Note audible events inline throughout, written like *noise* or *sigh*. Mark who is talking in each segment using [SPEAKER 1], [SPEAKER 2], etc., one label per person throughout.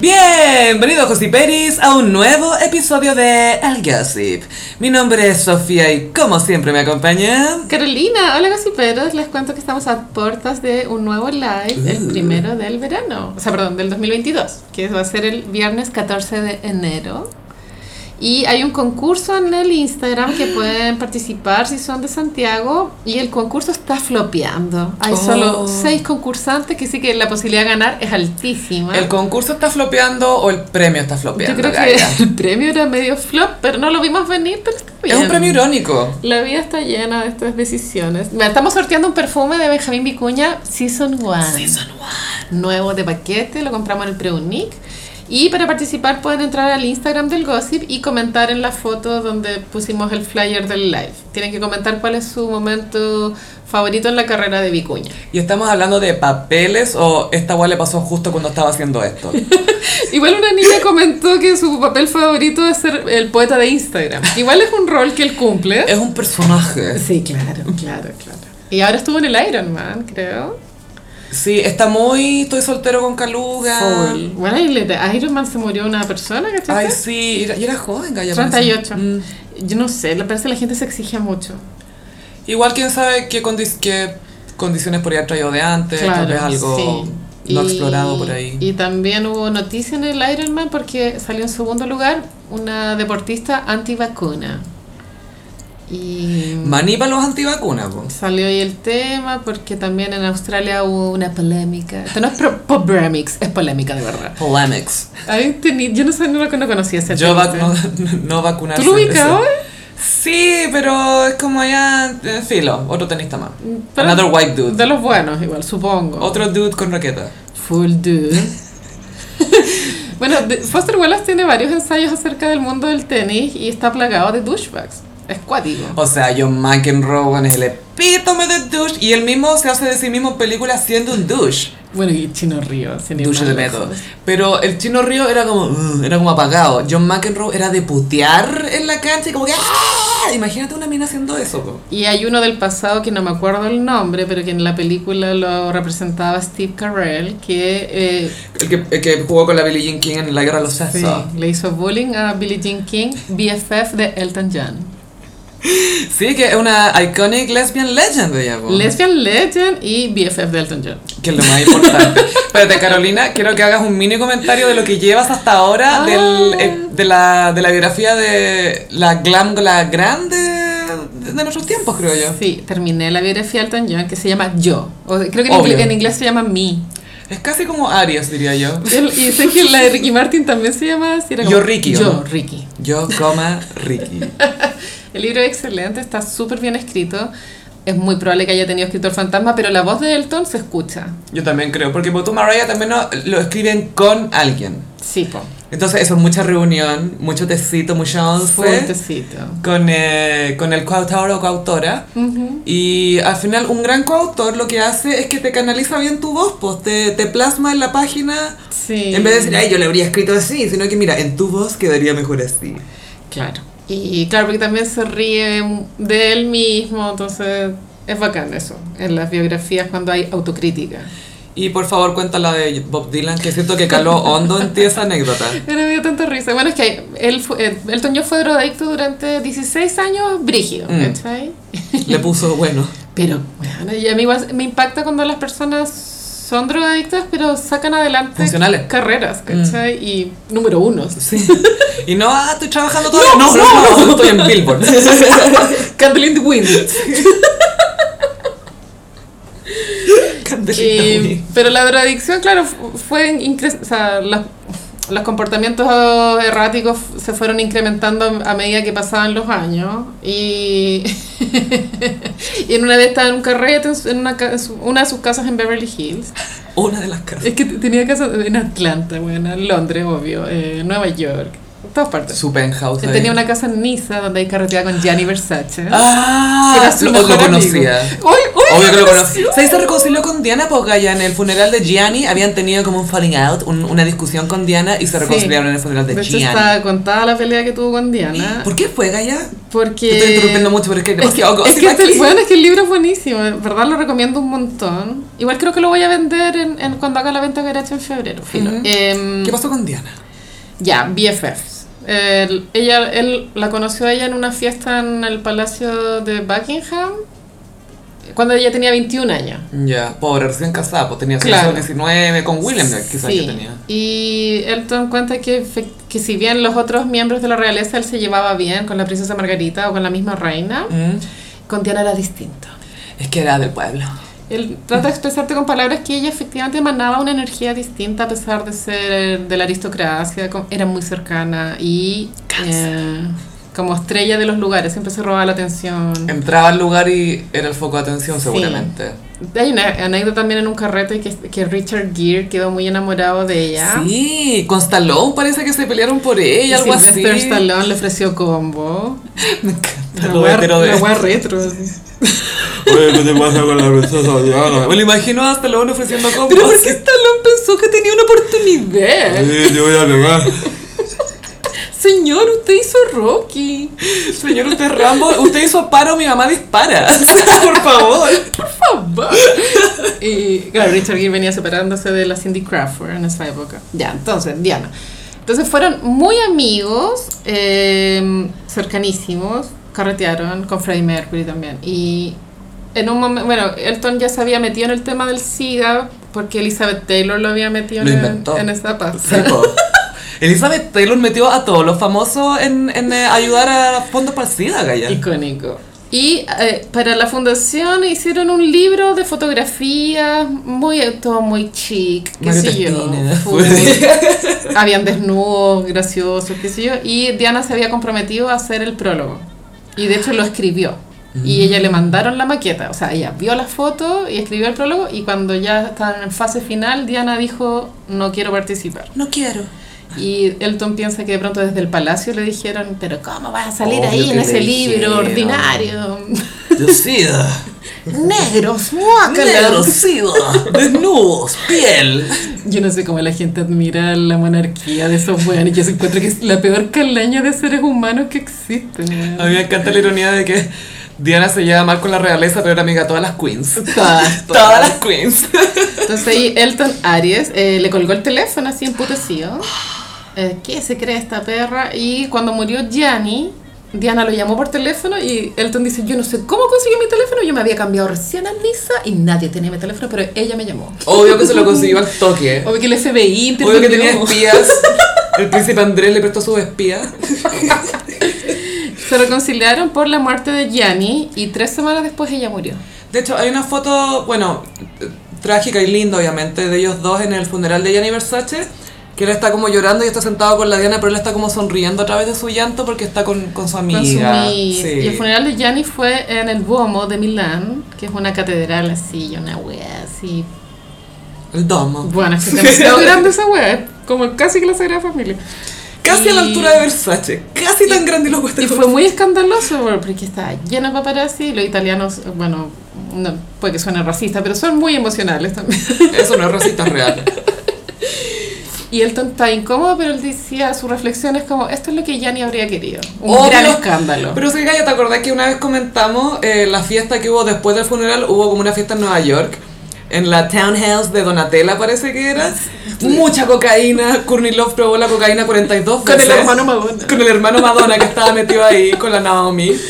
[SPEAKER 1] Bienvenidos, Gossiperis, a un nuevo episodio de El Gossip. Mi nombre es Sofía y como siempre me acompaña...
[SPEAKER 2] Carolina, hola gossiperos, les cuento que estamos a puertas de un nuevo live,
[SPEAKER 1] Uh.
[SPEAKER 2] el primero del verano, o sea, perdón, del 2022, que va a ser el viernes 14 de enero. Y hay un concurso en el Instagram
[SPEAKER 1] Ah.
[SPEAKER 2] que pueden participar si son de Santiago y el concurso está flopeando. Hay
[SPEAKER 1] Oh.
[SPEAKER 2] solo seis concursantes que sí que la posibilidad de ganar es altísima.
[SPEAKER 1] ¿El concurso está flopeando o el premio está
[SPEAKER 2] Yo
[SPEAKER 1] flopeando?
[SPEAKER 2] creo que *laughs*
[SPEAKER 1] Gaia?
[SPEAKER 2] el premio era medio flop, pero no lo vimos venir, pero está bien.
[SPEAKER 1] Es un premio irónico.
[SPEAKER 2] La vida está llena de estas decisiones. Mira, estamos sorteando un perfume de Benjamín Vicuña Season 1. Nuevo de paquete, lo compramos en el Preunic. Y para participar pueden entrar al Instagram del Gossip y comentar en la foto donde pusimos el flyer del live. Tienen que comentar cuál es su momento favorito en la carrera de Vicuña.
[SPEAKER 1] Y estamos hablando de papeles o esta guay le pasó justo cuando estaba haciendo
[SPEAKER 2] *laughs*
[SPEAKER 1] esto.
[SPEAKER 2] Igual una *laughs* niña comentó que su papel favorito es ser el poeta de Instagram. Igual es un rol que él cumple.
[SPEAKER 1] Es un personaje.
[SPEAKER 2] Sí, claro, claro, claro. Y ahora estuvo en el Iron Man, creo.
[SPEAKER 1] Sí, está muy... Estoy soltero con Caluga.
[SPEAKER 2] Full. Ah. Bueno, y le- de Iron Man se murió una persona, ¿cachai?
[SPEAKER 1] Ay, sí. Y era, y era joven, Gaya. parece.
[SPEAKER 2] 38.
[SPEAKER 1] Mm.
[SPEAKER 2] Yo no sé, la parece que la gente se exige mucho.
[SPEAKER 1] Igual quién sabe qué, condi- qué condiciones podría haber traído de antes, tal vez algo
[SPEAKER 2] sí.
[SPEAKER 1] no
[SPEAKER 2] Y-
[SPEAKER 1] explorado por ahí.
[SPEAKER 2] Y también hubo noticia en el Iron Man porque salió en segundo lugar una deportista antivacuna. Y
[SPEAKER 1] Maní para los antivacunas, po.
[SPEAKER 2] salió ahí el tema porque también en Australia hubo una polémica. Esto no es pro- polemics, es polémica de verdad.
[SPEAKER 1] Polemics.
[SPEAKER 2] Ahí teni- yo no sé, no, lo- no conocía ese
[SPEAKER 1] Yo
[SPEAKER 2] tema.
[SPEAKER 1] vac- no, *laughs* no vacunarse.
[SPEAKER 2] ¿Tú lo ubicas
[SPEAKER 1] eso.
[SPEAKER 2] hoy?
[SPEAKER 1] Sí, pero es como ya, eh, filo, otro tenista más.
[SPEAKER 2] Mm, Pero
[SPEAKER 1] Another white dude.
[SPEAKER 2] De los buenos, igual, supongo.
[SPEAKER 1] Otro dude con raqueta.
[SPEAKER 2] Full dude. *laughs* bueno, de- Foster Wallace tiene varios ensayos acerca del mundo del tenis y está plagado de douchebags. Es cuático.
[SPEAKER 1] O sea, John McEnroe es el epítome de douche y él mismo se hace de sí mismo en película siendo un douche.
[SPEAKER 2] Bueno, y Chino Río, sin ir
[SPEAKER 1] Ducho
[SPEAKER 2] más
[SPEAKER 1] de
[SPEAKER 2] lejos.
[SPEAKER 1] método. Pero el chino Río era como, "Ugh", era como apagado. John McEnroe era de putear en la cancha y como que, "Ah". Imagínate una mina haciendo eso, po.
[SPEAKER 2] Y hay uno del pasado que no me acuerdo el nombre, pero que en la película lo representaba Steve Carell, que eh,
[SPEAKER 1] El que, el que jugó con la Billie Jean King en la guerra de los
[SPEAKER 2] sí,
[SPEAKER 1] sexos.
[SPEAKER 2] le hizo bullying a Billie Jean King, BFF de Elton John.
[SPEAKER 1] Sí. que es una iconic lesbian legend de ella, po.
[SPEAKER 2] Lesbian Legend y BFF de Elton John.
[SPEAKER 1] que es lo más importante. Espérate, Carolina, quiero que hagas un mini comentario de lo que llevas hasta ahora
[SPEAKER 2] Ah.
[SPEAKER 1] del, eh, de, la, de la biografía de la glam, la grande de, de nuestros tiempos, creo yo.
[SPEAKER 2] Sí, terminé la biografía de Elton John que se llama Yo. O creo que en,
[SPEAKER 1] Obvio.
[SPEAKER 2] ingle- en inglés se llama Me.
[SPEAKER 1] Es casi como Aries, diría yo.
[SPEAKER 2] El- y sé que
[SPEAKER 1] *laughs*
[SPEAKER 2] la de Ricky Martin también se llama así. era como
[SPEAKER 1] Yo, Ricky, ¿o
[SPEAKER 2] Yo,
[SPEAKER 1] no?
[SPEAKER 2] Ricky.
[SPEAKER 1] Yo, coma, Ricky.
[SPEAKER 2] El libro es excelente, está súper bien escrito. Es muy probable que haya tenido escritor fantasma, pero la voz de Elton se escucha.
[SPEAKER 1] Yo también creo, porque Botu Mariah también no- lo escriben con alguien.
[SPEAKER 2] Sí, po.
[SPEAKER 1] Entonces eso es mucha reunión, mucho tecito, mucha once
[SPEAKER 2] Fuertecito.
[SPEAKER 1] con, eh, con el coautor o coautora. Y al final un gran coautor lo que hace es que te canaliza bien tu voz, pues te, te plasma en la página.
[SPEAKER 2] Sí.
[SPEAKER 1] En vez de decir, ay, yo le habría escrito así, sino que mira, en tu voz quedaría mejor así.
[SPEAKER 2] Claro. Y claro, porque también se ríe de él mismo, entonces es bacán eso. En las biografías cuando hay autocrítica.
[SPEAKER 1] Y por favor cuenta la de Bob Dylan, que siento que caló hondo en ti esa anécdota.
[SPEAKER 2] Pero me dio tanta risa. Bueno, es que él fue, eh, Elton John fue drogadicto durante 16 años, brígido,
[SPEAKER 1] Mm.
[SPEAKER 2] ¿cachai?
[SPEAKER 1] Le puso, bueno,
[SPEAKER 2] Pero, bueno, y a mí igual me impacta cuando las personas son drogadictas, pero sacan adelante
[SPEAKER 1] Funcionales. Mm.
[SPEAKER 2] carreras, ¿cachai? Y número uno. *laughs*
[SPEAKER 1] sí. Y no, ah, estoy trabajando todavía.
[SPEAKER 2] No,
[SPEAKER 1] no, no estoy en Billboard.
[SPEAKER 2] Candle in
[SPEAKER 1] *laughs*
[SPEAKER 2] the Wind. Y- pero la drogadicción, claro, fu- fue en incre- o sea, los, los comportamientos erráticos f- se fueron incrementando a medida que pasaban los años. Y, *laughs* y en una vez estaba en un carrete, en su- en una, ca- en su- una de sus casas en Beverly Hills.
[SPEAKER 1] Una de las casas.
[SPEAKER 2] Es que t- tenía casa en Atlanta, bueno, en Londres, obvio, eh, Nueva York, en todas partes.
[SPEAKER 1] Su penthouse.
[SPEAKER 2] Él
[SPEAKER 1] ahí.
[SPEAKER 2] tenía una casa en Niza donde hay carreteada con Gianni Versace.
[SPEAKER 1] Ah,
[SPEAKER 2] que era su
[SPEAKER 1] lo,
[SPEAKER 2] mejor
[SPEAKER 1] lo
[SPEAKER 2] amigo.
[SPEAKER 1] conocía.
[SPEAKER 2] Uy, uy,
[SPEAKER 1] Obvio que lo
[SPEAKER 2] conoció.
[SPEAKER 1] conocía. ¿Sabes? Se reconcilió con Diana porque allá en el funeral de Gianni habían tenido como un falling out, un- una discusión con Diana y se reconciliaron en el funeral de,
[SPEAKER 2] De hecho,
[SPEAKER 1] Gianni.
[SPEAKER 2] está contada la pelea que tuvo con Diana.
[SPEAKER 1] ¿Por qué fue Gaya?
[SPEAKER 2] Porque.
[SPEAKER 1] Te estoy interrumpiendo mucho, pero es que hay demasiado
[SPEAKER 2] es que,
[SPEAKER 1] gossip
[SPEAKER 2] este-
[SPEAKER 1] aquí.
[SPEAKER 2] bueno, es que el libro es buenísimo, en verdad lo recomiendo un montón. Igual creo que lo voy a vender en, en- cuando haga la venta que en febrero. filo.
[SPEAKER 1] Ujú.
[SPEAKER 2] Em,
[SPEAKER 1] ¿Qué pasó con Diana?
[SPEAKER 2] Ya, BFFs. El- ella, él la conoció a ella en una fiesta en el Palacio de Buckingham cuando ella tenía 21 años.
[SPEAKER 1] Ya, pobre, recién casada, pues tenía
[SPEAKER 2] Claro.
[SPEAKER 1] 19 con William, quizás
[SPEAKER 2] Sí.
[SPEAKER 1] que tenía.
[SPEAKER 2] Y él tomó en cuenta que, efect- que si bien los otros miembros de la realeza él se llevaba bien con la princesa Margarita o con la misma reina,
[SPEAKER 1] Mm,
[SPEAKER 2] con Diana era distinto.
[SPEAKER 1] Es que era del pueblo.
[SPEAKER 2] Él trata de expresarte con palabras que ella efectivamente emanaba una energía distinta a pesar de ser eh, de la aristocracia, co- era muy cercana y eh, como estrella de los lugares, siempre se robaba la atención.
[SPEAKER 1] Entraba al lugar y era el foco de atención,
[SPEAKER 2] Sí.
[SPEAKER 1] seguramente.
[SPEAKER 2] Hay una anécdota también en un carrete que, que Richard Gere quedó muy enamorado de ella.
[SPEAKER 1] Sí, con Stallone parece que se pelearon por
[SPEAKER 2] Y
[SPEAKER 1] ella, algo así.
[SPEAKER 2] Sylvester Stallone le ofreció combo.
[SPEAKER 1] *laughs* Me encanta.
[SPEAKER 2] Una
[SPEAKER 1] lo
[SPEAKER 2] wea-
[SPEAKER 1] hetero de
[SPEAKER 2] una
[SPEAKER 1] esto.
[SPEAKER 2] wea retro. así.
[SPEAKER 1] Oye, ¿qué te pasa con la princesa Diana? *laughs* Me lo imagino hasta luego *laughs* ofreciendo combos.
[SPEAKER 2] Pero ¿por qué Stallone pensó que tenía una oportunidad?
[SPEAKER 1] Oye, te voy a pegar.
[SPEAKER 2] Señor, usted hizo Rocky.
[SPEAKER 1] Señor, usted es Rambo, usted hizo paro, mi mamá dispara. *laughs* Por favor.
[SPEAKER 2] y claro, Richard Gere venía separándose de la Cindy Crawford en esa época. Ya, entonces, Diana. Entonces fueron muy amigos, eh, cercanísimos, carretearon con Freddie Mercury también. Y en un momento, bueno, Elton ya se había metido en el tema del SIDA porque Elizabeth Taylor lo había metido
[SPEAKER 1] Lo
[SPEAKER 2] en,
[SPEAKER 1] inventó.
[SPEAKER 2] en esa pasta.
[SPEAKER 1] Sí, po. Elizabeth Taylor metió a todos los famosos en, en eh, ayudar a fondos para el SIDA, Gaya.
[SPEAKER 2] Icónico. Y eh, para la fundación hicieron un libro de fotografías, muy, todo muy chic, qué
[SPEAKER 1] Mario
[SPEAKER 2] sé yo.
[SPEAKER 1] Testina.
[SPEAKER 2] full. *laughs* Habían desnudos, graciosos, qué sé yo. Y Diana se había comprometido a hacer el prólogo. Y de hecho lo escribió. Y ella le mandaron la maqueta. O sea, ella vio las fotos y escribió el prólogo. Y cuando ya estaban en fase final, Diana dijo, no quiero participar.
[SPEAKER 1] No quiero.
[SPEAKER 2] Y Elton piensa que de pronto desde el palacio le dijeron, pero ¿cómo vas a salir
[SPEAKER 1] Obvio
[SPEAKER 2] ahí
[SPEAKER 1] que
[SPEAKER 2] en
[SPEAKER 1] le
[SPEAKER 2] ese libro
[SPEAKER 1] dijeron. *laughs*
[SPEAKER 2] ordinario?
[SPEAKER 1] Yo SIDA. *laughs*
[SPEAKER 2] Negros,
[SPEAKER 1] Negro,
[SPEAKER 2] guácalas.
[SPEAKER 1] SIDA. *laughs* Desnudos, *laughs* piel.
[SPEAKER 2] Yo no sé cómo la gente admira la monarquía de esos weones. Yo se encuentro que es la peor calaña de seres humanos que existen. weón.
[SPEAKER 1] A mí me encanta la ironía de que Diana se lleva mal con la realeza, pero era amiga de todas las queens. Todas
[SPEAKER 2] Todas, todas.
[SPEAKER 1] las queens.
[SPEAKER 2] Entonces ahí Elton Aries eh, le colgó el teléfono así emputecido. Eh, ¿Qué se cree esta perra? Y cuando murió Gianni, Diana lo llamó por teléfono y Elton dice, yo no sé cómo consiguió mi teléfono, yo me había cambiado recién a Lisa y nadie tenía mi teléfono, pero ella me llamó.
[SPEAKER 1] Obvio que se lo consiguió al toque.
[SPEAKER 2] Obvio que el FBI
[SPEAKER 1] Obvio que tenía *laughs*
[SPEAKER 2] intervino.
[SPEAKER 1] espías. El príncipe Andrés le prestó sus espías.
[SPEAKER 2] Se reconciliaron por la muerte de Gianni y tres semanas después ella murió.
[SPEAKER 1] De hecho, hay una foto, bueno, eh, trágica y linda, obviamente, de ellos dos en el funeral de Gianni Versace. Que él está como llorando y está sentado con la Diana, pero él está como sonriendo a través de su llanto porque está con, con su amiga.
[SPEAKER 2] Con su Miss.
[SPEAKER 1] Sí.
[SPEAKER 2] Y el funeral de Gianni fue en el Duomo de Milán, que es una catedral así, una wea así
[SPEAKER 1] El domo.
[SPEAKER 2] Bueno, es que es demasiado grande esa weá, es como casi que la Sagrada Familia.
[SPEAKER 1] Casi a la
[SPEAKER 2] Y-
[SPEAKER 1] altura de Versace. Casi tan grande y lo cuesta
[SPEAKER 2] Y fue muy escandaloso bueno, porque estaba lleno de paparazzi y los italianos, bueno, no, puede que suene racista, pero son muy emocionales también. *laughs*
[SPEAKER 1] Eso no es racista es real.
[SPEAKER 2] Y Elton está incómodo, pero él decía, su reflexión es como, esto es lo que Gianni habría querido. Un
[SPEAKER 1] Oh,
[SPEAKER 2] gran
[SPEAKER 1] pero-
[SPEAKER 2] escándalo.
[SPEAKER 1] Pero sí, Gaya, ¿te acordás que una vez comentamos eh, la fiesta que hubo después del funeral? Hubo como una fiesta en Nueva York, en la townhouse de Donatella, parece que era. Mucha cocaína, Kurnilov probó la cocaína 42
[SPEAKER 2] *laughs* Con el
[SPEAKER 1] veces. *laughs*
[SPEAKER 2] hermano Madonna.
[SPEAKER 1] Con el hermano Madonna que estaba metido ahí con la Naomi.
[SPEAKER 2] Eh.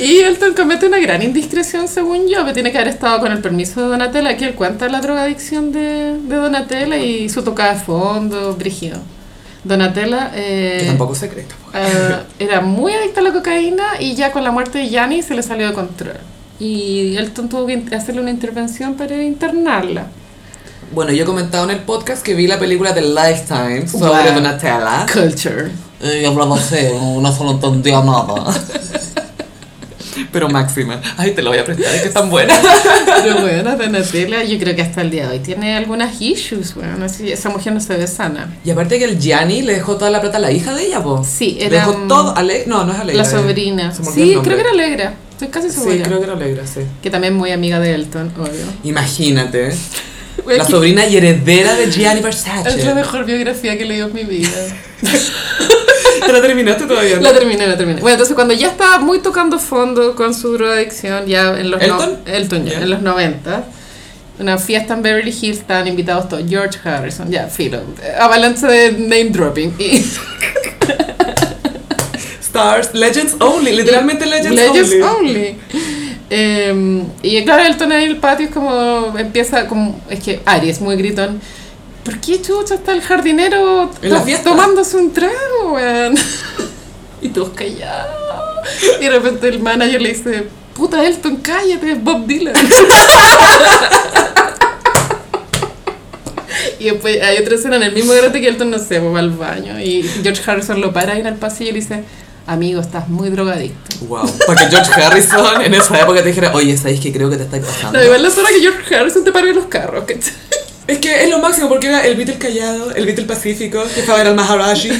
[SPEAKER 2] Y Elton comete una gran indiscreción, según yo, que tiene que haber estado con el permiso de Donatella, que él cuenta la drogadicción de, de Donatella y su tocada de fondo, brígido. Donatella... eh,
[SPEAKER 1] Que tampoco se cree.
[SPEAKER 2] Ah, era muy adicta a la cocaína y ya con la muerte de Yanni se le salió de control. Y Elton tuvo que in- hacerle una intervención para internarla.
[SPEAKER 1] Bueno, yo he comentado en el podcast que vi la película de Lifetime sobre
[SPEAKER 2] Wow.
[SPEAKER 1] Ah. Donatella.
[SPEAKER 2] *laughs* Culture.
[SPEAKER 1] Y hablaba así, no se lo entendía nada. *laughs* pero máxima. Ay, te lo voy a prestar, es que es tan buena.
[SPEAKER 2] *laughs* Pero bueno, Donatella, yo creo que hasta el día de hoy tiene algunas issues, bueno, así, esa mujer no se ve sana.
[SPEAKER 1] Y aparte que el Gianni le dejó toda la plata a la hija de ella, po.
[SPEAKER 2] Sí,
[SPEAKER 1] Le
[SPEAKER 2] era
[SPEAKER 1] dejó
[SPEAKER 2] mm,
[SPEAKER 1] todo. Ale no, no es Alegra.
[SPEAKER 2] la
[SPEAKER 1] eh.
[SPEAKER 2] sobrina.
[SPEAKER 1] Se me olvidó el
[SPEAKER 2] Sí, creo que
[SPEAKER 1] nombre.
[SPEAKER 2] era Alegra, estoy casi segura.
[SPEAKER 1] Sí, creo que era Alegra, sí.
[SPEAKER 2] Que también muy amiga de Elton, obvio. *laughs*
[SPEAKER 1] Imagínate. La sobrina y heredera de Gianni Versace.
[SPEAKER 2] es la mejor biografía que he leído en mi vida.
[SPEAKER 1] *laughs* ¿Te la terminaste todavía? no?
[SPEAKER 2] La terminé, la terminé. Bueno, entonces cuando ya estaba muy tocando fondo con su drogadicción, ya en los,
[SPEAKER 1] ¿Elton?
[SPEAKER 2] no- Elton John,
[SPEAKER 1] Ya.
[SPEAKER 2] en los 90, una fiesta en Beverly Hills, estaban invitados todos, George Harrison, ya, filo, avalancha de name dropping. Y
[SPEAKER 1] Stars, Legends Only, *laughs* literalmente Legends,
[SPEAKER 2] Legends
[SPEAKER 1] Only.
[SPEAKER 2] Only. Eh, y claro, Elton en el patio es como, empieza como, es que Aries, muy gritón. ¿Por qué chucha está el jardinero
[SPEAKER 1] En la
[SPEAKER 2] to-
[SPEAKER 1] fiesta.
[SPEAKER 2] tomándose un trago, weón? *laughs* y todos callados. Y de repente el manager le dice, puta Elton, cállate, es Bob Dylan. *laughs* Y después hay otra escena en el mismo garete que Elton, no sé, va al baño y George Harrison lo para ahí en el pasillo y le dice, amigo, estás muy drogadicto.
[SPEAKER 1] Wow. Para que George Harrison en esa época te dijera, oye, sabéis que creo que te estáis pasando.
[SPEAKER 2] Ah, No, igual la zona que George Harrison te paró en los carros, ¿cachai?
[SPEAKER 1] Es que es lo máximo porque era el Beatle callado, el Beatle pacífico, que fue a ver al Maharaji.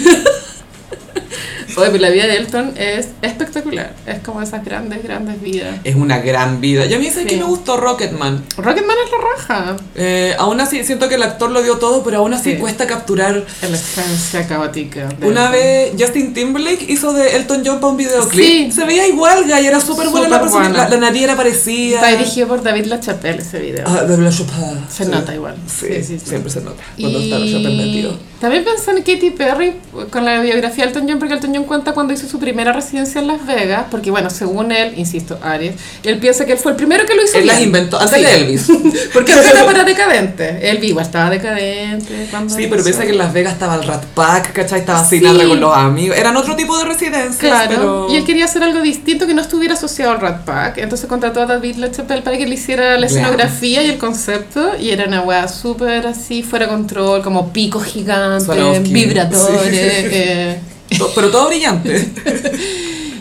[SPEAKER 2] Oye, pero la vida de Elton es espectacular. Es como esas grandes, grandes vidas.
[SPEAKER 1] Es una gran vida. Y a mí es
[SPEAKER 2] Sí.
[SPEAKER 1] que me gustó Rocketman.
[SPEAKER 2] Rocketman es la raja.
[SPEAKER 1] Eh, aún así, siento que el actor lo dio todo, pero aún así
[SPEAKER 2] Sí.
[SPEAKER 1] cuesta capturar.
[SPEAKER 2] En la estancia caótica. de
[SPEAKER 1] Una
[SPEAKER 2] Elton.
[SPEAKER 1] vez Justin Timberlake hizo de Elton John para un videoclip.
[SPEAKER 2] Sí.
[SPEAKER 1] Se veía igual, y era súper buena la
[SPEAKER 2] Súper
[SPEAKER 1] persona.
[SPEAKER 2] buena.
[SPEAKER 1] La, la nariz era parecida.
[SPEAKER 2] Está dirigido por David LaChapelle ese video.
[SPEAKER 1] Ah, de la Chopin.
[SPEAKER 2] Se
[SPEAKER 1] Sí.
[SPEAKER 2] nota igual.
[SPEAKER 1] Sí,
[SPEAKER 2] Sí, sí, sí.
[SPEAKER 1] siempre se nota. Cuando está la Chopin metido.
[SPEAKER 2] también pensé en Katy Perry con la biografía de Elton John, porque Elton John cuenta cuando hizo su primera residencia en Las Vegas, porque bueno, según él, insisto, Aries, él piensa que él fue el primero que lo hizo
[SPEAKER 1] Él las
[SPEAKER 2] bien.
[SPEAKER 1] inventó antes
[SPEAKER 2] Sí.
[SPEAKER 1] de
[SPEAKER 2] *laughs*
[SPEAKER 1] Elvis. *laughs*
[SPEAKER 2] Porque él era para decadente. Elvis igual estaba decadente. cuando
[SPEAKER 1] Sí, pero
[SPEAKER 2] hizo.
[SPEAKER 1] piensa que en Las Vegas estaba el Rat Pack, ¿cachai? Estaba
[SPEAKER 2] Sí.
[SPEAKER 1] Sinatra con los amigos. Eran otro tipo de residencias,
[SPEAKER 2] Claro,
[SPEAKER 1] pero...
[SPEAKER 2] y él quería hacer algo distinto que no estuviera asociado al Rat Pack. Entonces contrató a David LaChapelle para que le hiciera la
[SPEAKER 1] Glam.
[SPEAKER 2] escenografía y el concepto. Y era una weá súper así, fuera de control, como picos gigantes,
[SPEAKER 1] Swarovski.
[SPEAKER 2] vibradores.
[SPEAKER 1] Sí.
[SPEAKER 2] eh.
[SPEAKER 1] To- Pero todo
[SPEAKER 2] *laughs*
[SPEAKER 1] brillante.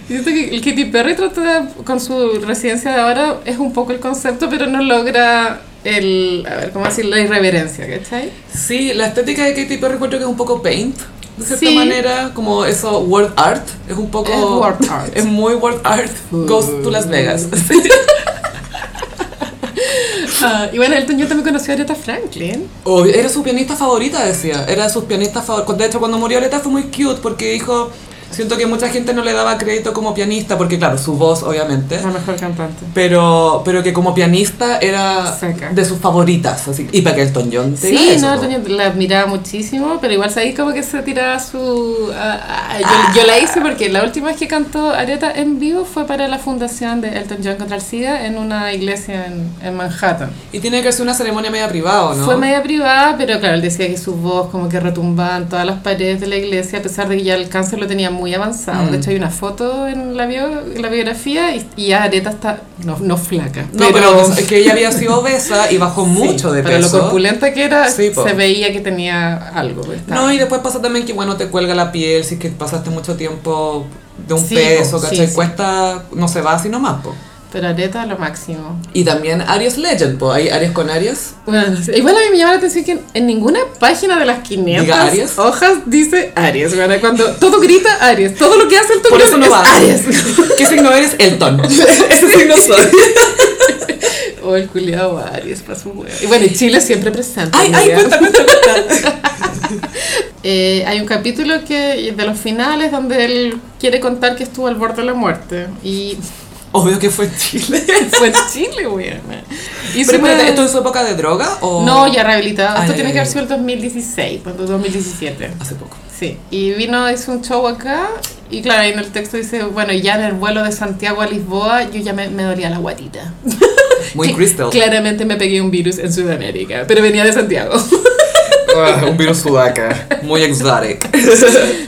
[SPEAKER 2] Y Siento que el Katy Perry trata de- con su residencia de ahora, es un poco el concepto, pero no logra el, a ver, ¿cómo decir? La irreverencia, *laughs* ¿cachai?
[SPEAKER 1] Sí, la estética de Katy Perry encuentro que es un poco paint, de cierta
[SPEAKER 2] Sí.
[SPEAKER 1] manera, como eso, word art, es un poco...
[SPEAKER 2] Es
[SPEAKER 1] *laughs*
[SPEAKER 2] word art.
[SPEAKER 1] Es muy word art, goes to Las
[SPEAKER 2] *laughs*
[SPEAKER 1] Vegas.
[SPEAKER 2] Ah, y bueno, Elton John también conoció a Aretha Franklin.
[SPEAKER 1] Obvio, Oh, era su pianista favorita, decía, era de sus pianistas favoritos. De hecho, cuando murió Leta fue muy cute porque dijo, siento que mucha gente no le daba crédito como pianista, porque claro, su voz, obviamente.
[SPEAKER 2] Es la mejor cantante.
[SPEAKER 1] Pero, pero que como pianista era
[SPEAKER 2] Seca.
[SPEAKER 1] de sus favoritas. Así, y para que Elton John te diga
[SPEAKER 2] Sí,
[SPEAKER 1] eso,
[SPEAKER 2] no,
[SPEAKER 1] po.
[SPEAKER 2] Elton John la admiraba muchísimo, pero igual sabéis como que se tiraba su... ah, ah, yo, yo la hice porque la última vez que cantó Aretha en vivo fue para la fundación de Elton John contra el SIDA en una iglesia en, en Manhattan.
[SPEAKER 1] Y tiene que ser una ceremonia media privada, ¿o ¿no?
[SPEAKER 2] Fue media privada, pero claro, él decía que su voz como que retumbaba en todas las paredes de la iglesia, a pesar de que ya el cáncer lo tenía muy avanzado.
[SPEAKER 1] Mm.
[SPEAKER 2] De hecho, hay una foto en la, bio- la biografía y, y ya Aretha está... No, no flaca,
[SPEAKER 1] No, pero, es que ella había sido obesa y bajó mucho de
[SPEAKER 2] Para
[SPEAKER 1] peso.
[SPEAKER 2] lo corpulenta que era,
[SPEAKER 1] Sí, po.
[SPEAKER 2] se veía que tenía algo. estaba-
[SPEAKER 1] No, y después pasa también que, bueno, te cuelga la piel si es que pasaste mucho tiempo de un
[SPEAKER 2] Sí,
[SPEAKER 1] peso,
[SPEAKER 2] po,
[SPEAKER 1] ¿cachai?
[SPEAKER 2] sí, sí.
[SPEAKER 1] Cuesta, no se va así nomás, po.
[SPEAKER 2] Pero Areta lo máximo.
[SPEAKER 1] Y también Aries Legend, po. Hay Aries con
[SPEAKER 2] *laughs*
[SPEAKER 1] Aries.
[SPEAKER 2] Bueno, igual a mí me llama la atención que en, en ninguna página de las 500
[SPEAKER 1] Diga Aries.
[SPEAKER 2] hojas dice Aries. Bueno, cuando todo grita Aries, todo lo que hace el
[SPEAKER 1] Por eso no
[SPEAKER 2] es
[SPEAKER 1] va. *laughs*
[SPEAKER 2] Aries.
[SPEAKER 1] ¿Qué signo eres? Elton. Ese signo
[SPEAKER 2] *laughs*
[SPEAKER 1] soy.
[SPEAKER 2] O Oh, el culiado Aries, para su hueá. Y bueno, y Chile siempre presente.
[SPEAKER 1] *laughs* Ay, ay, pues.
[SPEAKER 2] amiga.
[SPEAKER 1] cuenta, cuenta, cuenta.
[SPEAKER 2] Eh, hay un capítulo que de los finales donde él quiere contar que estuvo al borde de la muerte. Y *laughs*
[SPEAKER 1] Obvio que fue en Chile.
[SPEAKER 2] fue en Chile, weón. Y
[SPEAKER 1] Pero
[SPEAKER 2] se me-
[SPEAKER 1] espérate, ¿esto es su época de droga o...?
[SPEAKER 2] No, ya rehabilitado.
[SPEAKER 1] Ah,
[SPEAKER 2] Esto
[SPEAKER 1] ya, ya,
[SPEAKER 2] tiene
[SPEAKER 1] Ah.
[SPEAKER 2] que haber
[SPEAKER 1] ya.
[SPEAKER 2] sido el 2016, cuando 2017.
[SPEAKER 1] Hace poco.
[SPEAKER 2] Sí, y vino, hizo un show acá y claro, ahí en el texto dice, bueno, ya en el vuelo de Santiago a Lisboa yo ya me, me dolía la guatita.
[SPEAKER 1] Muy
[SPEAKER 2] *laughs* Que
[SPEAKER 1] crystal.
[SPEAKER 2] Claramente me pegué un virus en Sudamérica, pero venía de Santiago. *laughs*
[SPEAKER 1] Ah, un virus sudaca. Muy exotic.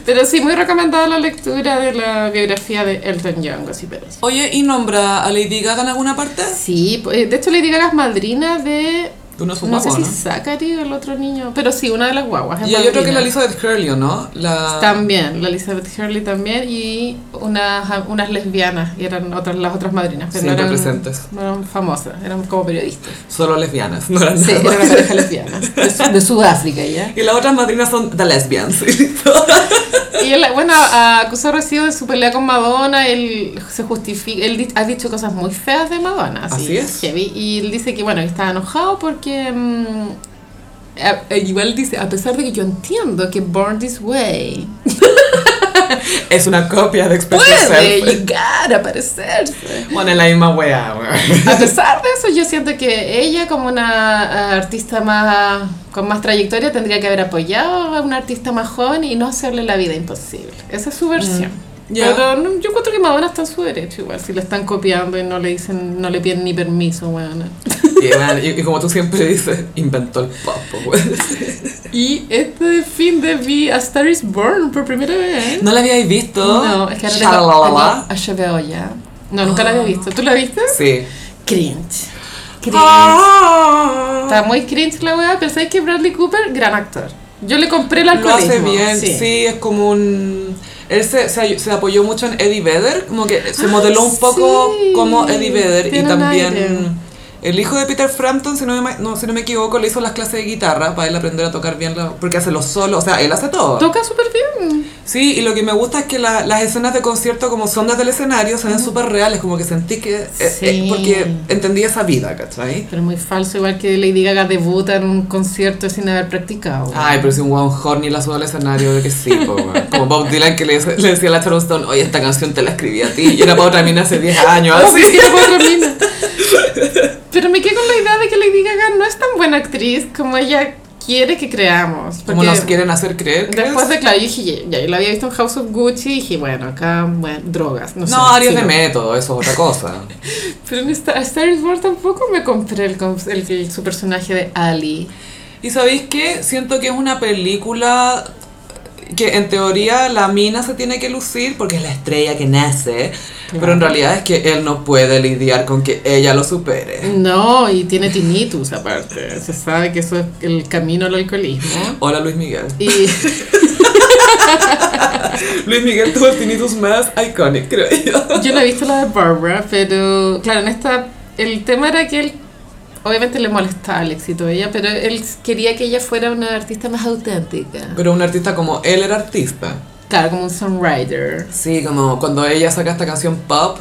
[SPEAKER 2] pero sí, muy recomendada la lectura de la biografía de Elton John, Gossip Pérez.
[SPEAKER 1] Oye, ¿y nombra a Lady Gaga en alguna parte?
[SPEAKER 2] pues, Sí, po- eh, de hecho Lady Gaga es madrina de
[SPEAKER 1] Tú no es
[SPEAKER 2] No sé
[SPEAKER 1] guagua,
[SPEAKER 2] si
[SPEAKER 1] ¿no?
[SPEAKER 2] Zachary o el otro niño, pero sí, una de las guaguas. es
[SPEAKER 1] Y hay otro que es la
[SPEAKER 2] madrina.
[SPEAKER 1] Elizabeth Hurley, ¿o ¿no? La...
[SPEAKER 2] También, la Elizabeth Hurley también y unas, unas lesbianas, y eran otras, las otras madrinas, pero no
[SPEAKER 1] Siempre
[SPEAKER 2] eran,
[SPEAKER 1] presentes.
[SPEAKER 2] no eran famosas, eran como periodistas.
[SPEAKER 1] Solo lesbianas, no eran
[SPEAKER 2] Sí,
[SPEAKER 1] nada
[SPEAKER 2] eran
[SPEAKER 1] más.
[SPEAKER 2] una *laughs* pareja lesbiana, de, Su- de Sudáfrica ya.
[SPEAKER 1] Y las otras madrinas son The Lesbians. *laughs*
[SPEAKER 2] Y él, bueno, a- acusó recibo de su pelea con Madonna, él se justifica, él di- ha dicho cosas muy feas de Madonna,
[SPEAKER 1] Así
[SPEAKER 2] así,
[SPEAKER 1] es.
[SPEAKER 2] heavy, y él dice que, bueno, que estaba enojado porque... mm, a- e- igual dice, a pesar de que yo entiendo que Born This Way
[SPEAKER 1] es una copia de Express
[SPEAKER 2] puede
[SPEAKER 1] Yourself.
[SPEAKER 2] llegar a parecerse
[SPEAKER 1] Bueno, es la misma wea, weón.
[SPEAKER 2] *laughs* A pesar de eso, yo siento que ella, como una eh, artista más con más trayectoria, tendría que haber apoyado a una artista más joven y no hacerle la vida imposible. Esa es su versión.
[SPEAKER 1] ya.
[SPEAKER 2] Pero no- yo encuentro que Madonna está en su derecho igual, si la están copiando y no le dicen, no le piden ni permiso, bueno.
[SPEAKER 1] Y, man, y, y como tú siempre dices, inventó el pop, weón.
[SPEAKER 2] Y este fin de vi A Star Is Born por primera vez.
[SPEAKER 1] ¿No la habíais visto?
[SPEAKER 2] No, es que ahora tengo,
[SPEAKER 1] Shalalala.
[SPEAKER 2] tengo HBO ya. No, nunca la había visto. ¿Tú la viste?
[SPEAKER 1] Sí.
[SPEAKER 2] Cringe. Cringe.
[SPEAKER 1] Ah.
[SPEAKER 2] Está muy cringe la weá, pero sabes que Bradley Cooper, gran actor. Yo le compré el
[SPEAKER 1] Lo
[SPEAKER 2] alcoholismo.
[SPEAKER 1] hace bien, sí. es como un... Él se, se, se apoyó mucho en Eddie Vedder, como que se
[SPEAKER 2] Ah,
[SPEAKER 1] modeló un poco
[SPEAKER 2] sí.
[SPEAKER 1] como Eddie Vedder y
[SPEAKER 2] Tiene un aire.
[SPEAKER 1] también... El hijo de Peter Frampton, si no, me, ma- no, si no me equivoco, le hizo las clases de guitarra para él aprender a tocar bien, la- porque hace los solos, o sea, él hace todo.
[SPEAKER 2] Toca súper bien.
[SPEAKER 1] Sí, y lo que me gusta es que la- las escenas de concierto, como son desde el escenario, se ven súper reales, como que sentí que... eh, eh,
[SPEAKER 2] Sí.
[SPEAKER 1] porque entendí esa vida, ¿cachai?
[SPEAKER 2] Pero muy falso, igual que Lady Gaga debuta en un concierto sin haber practicado. weá.
[SPEAKER 1] Ay, pero si un weón horny la sube al escenario, de que sí, po, *laughs* weón. Como Bob Dylan que le, le decía a la Sharon Stone, oye, esta canción te la escribí a ti, y era para otra mina hace 10 años,
[SPEAKER 2] *laughs* No,
[SPEAKER 1] así.
[SPEAKER 2] porque era para otra mina. Pero me quedé con la idea de que Lady Gaga no es tan buena actriz como ella quiere que creamos.
[SPEAKER 1] Como
[SPEAKER 2] porque
[SPEAKER 1] nos quieren hacer creer, ¿crees?
[SPEAKER 2] Después de, claro, yo dije, ya, yo la había visto en House of Gucci y dije, bueno, acá, bueno, drogas, no, sé.
[SPEAKER 1] No, Aries
[SPEAKER 2] sí,
[SPEAKER 1] de
[SPEAKER 2] no.
[SPEAKER 1] método, eso es otra cosa.
[SPEAKER 2] Pero en Star, a Star is Born tampoco me compré el, con- el- el- su personaje de Ali.
[SPEAKER 1] ¿Y sabéis qué? Siento que es una película que en teoría la mina se tiene que lucir porque es la estrella que nace, pero en realidad es que él no puede lidiar con que ella lo supere.
[SPEAKER 2] No, y tiene tinnitus aparte. Se sabe que eso es el camino al alcoholismo.
[SPEAKER 1] Hola Luis Miguel. *laughs*
[SPEAKER 2] Y
[SPEAKER 1] Luis Miguel tuvo el tinnitus más icónico, creo yo.
[SPEAKER 2] yo no he visto la de Barbara, pero claro, en esta. El tema era que él. Obviamente le molestaba el éxito de ella, pero él quería que ella fuera una artista más auténtica.
[SPEAKER 1] Pero un artista como él era artista.
[SPEAKER 2] Claro, como un songwriter.
[SPEAKER 1] Sí, como cuando ella saca esta canción pop,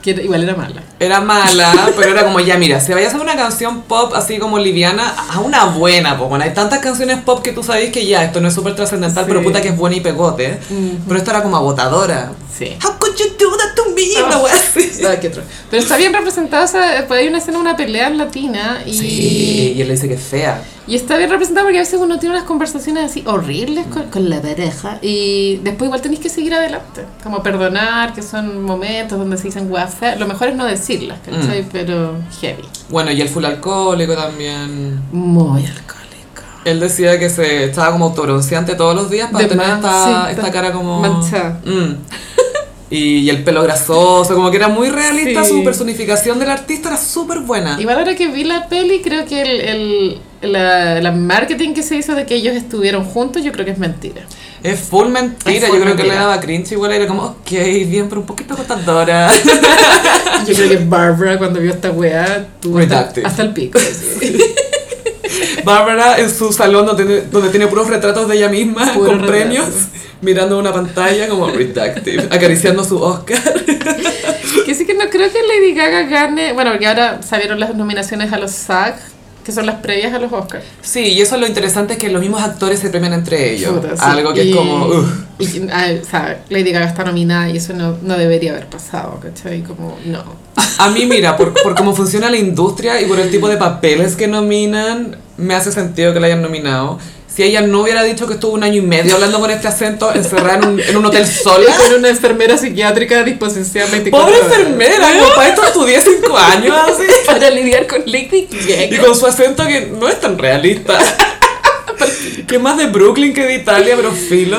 [SPEAKER 2] Que era- igual era mala.
[SPEAKER 1] era mala, pero era como, ya mira, si vayas a hacer una canción pop así como liviana, a una buena, pues bueno, hay tantas canciones pop que tú sabes que ya, esto no es súper trascendental,
[SPEAKER 2] Sí.
[SPEAKER 1] pero puta que es buena y pegote, pero esta era como agotadora.
[SPEAKER 2] Sí.
[SPEAKER 1] How could you do that to me?
[SPEAKER 2] Ah.
[SPEAKER 1] Una wea así.
[SPEAKER 2] Ah, qué atroz. Pero está bien representada, o sea, pues hay una escena, una pelea en latina y.
[SPEAKER 1] Sí, y él le dice que es fea.
[SPEAKER 2] Y está bien representado porque a veces uno tiene unas conversaciones así horribles con, con la pareja y después igual tenéis que seguir adelante. Como perdonar, que son momentos donde se dicen weas feas. Lo mejor es no decirlas, ¿cachai? Pero heavy.
[SPEAKER 1] Bueno, y él fue el alcohólico también.
[SPEAKER 2] Muy alcohólico.
[SPEAKER 1] Él decía que se estaba como autobronceante todos los días para
[SPEAKER 2] De
[SPEAKER 1] tener
[SPEAKER 2] más,
[SPEAKER 1] esta, esta
[SPEAKER 2] sí, está
[SPEAKER 1] cara como...
[SPEAKER 2] manchada.
[SPEAKER 1] Mm. *laughs* Y, y el pelo grasoso, como que era muy realista,
[SPEAKER 2] Sí.
[SPEAKER 1] su personificación del artista era súper buena.
[SPEAKER 2] Igual ahora que vi la peli, creo que el, el la, la marketing que se hizo de que ellos estuvieron juntos, yo creo que es mentira.
[SPEAKER 1] Es full mentira,
[SPEAKER 2] Es full
[SPEAKER 1] yo creo que le
[SPEAKER 2] mentira.
[SPEAKER 1] daba cringe igual, era como, ok, bien, pero un poquito agotadora.
[SPEAKER 2] *laughs* Yo creo que Barbara cuando vio esta wea tuvo hasta,
[SPEAKER 1] Redacted.
[SPEAKER 2] hasta el pico. así.
[SPEAKER 1] *laughs* Bárbara en su salón donde tiene, donde tiene puros retratos de ella misma,
[SPEAKER 2] Puro
[SPEAKER 1] con
[SPEAKER 2] retrato.
[SPEAKER 1] premios, mirando una pantalla como redactive, acariciando su Oscar. *laughs*
[SPEAKER 2] Que sí que no creo que Lady Gaga gane. Bueno, porque ahora salieron las nominaciones a los SAG, que son las previas a los Oscars.
[SPEAKER 1] Sí, y eso lo interesante es que los mismos actores se premian entre ellos.
[SPEAKER 2] Puta, sí.
[SPEAKER 1] Algo que
[SPEAKER 2] Y-
[SPEAKER 1] es como, uff.
[SPEAKER 2] y- ah, o sea, Lady Gaga está nominada y eso no, no debería haber pasado, ¿cachai? Como, no.
[SPEAKER 1] A mí, mira, por, por cómo funciona la industria y por el tipo de papeles que nominan, me hace sentido que la hayan nominado. Si ella no hubiera dicho que estuvo un año y medio hablando con este acento, encerrada en un, en un hotel sola. *laughs*
[SPEAKER 2] Con una enfermera psiquiátrica a disposición 24
[SPEAKER 1] Pobre
[SPEAKER 2] horas.
[SPEAKER 1] enfermera, como para esto estudié cinco años
[SPEAKER 2] *laughs*
[SPEAKER 1] así.
[SPEAKER 2] Para lidiar con Lady
[SPEAKER 1] Y
[SPEAKER 2] Gaga.
[SPEAKER 1] con su acento que no es tan realista. *laughs* Que más de Brooklyn que de Italia, pero filo.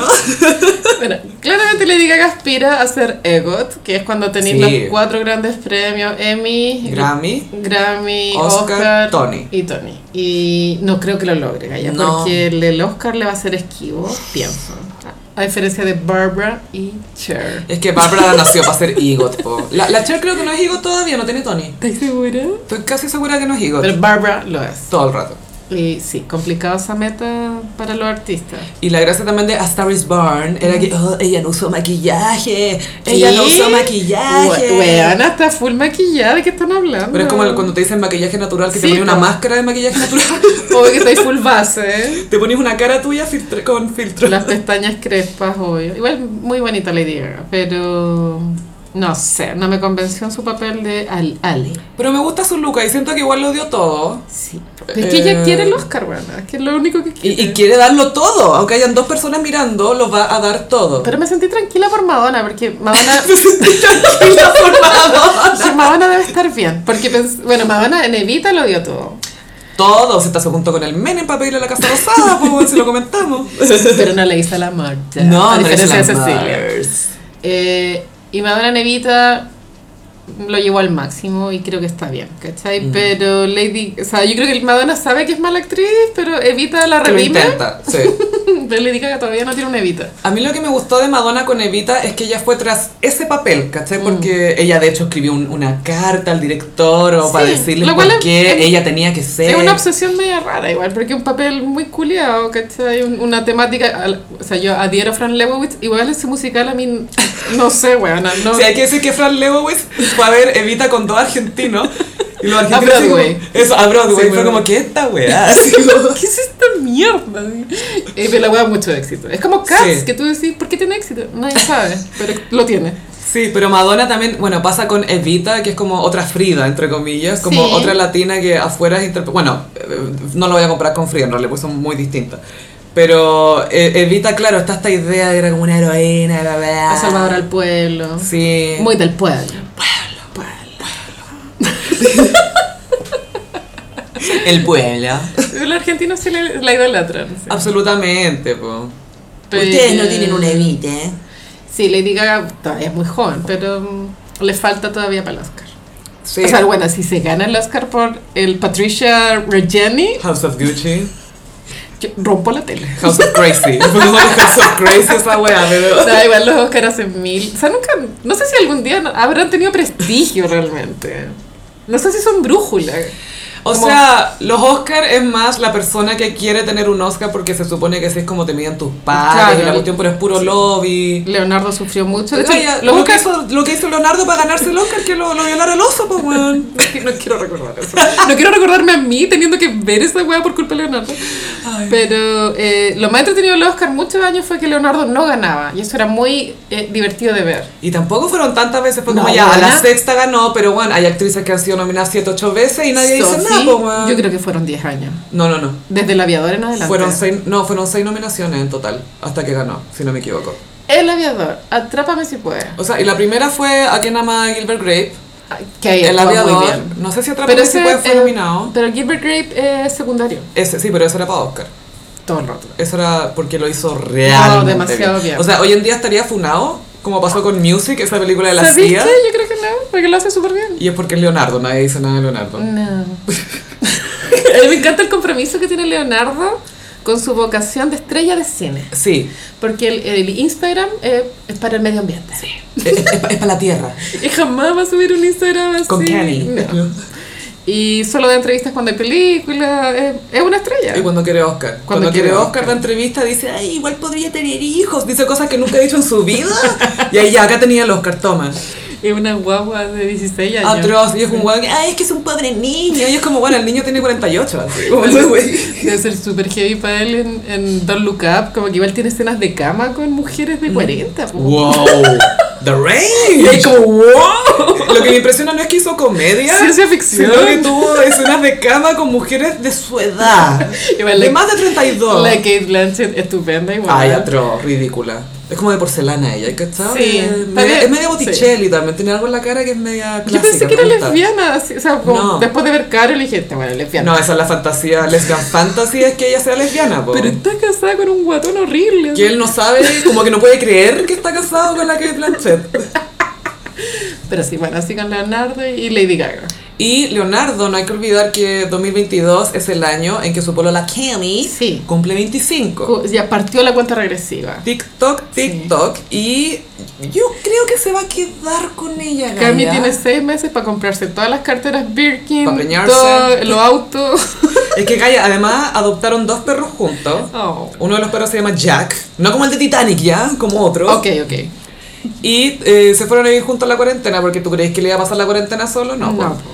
[SPEAKER 2] Bueno, claramente Lady Gaga aspira a ser EGOT, que es cuando tenéis
[SPEAKER 1] Sí.
[SPEAKER 2] los cuatro grandes premios, Emmy,
[SPEAKER 1] Grammy.
[SPEAKER 2] Grammy, Oscar,
[SPEAKER 1] Oscar, Tony.
[SPEAKER 2] y Tony. Y no creo que lo logre, Gaya,
[SPEAKER 1] No.
[SPEAKER 2] porque el, el Oscar le va a ser esquivo, pienso. A diferencia de Barbara y Cher.
[SPEAKER 1] Es que Barbara nació para ser EGOT, po. La, la Cher creo que no es EGOT todavía, no tiene Tony.
[SPEAKER 2] ¿Estás segura?
[SPEAKER 1] Estoy casi segura que no es EGOT.
[SPEAKER 2] Pero Barbara lo es.
[SPEAKER 1] Todo el rato.
[SPEAKER 2] Y sí, complicado esa meta para los artistas.
[SPEAKER 1] Y la gracia también de A Star is Born era que, oh, ella no usó maquillaje, ella no
[SPEAKER 2] ¿Sí?
[SPEAKER 1] usó maquillaje.
[SPEAKER 2] We- Weana está full maquillada, ¿de qué están hablando?
[SPEAKER 1] Pero es como el- cuando te dicen maquillaje natural, que
[SPEAKER 2] Sí,
[SPEAKER 1] te pones una
[SPEAKER 2] po.
[SPEAKER 1] máscara de maquillaje natural.
[SPEAKER 2] *laughs* Obvio que estáis full base,
[SPEAKER 1] te pones una cara tuya filtr- con filtro.
[SPEAKER 2] *laughs* las pestañas crespas, obvio. Igual muy bonita Lady Gaga, pero no sé, no me convenció en su papel de Al Ale.
[SPEAKER 1] Pero me gusta su look y siento que igual lo dio todo.
[SPEAKER 2] Sí. Es que ella
[SPEAKER 1] Eh.
[SPEAKER 2] quiere el Oscar, weana, es que es lo único que quiere.
[SPEAKER 1] Y, y quiere darlo todo. Aunque hayan dos personas mirando, lo va a dar todo.
[SPEAKER 2] Pero me sentí tranquila por Madonna, porque
[SPEAKER 1] *laughs*
[SPEAKER 2] Madonna...
[SPEAKER 1] Y la formado.
[SPEAKER 2] sí, Madonna debe estar bien, porque pens- bueno, Madonna en Evita lo dio todo.
[SPEAKER 1] Todo se tasó junto con el Menem para pedirle a la Casa Rosada, pues si lo comentamos.
[SPEAKER 2] *laughs* Pero no le hizo la Marta.
[SPEAKER 1] No,
[SPEAKER 2] a
[SPEAKER 1] no
[SPEAKER 2] diferencia
[SPEAKER 1] es
[SPEAKER 2] de
[SPEAKER 1] la
[SPEAKER 2] Cecilia.
[SPEAKER 1] Mars.
[SPEAKER 2] Eh, y Madonna Nevita lo llevó al máximo y creo que está bien, ¿cachai?
[SPEAKER 1] Mm.
[SPEAKER 2] Pero Lady, o sea, yo creo que Madonna sabe que es mala actriz, pero Evita la
[SPEAKER 1] Que lo
[SPEAKER 2] redime,
[SPEAKER 1] intenta, sí.
[SPEAKER 2] *laughs* pero Lady Gaga todavía no tiene una Evita.
[SPEAKER 1] A mí lo que me gustó de Madonna con Evita es que ella fue tras ese papel, ¿cachai? Porque ella de hecho escribió un- una carta al director o
[SPEAKER 2] Mm. Sí,
[SPEAKER 1] para decirle
[SPEAKER 2] lo
[SPEAKER 1] por
[SPEAKER 2] cual es-
[SPEAKER 1] qué
[SPEAKER 2] es-
[SPEAKER 1] ella tenía que ser.
[SPEAKER 2] Es una obsesión media rara igual, porque es un papel muy culiado, ¿cachai? Un- Una temática, al- o sea, yo adhiero a Fran Lebowitz, igual ese musical a mí, no sé, weón, no...
[SPEAKER 1] Sí, hay que decir que Fran Lebowitz fue a ver Evita con dos argentinos. Y los argentinos. así como-
[SPEAKER 2] Broadway.
[SPEAKER 1] eso, a Broadway.
[SPEAKER 2] Sí,
[SPEAKER 1] fue
[SPEAKER 2] bueno.
[SPEAKER 1] como que esta weá.
[SPEAKER 2] *laughs*
[SPEAKER 1] así como-
[SPEAKER 2] *laughs* ¿Qué es esta mierda? Eh, pero la wea mucho éxito. Es como Cats,
[SPEAKER 1] Sí.
[SPEAKER 2] que tú decís, ¿por qué tiene éxito? Nadie sabe, pero lo tiene.
[SPEAKER 1] Sí, pero Madonna también, bueno, pasa con Evita, que es como otra Frida, entre comillas, como
[SPEAKER 2] Sí.
[SPEAKER 1] otra latina que afuera es interpre- Bueno, eh, no lo voy a comparar con Frida, en realidad, pues son muy distintas. Pero eh, Evita, claro, está esta idea de era como una heroína, bla, bla, bla.
[SPEAKER 2] A salvador al pueblo.
[SPEAKER 1] Ah. Sí.
[SPEAKER 2] Muy del pueblo.
[SPEAKER 1] El pueblo.
[SPEAKER 2] Los argentinos sí la, la idolatran. sí.
[SPEAKER 1] Absolutamente, po.
[SPEAKER 2] Pero-
[SPEAKER 1] Evita, ¿eh?
[SPEAKER 2] Sí, Lady Gaga todavía es muy joven, pero mm, le falta todavía para el Oscar.
[SPEAKER 1] Sí.
[SPEAKER 2] O sea, bueno, si se gana el Oscar por el Patricia Reggiani,
[SPEAKER 1] House of Gucci.
[SPEAKER 2] yo rompo la tele.
[SPEAKER 1] *laughs* House of Crazy. House of Crazy esa weá, pero...
[SPEAKER 2] Da igual los Oscar hace mil. O sea, nunca. No sé si algún día no- habrán tenido prestigio realmente. No sé si son brújula.
[SPEAKER 1] O
[SPEAKER 2] Como-
[SPEAKER 1] sea, los Oscar es más la persona que quiere tener un Oscar porque se supone que así es como te miden tus padres
[SPEAKER 2] Claro.
[SPEAKER 1] y la cuestión, pero es puro lobby.
[SPEAKER 2] Leonardo sufrió mucho. De hecho,
[SPEAKER 1] Oye,
[SPEAKER 2] los
[SPEAKER 1] lo, que
[SPEAKER 2] Oscar.
[SPEAKER 1] hizo, lo que hizo Leonardo para ganarse el Oscar que lo, lo violara el oso, pues weón.
[SPEAKER 2] *laughs*
[SPEAKER 1] No quiero recordar eso.
[SPEAKER 2] No quiero recordarme a mí teniendo que ver esa weá por culpa de Leonardo. Pero eh, lo más entretenido de los Oscar muchos años fue que Leonardo no ganaba. Y eso era muy eh, divertido de ver.
[SPEAKER 1] Y tampoco fueron tantas veces, fue
[SPEAKER 2] No,
[SPEAKER 1] como ya, a la
[SPEAKER 2] buena.
[SPEAKER 1] sexta ganó, pero bueno, hay actrices que han sido nominadas 7, 8 veces y nadie dice nada,
[SPEAKER 2] Sophie,
[SPEAKER 1] pues weón.
[SPEAKER 2] yo creo que fueron 10 años.
[SPEAKER 1] No, no, no.
[SPEAKER 2] Desde el aviador en adelante.
[SPEAKER 1] Fueron seis, no, fueron seis nominaciones en total, hasta que ganó, si no me equivoco.
[SPEAKER 2] El aviador. Atrápame si puedes.
[SPEAKER 1] O sea, y la primera fue a quien ama Gilbert Grape,
[SPEAKER 2] Ay, Que ahí
[SPEAKER 1] el
[SPEAKER 2] actúa muy
[SPEAKER 1] aviador.
[SPEAKER 2] bien.
[SPEAKER 1] No sé si otra
[SPEAKER 2] Pero
[SPEAKER 1] vez
[SPEAKER 2] ese,
[SPEAKER 1] fue
[SPEAKER 2] eh,
[SPEAKER 1] nominado.
[SPEAKER 2] Pero Gilbert Grape es secundario.
[SPEAKER 1] Ese, sí, pero eso era para Oscar.
[SPEAKER 2] Todo el rato.
[SPEAKER 1] Eso era porque lo hizo realmente
[SPEAKER 2] demasiado bien.
[SPEAKER 1] O sea, hoy en día estaría funado, como pasó con Music, esa película de la
[SPEAKER 2] ¿Sabís
[SPEAKER 1] CIA.
[SPEAKER 2] qué? Yo creo que no, porque lo hace súper bien.
[SPEAKER 1] Y es porque es Leonardo, nadie dice nada de Leonardo.
[SPEAKER 2] No. A mí *laughs* me encanta el compromiso que tiene Leonardo con su vocación de estrella de cine. *laughs*
[SPEAKER 1] Sí,
[SPEAKER 2] Porque el, el Instagram eh, es para el medio ambiente.
[SPEAKER 1] es, para la Tierra.
[SPEAKER 2] Y jamás va a subir un Instagram así.
[SPEAKER 1] Con Kenny.
[SPEAKER 2] No. Y solo da entrevistas cuando hay películas. eh, es una estrella.
[SPEAKER 1] Y cuando quiere Oscar. Cuando, quiere, Oscar, la entrevista dice, ay, igual podría tener hijos. Dice cosas que nunca ha dicho en su vida. y ahí ya, acá tenía el Oscar, toma.
[SPEAKER 2] Es una guagua de 16 años.
[SPEAKER 1] Atroz. Y es un weón, ay, es que es un pobre niño. Y es como, bueno, el niño tiene 48. Así, como,
[SPEAKER 2] *laughs*
[SPEAKER 1] "No, güey".
[SPEAKER 2] Debe ser súper heavy para él en, en Don't Look Up, como que igual tiene escenas de cama con mujeres
[SPEAKER 1] Mm.
[SPEAKER 2] de 40. po.
[SPEAKER 1] Wow, The
[SPEAKER 2] Y ahí
[SPEAKER 1] Range.
[SPEAKER 2] como, wow.
[SPEAKER 1] Lo que me impresiona no es que hizo comedia,
[SPEAKER 2] Ciencia ficción.
[SPEAKER 1] sino que tuvo escenas de cama con mujeres de su edad,
[SPEAKER 2] *laughs* Igual ah.
[SPEAKER 1] de
[SPEAKER 2] la-
[SPEAKER 1] más de 32. Ah,
[SPEAKER 2] La Kate Blanchett, estupenda igual.
[SPEAKER 1] Ay, atroz, ridícula. Es como de porcelana ella, ¿cachai?
[SPEAKER 2] Sí,
[SPEAKER 1] es, media,
[SPEAKER 2] también-
[SPEAKER 1] es media Botticelli también, tiene algo en la cara que es media clásica.
[SPEAKER 2] Yo pensé que era
[SPEAKER 1] me gusta.
[SPEAKER 2] lesbiana, así, o sea, como
[SPEAKER 1] No.
[SPEAKER 2] después de ver Carol dije, esta bueno, lesbiana.
[SPEAKER 1] No, esa es la fantasía, lesbian fantasy es que ella sea lesbiana, po.
[SPEAKER 2] Pero está casada con un guatón horrible.
[SPEAKER 1] que él no sabe, como que no puede creer que está casado con la que Blanchett.
[SPEAKER 2] Pero sí, bueno, así con Leonardo y Lady Gaga.
[SPEAKER 1] Y Leonardo, no hay que olvidar que 2022 es el año en que su polola Cammy
[SPEAKER 2] Sí.
[SPEAKER 1] cumple 25.
[SPEAKER 2] Cu- Ya partió la cuenta regresiva.
[SPEAKER 1] TikTok, TikTok. Y yo creo que se va a quedar con ella. Gaia.
[SPEAKER 2] Cami tiene seis meses para comprarse todas las carteras Birkin,
[SPEAKER 1] Pa' preñarse.
[SPEAKER 2] todo, los autos. *laughs*
[SPEAKER 1] Es que Gaia, además, adoptaron dos perros juntos.
[SPEAKER 2] Oh.
[SPEAKER 1] Uno de los perros se llama Jack, no como el de Titanic ya, como otro.
[SPEAKER 2] Ok, ok.
[SPEAKER 1] Y eh, se fueron a ir juntos a la cuarentena, porque tú crees que le iba a pasar la cuarentena solo, no.
[SPEAKER 2] No,
[SPEAKER 1] po.
[SPEAKER 2] po.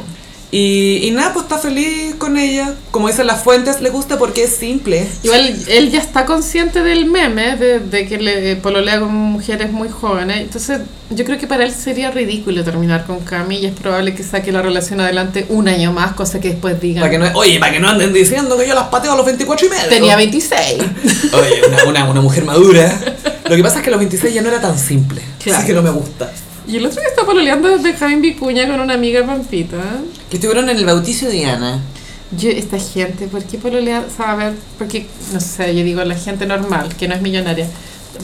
[SPEAKER 1] Y, y nada, pues está feliz con ella. Como dicen las fuentes, le gusta porque es simple.
[SPEAKER 2] Igual él ya está consciente del meme, de, de que le pololea con mujeres muy jóvenes. Entonces, yo creo que para él sería ridículo terminar con Cami y es probable que saque la relación adelante un año más, cosa que después digan.
[SPEAKER 1] Para que no, oye, para que no anden diciendo que yo las pateo a los 24 y medio.
[SPEAKER 2] Tenía 26.
[SPEAKER 1] Oye, una, una, una mujer madura. Lo que pasa es que a los 26 ya no era tan simple.
[SPEAKER 2] Claro.
[SPEAKER 1] Así que no me gusta.
[SPEAKER 2] *laughs* y el otro que está pololeando es Benjamín Vicuña con una amiga Pampita.
[SPEAKER 1] Que estuvieron en el bautizo de Ana.
[SPEAKER 2] Yo, esta gente, ¿por qué pololea? O sea, a ver, porque, no sé, yo digo, la gente normal, que no es millonaria,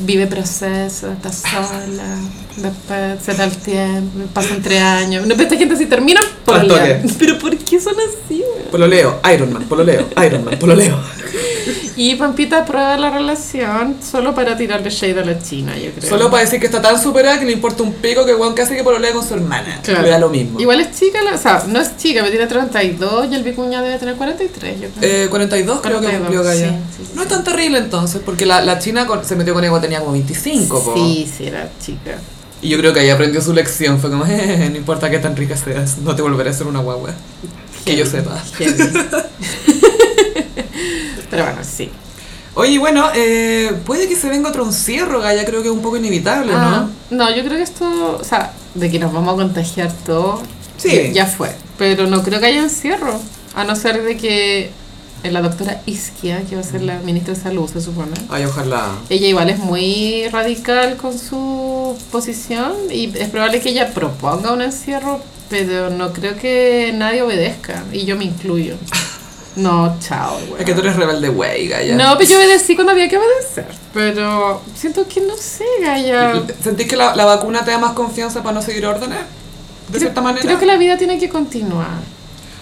[SPEAKER 2] vive proceso, está sola, después se da el tiempo, pasan tres años. No, pero esta gente si termina, pololean.
[SPEAKER 1] toque.
[SPEAKER 2] *laughs* Pero ¿por qué son así, güey?
[SPEAKER 1] Pololeo, Pues Iron Man, pololeo, Iron Man, pues
[SPEAKER 2] *laughs*
[SPEAKER 1] pololeo.
[SPEAKER 2] Y Pampita prueba la relación solo para tirarle shade a la China, yo creo.
[SPEAKER 1] Solo para decir que está tan superada que le importa un pico que Juan casi que pololea con su hermana.
[SPEAKER 2] Claro.
[SPEAKER 1] Le da lo mismo.
[SPEAKER 2] Igual es chica, la- o sea, no es chica, pero tiene 32 y el vicuña debe tener 43, yo creo.
[SPEAKER 1] Eh, 42 creo que
[SPEAKER 2] 42,
[SPEAKER 1] cumplió Gaya.
[SPEAKER 2] sí, sí, sí,
[SPEAKER 1] no es tan terrible entonces, porque la, la china con- se metió con ella cuando tenía como 25. po.
[SPEAKER 2] sí, sí, era chica.
[SPEAKER 1] Y yo creo que ahí aprendió su lección. Fue como, *laughs* "Eh, no importa qué tan rica seas, no te volveré a ser una guagua. Que yo sepa. *laughs*
[SPEAKER 2] Pero bueno, sí.
[SPEAKER 1] Oye, bueno, eh, puede que se venga otro encierro, Gaya, creo que es un poco inevitable,
[SPEAKER 2] Ah,
[SPEAKER 1] ¿no?
[SPEAKER 2] no, yo creo que esto, o sea, de que nos vamos a contagiar todo,
[SPEAKER 1] Sí.
[SPEAKER 2] ya, ya fue. Pero no creo que haya encierro, a no ser de que eh, la doctora Isquia, que va a ser
[SPEAKER 1] Mm.
[SPEAKER 2] la ministra de Salud, se supone.
[SPEAKER 1] Ay, ojalá.
[SPEAKER 2] Ella igual es muy radical con su posición y es probable que ella proponga un encierro, pero no creo que nadie obedezca, y yo
[SPEAKER 1] *laughs*
[SPEAKER 2] me incluyo. No, chao, güey.
[SPEAKER 1] Es que tú eres rebelde, güey, Gaya.
[SPEAKER 2] No, pero yo obedecí cuando había que obedecer. Pero siento que no sé, Gaya.
[SPEAKER 1] ¿Sentís que la, la vacuna te da más confianza para no seguir órdenes? De
[SPEAKER 2] Creo,
[SPEAKER 1] cierta manera.
[SPEAKER 2] creo que la vida tiene que continuar.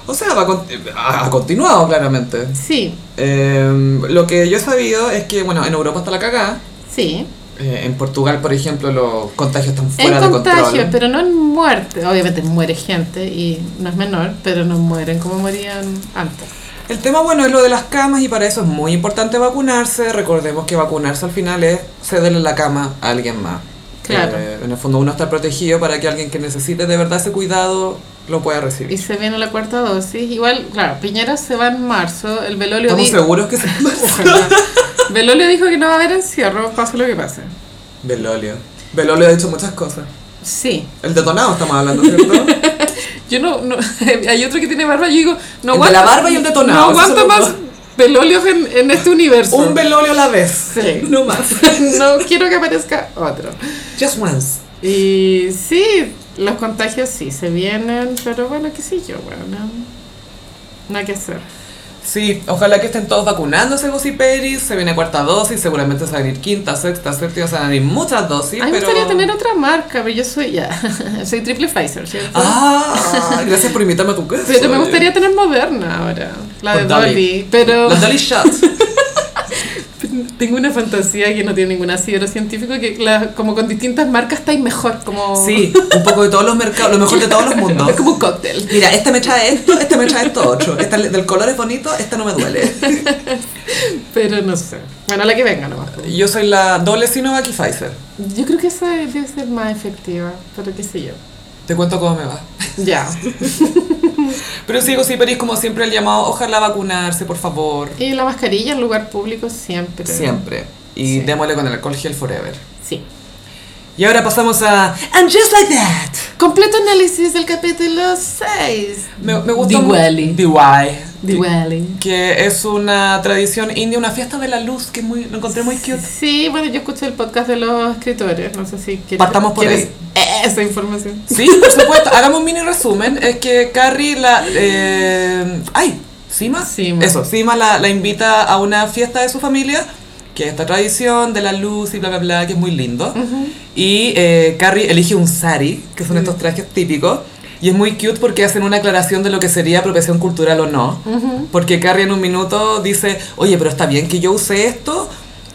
[SPEAKER 1] O sea, va con- ha ha continuado, claramente.
[SPEAKER 2] Sí,
[SPEAKER 1] Eh, lo que yo he sabido es que, bueno, en Europa está la cagada.
[SPEAKER 2] sí.
[SPEAKER 1] Eh, en Portugal, por ejemplo, los contagios están fuera
[SPEAKER 2] en
[SPEAKER 1] de
[SPEAKER 2] contagio,
[SPEAKER 1] control.
[SPEAKER 2] pero no en muerte. Obviamente muere gente y no es menor, pero no mueren como morían antes.
[SPEAKER 1] El tema, bueno, es lo de las camas y para eso es muy importante vacunarse. Recordemos que vacunarse al final es cederle la cama a alguien más.
[SPEAKER 2] Claro.
[SPEAKER 1] Eh, en el fondo uno está protegido para que alguien que necesite de verdad ese cuidado lo pueda
[SPEAKER 2] Y
[SPEAKER 1] recibir.
[SPEAKER 2] se viene la cuarta dosis. Igual, claro, Piñera se va en marzo. El Velolio,
[SPEAKER 1] ¿Estamos
[SPEAKER 2] di-
[SPEAKER 1] seguros que se...
[SPEAKER 2] *laughs* Ojalá. Velolio dijo que no va a haber encierro, pase lo que pase.
[SPEAKER 1] Belolio. Belolio ha dicho muchas cosas.
[SPEAKER 2] Sí.
[SPEAKER 1] El detonado estamos hablando,
[SPEAKER 2] *laughs*
[SPEAKER 1] ¿cierto?
[SPEAKER 2] Yo no, no- *laughs* hay otro que tiene barba, yo digo, no
[SPEAKER 1] El de la barba y el detonado,
[SPEAKER 2] No aguanto
[SPEAKER 1] esos son los
[SPEAKER 2] más velolios en, en este universo.
[SPEAKER 1] Un belolio a la vez.
[SPEAKER 2] Sí.
[SPEAKER 1] *laughs* No más.
[SPEAKER 2] *laughs* no quiero que aparezca otro.
[SPEAKER 1] Just once.
[SPEAKER 2] Y sí, los contagios sí se vienen, pero bueno, qué sé yo, bueno, no, nada que hacer.
[SPEAKER 1] Sí, ojalá que estén todos vacunándose, Gossiperis. Se viene cuarta dosis, seguramente se van a ir quinta, sexta, séptima, se van a ir muchas dosis.
[SPEAKER 2] a mí me
[SPEAKER 1] pero...
[SPEAKER 2] gustaría tener otra marca, pero yo soy ya, *laughs* soy triple Pfizer, ¿cierto?
[SPEAKER 1] Ah,
[SPEAKER 2] *laughs*
[SPEAKER 1] gracias por invitarme a tu casa.
[SPEAKER 2] pero me gustaría tener Moderna ahora, la
[SPEAKER 1] Con
[SPEAKER 2] de
[SPEAKER 1] Dolly.
[SPEAKER 2] Dolly, pero...
[SPEAKER 1] Los Dolly Shots.
[SPEAKER 2] *laughs* Tengo una fantasía que no tiene ningún asidero científico, que la- como con distintas marcas estáis mejor, como...
[SPEAKER 1] Sí, *laughs* un poco de todos los mercados, lo mejor de todos los mundos.
[SPEAKER 2] *laughs* Es como un cóctel.
[SPEAKER 1] Mira, este me trae esto, este me trae esto otro. Este del color es bonito, este no me duele.
[SPEAKER 2] Pero no sé. Bueno, la que venga nomás. pues.
[SPEAKER 1] Yo soy la doble Sinovac y Pfizer.
[SPEAKER 2] Yo creo que esa debe ser más efectiva, pero qué sé yo.
[SPEAKER 1] Te cuento cómo me va.
[SPEAKER 2] *laughs* Ya.
[SPEAKER 1] Pero sí, Gossiperis, como siempre, el llamado, ojalá vacunarse, por favor.
[SPEAKER 2] Y la mascarilla en lugar público siempre.
[SPEAKER 1] Siempre. Y
[SPEAKER 2] Sí.
[SPEAKER 1] démosle con el alcohol gel forever.
[SPEAKER 2] Sí.
[SPEAKER 1] Y ahora pasamos a And Just Like That.
[SPEAKER 2] Completo análisis del capítulo 6.
[SPEAKER 1] Me, me gusta
[SPEAKER 2] Diwali.
[SPEAKER 1] mu- Diwali.
[SPEAKER 2] Dwelling.
[SPEAKER 1] que es una tradición india, una fiesta de la luz que es muy, lo encontré muy cute.
[SPEAKER 2] Sí, bueno, yo escuché el podcast de los escritores, no sé si quieres,
[SPEAKER 1] Partamos por
[SPEAKER 2] quieres esa información.
[SPEAKER 1] Sí, por supuesto. Hagamos un mini resumen. Es que Carrie la... eh, ¡Ay! ¿Sima?
[SPEAKER 2] Sima.
[SPEAKER 1] Eso, Sima la, la invita a una fiesta de su familia, que es esta tradición de la luz y bla, bla, bla, que es muy lindo. Y eh, Carrie elige un sari, que son estos trajes típicos. Y es muy cute porque hacen una aclaración de lo que sería apropiación cultural o no. Porque Carrie en un minuto dice, oye, pero está bien que yo use esto,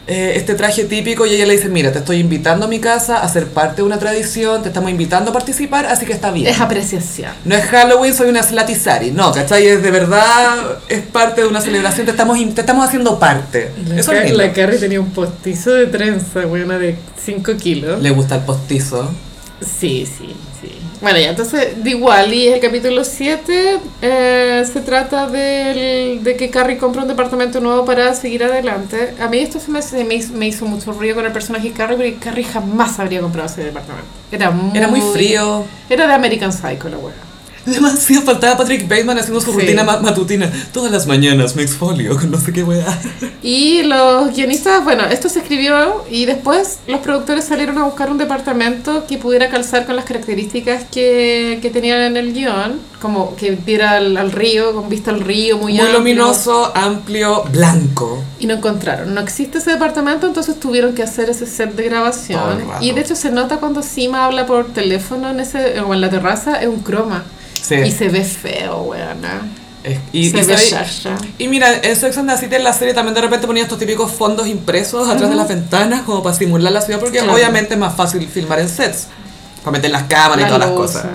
[SPEAKER 1] eh, este traje típico, y ella le dice, mira, te estoy invitando a mi casa a ser parte de una tradición, te estamos invitando a participar, así que está
[SPEAKER 2] *laughs*
[SPEAKER 1] bien.
[SPEAKER 2] Es apreciación.
[SPEAKER 1] No es Halloween, soy una Slatizari. No, ¿cachai? Es de verdad, es parte de una celebración, te estamos, in- te estamos haciendo parte. Eso es lindo.
[SPEAKER 2] la Carrie tenía un postizo de trenza, buena de 5 kilos.
[SPEAKER 1] Le gusta el postizo.
[SPEAKER 2] Sí, sí, sí. Bueno, ya, entonces, Diwali es el capítulo 7. se trata del- de que Carrie compra un departamento nuevo para seguir adelante. A mí esto se me, se me hizo, me hizo mucho ruido con el personaje de Carrie, porque Carrie jamás habría comprado ese departamento. Era muy,
[SPEAKER 1] Era muy frío. *laughs*
[SPEAKER 2] Era de American Psycho, la wea.
[SPEAKER 1] Demasiado faltaba Patrick Bateman haciendo su
[SPEAKER 2] Sí.
[SPEAKER 1] rutina ma- matutina. Todas las mañanas me exfolio con no sé qué weá.
[SPEAKER 2] Y los guionistas, bueno, esto se escribió y después los productores salieron a buscar un departamento que pudiera calzar con las características que, que tenían en el guión, como que diera al, al río, con vista al río, muy,
[SPEAKER 1] Muy
[SPEAKER 2] amplio.
[SPEAKER 1] luminoso, amplio, blanco.
[SPEAKER 2] Y no encontraron, no existe ese departamento, entonces tuvieron que hacer ese set de
[SPEAKER 1] Todo
[SPEAKER 2] grabación.
[SPEAKER 1] el rato.
[SPEAKER 2] Y de hecho se nota cuando Sima habla por teléfono en ese, o en la terraza, es un croma.
[SPEAKER 1] Sí.
[SPEAKER 2] Y se ve feo, weona.
[SPEAKER 1] Es- y,
[SPEAKER 2] se
[SPEAKER 1] y
[SPEAKER 2] ve
[SPEAKER 1] sabéis-
[SPEAKER 2] chacha.
[SPEAKER 1] y mira, en Sex and the City en la serie también de repente ponía estos típicos fondos impresos atrás de las ventanas como para simular la ciudad porque
[SPEAKER 2] Claro.
[SPEAKER 1] obviamente es más fácil filmar en sets, para meter las cámaras y
[SPEAKER 2] La
[SPEAKER 1] todas las
[SPEAKER 2] losa.
[SPEAKER 1] cosas.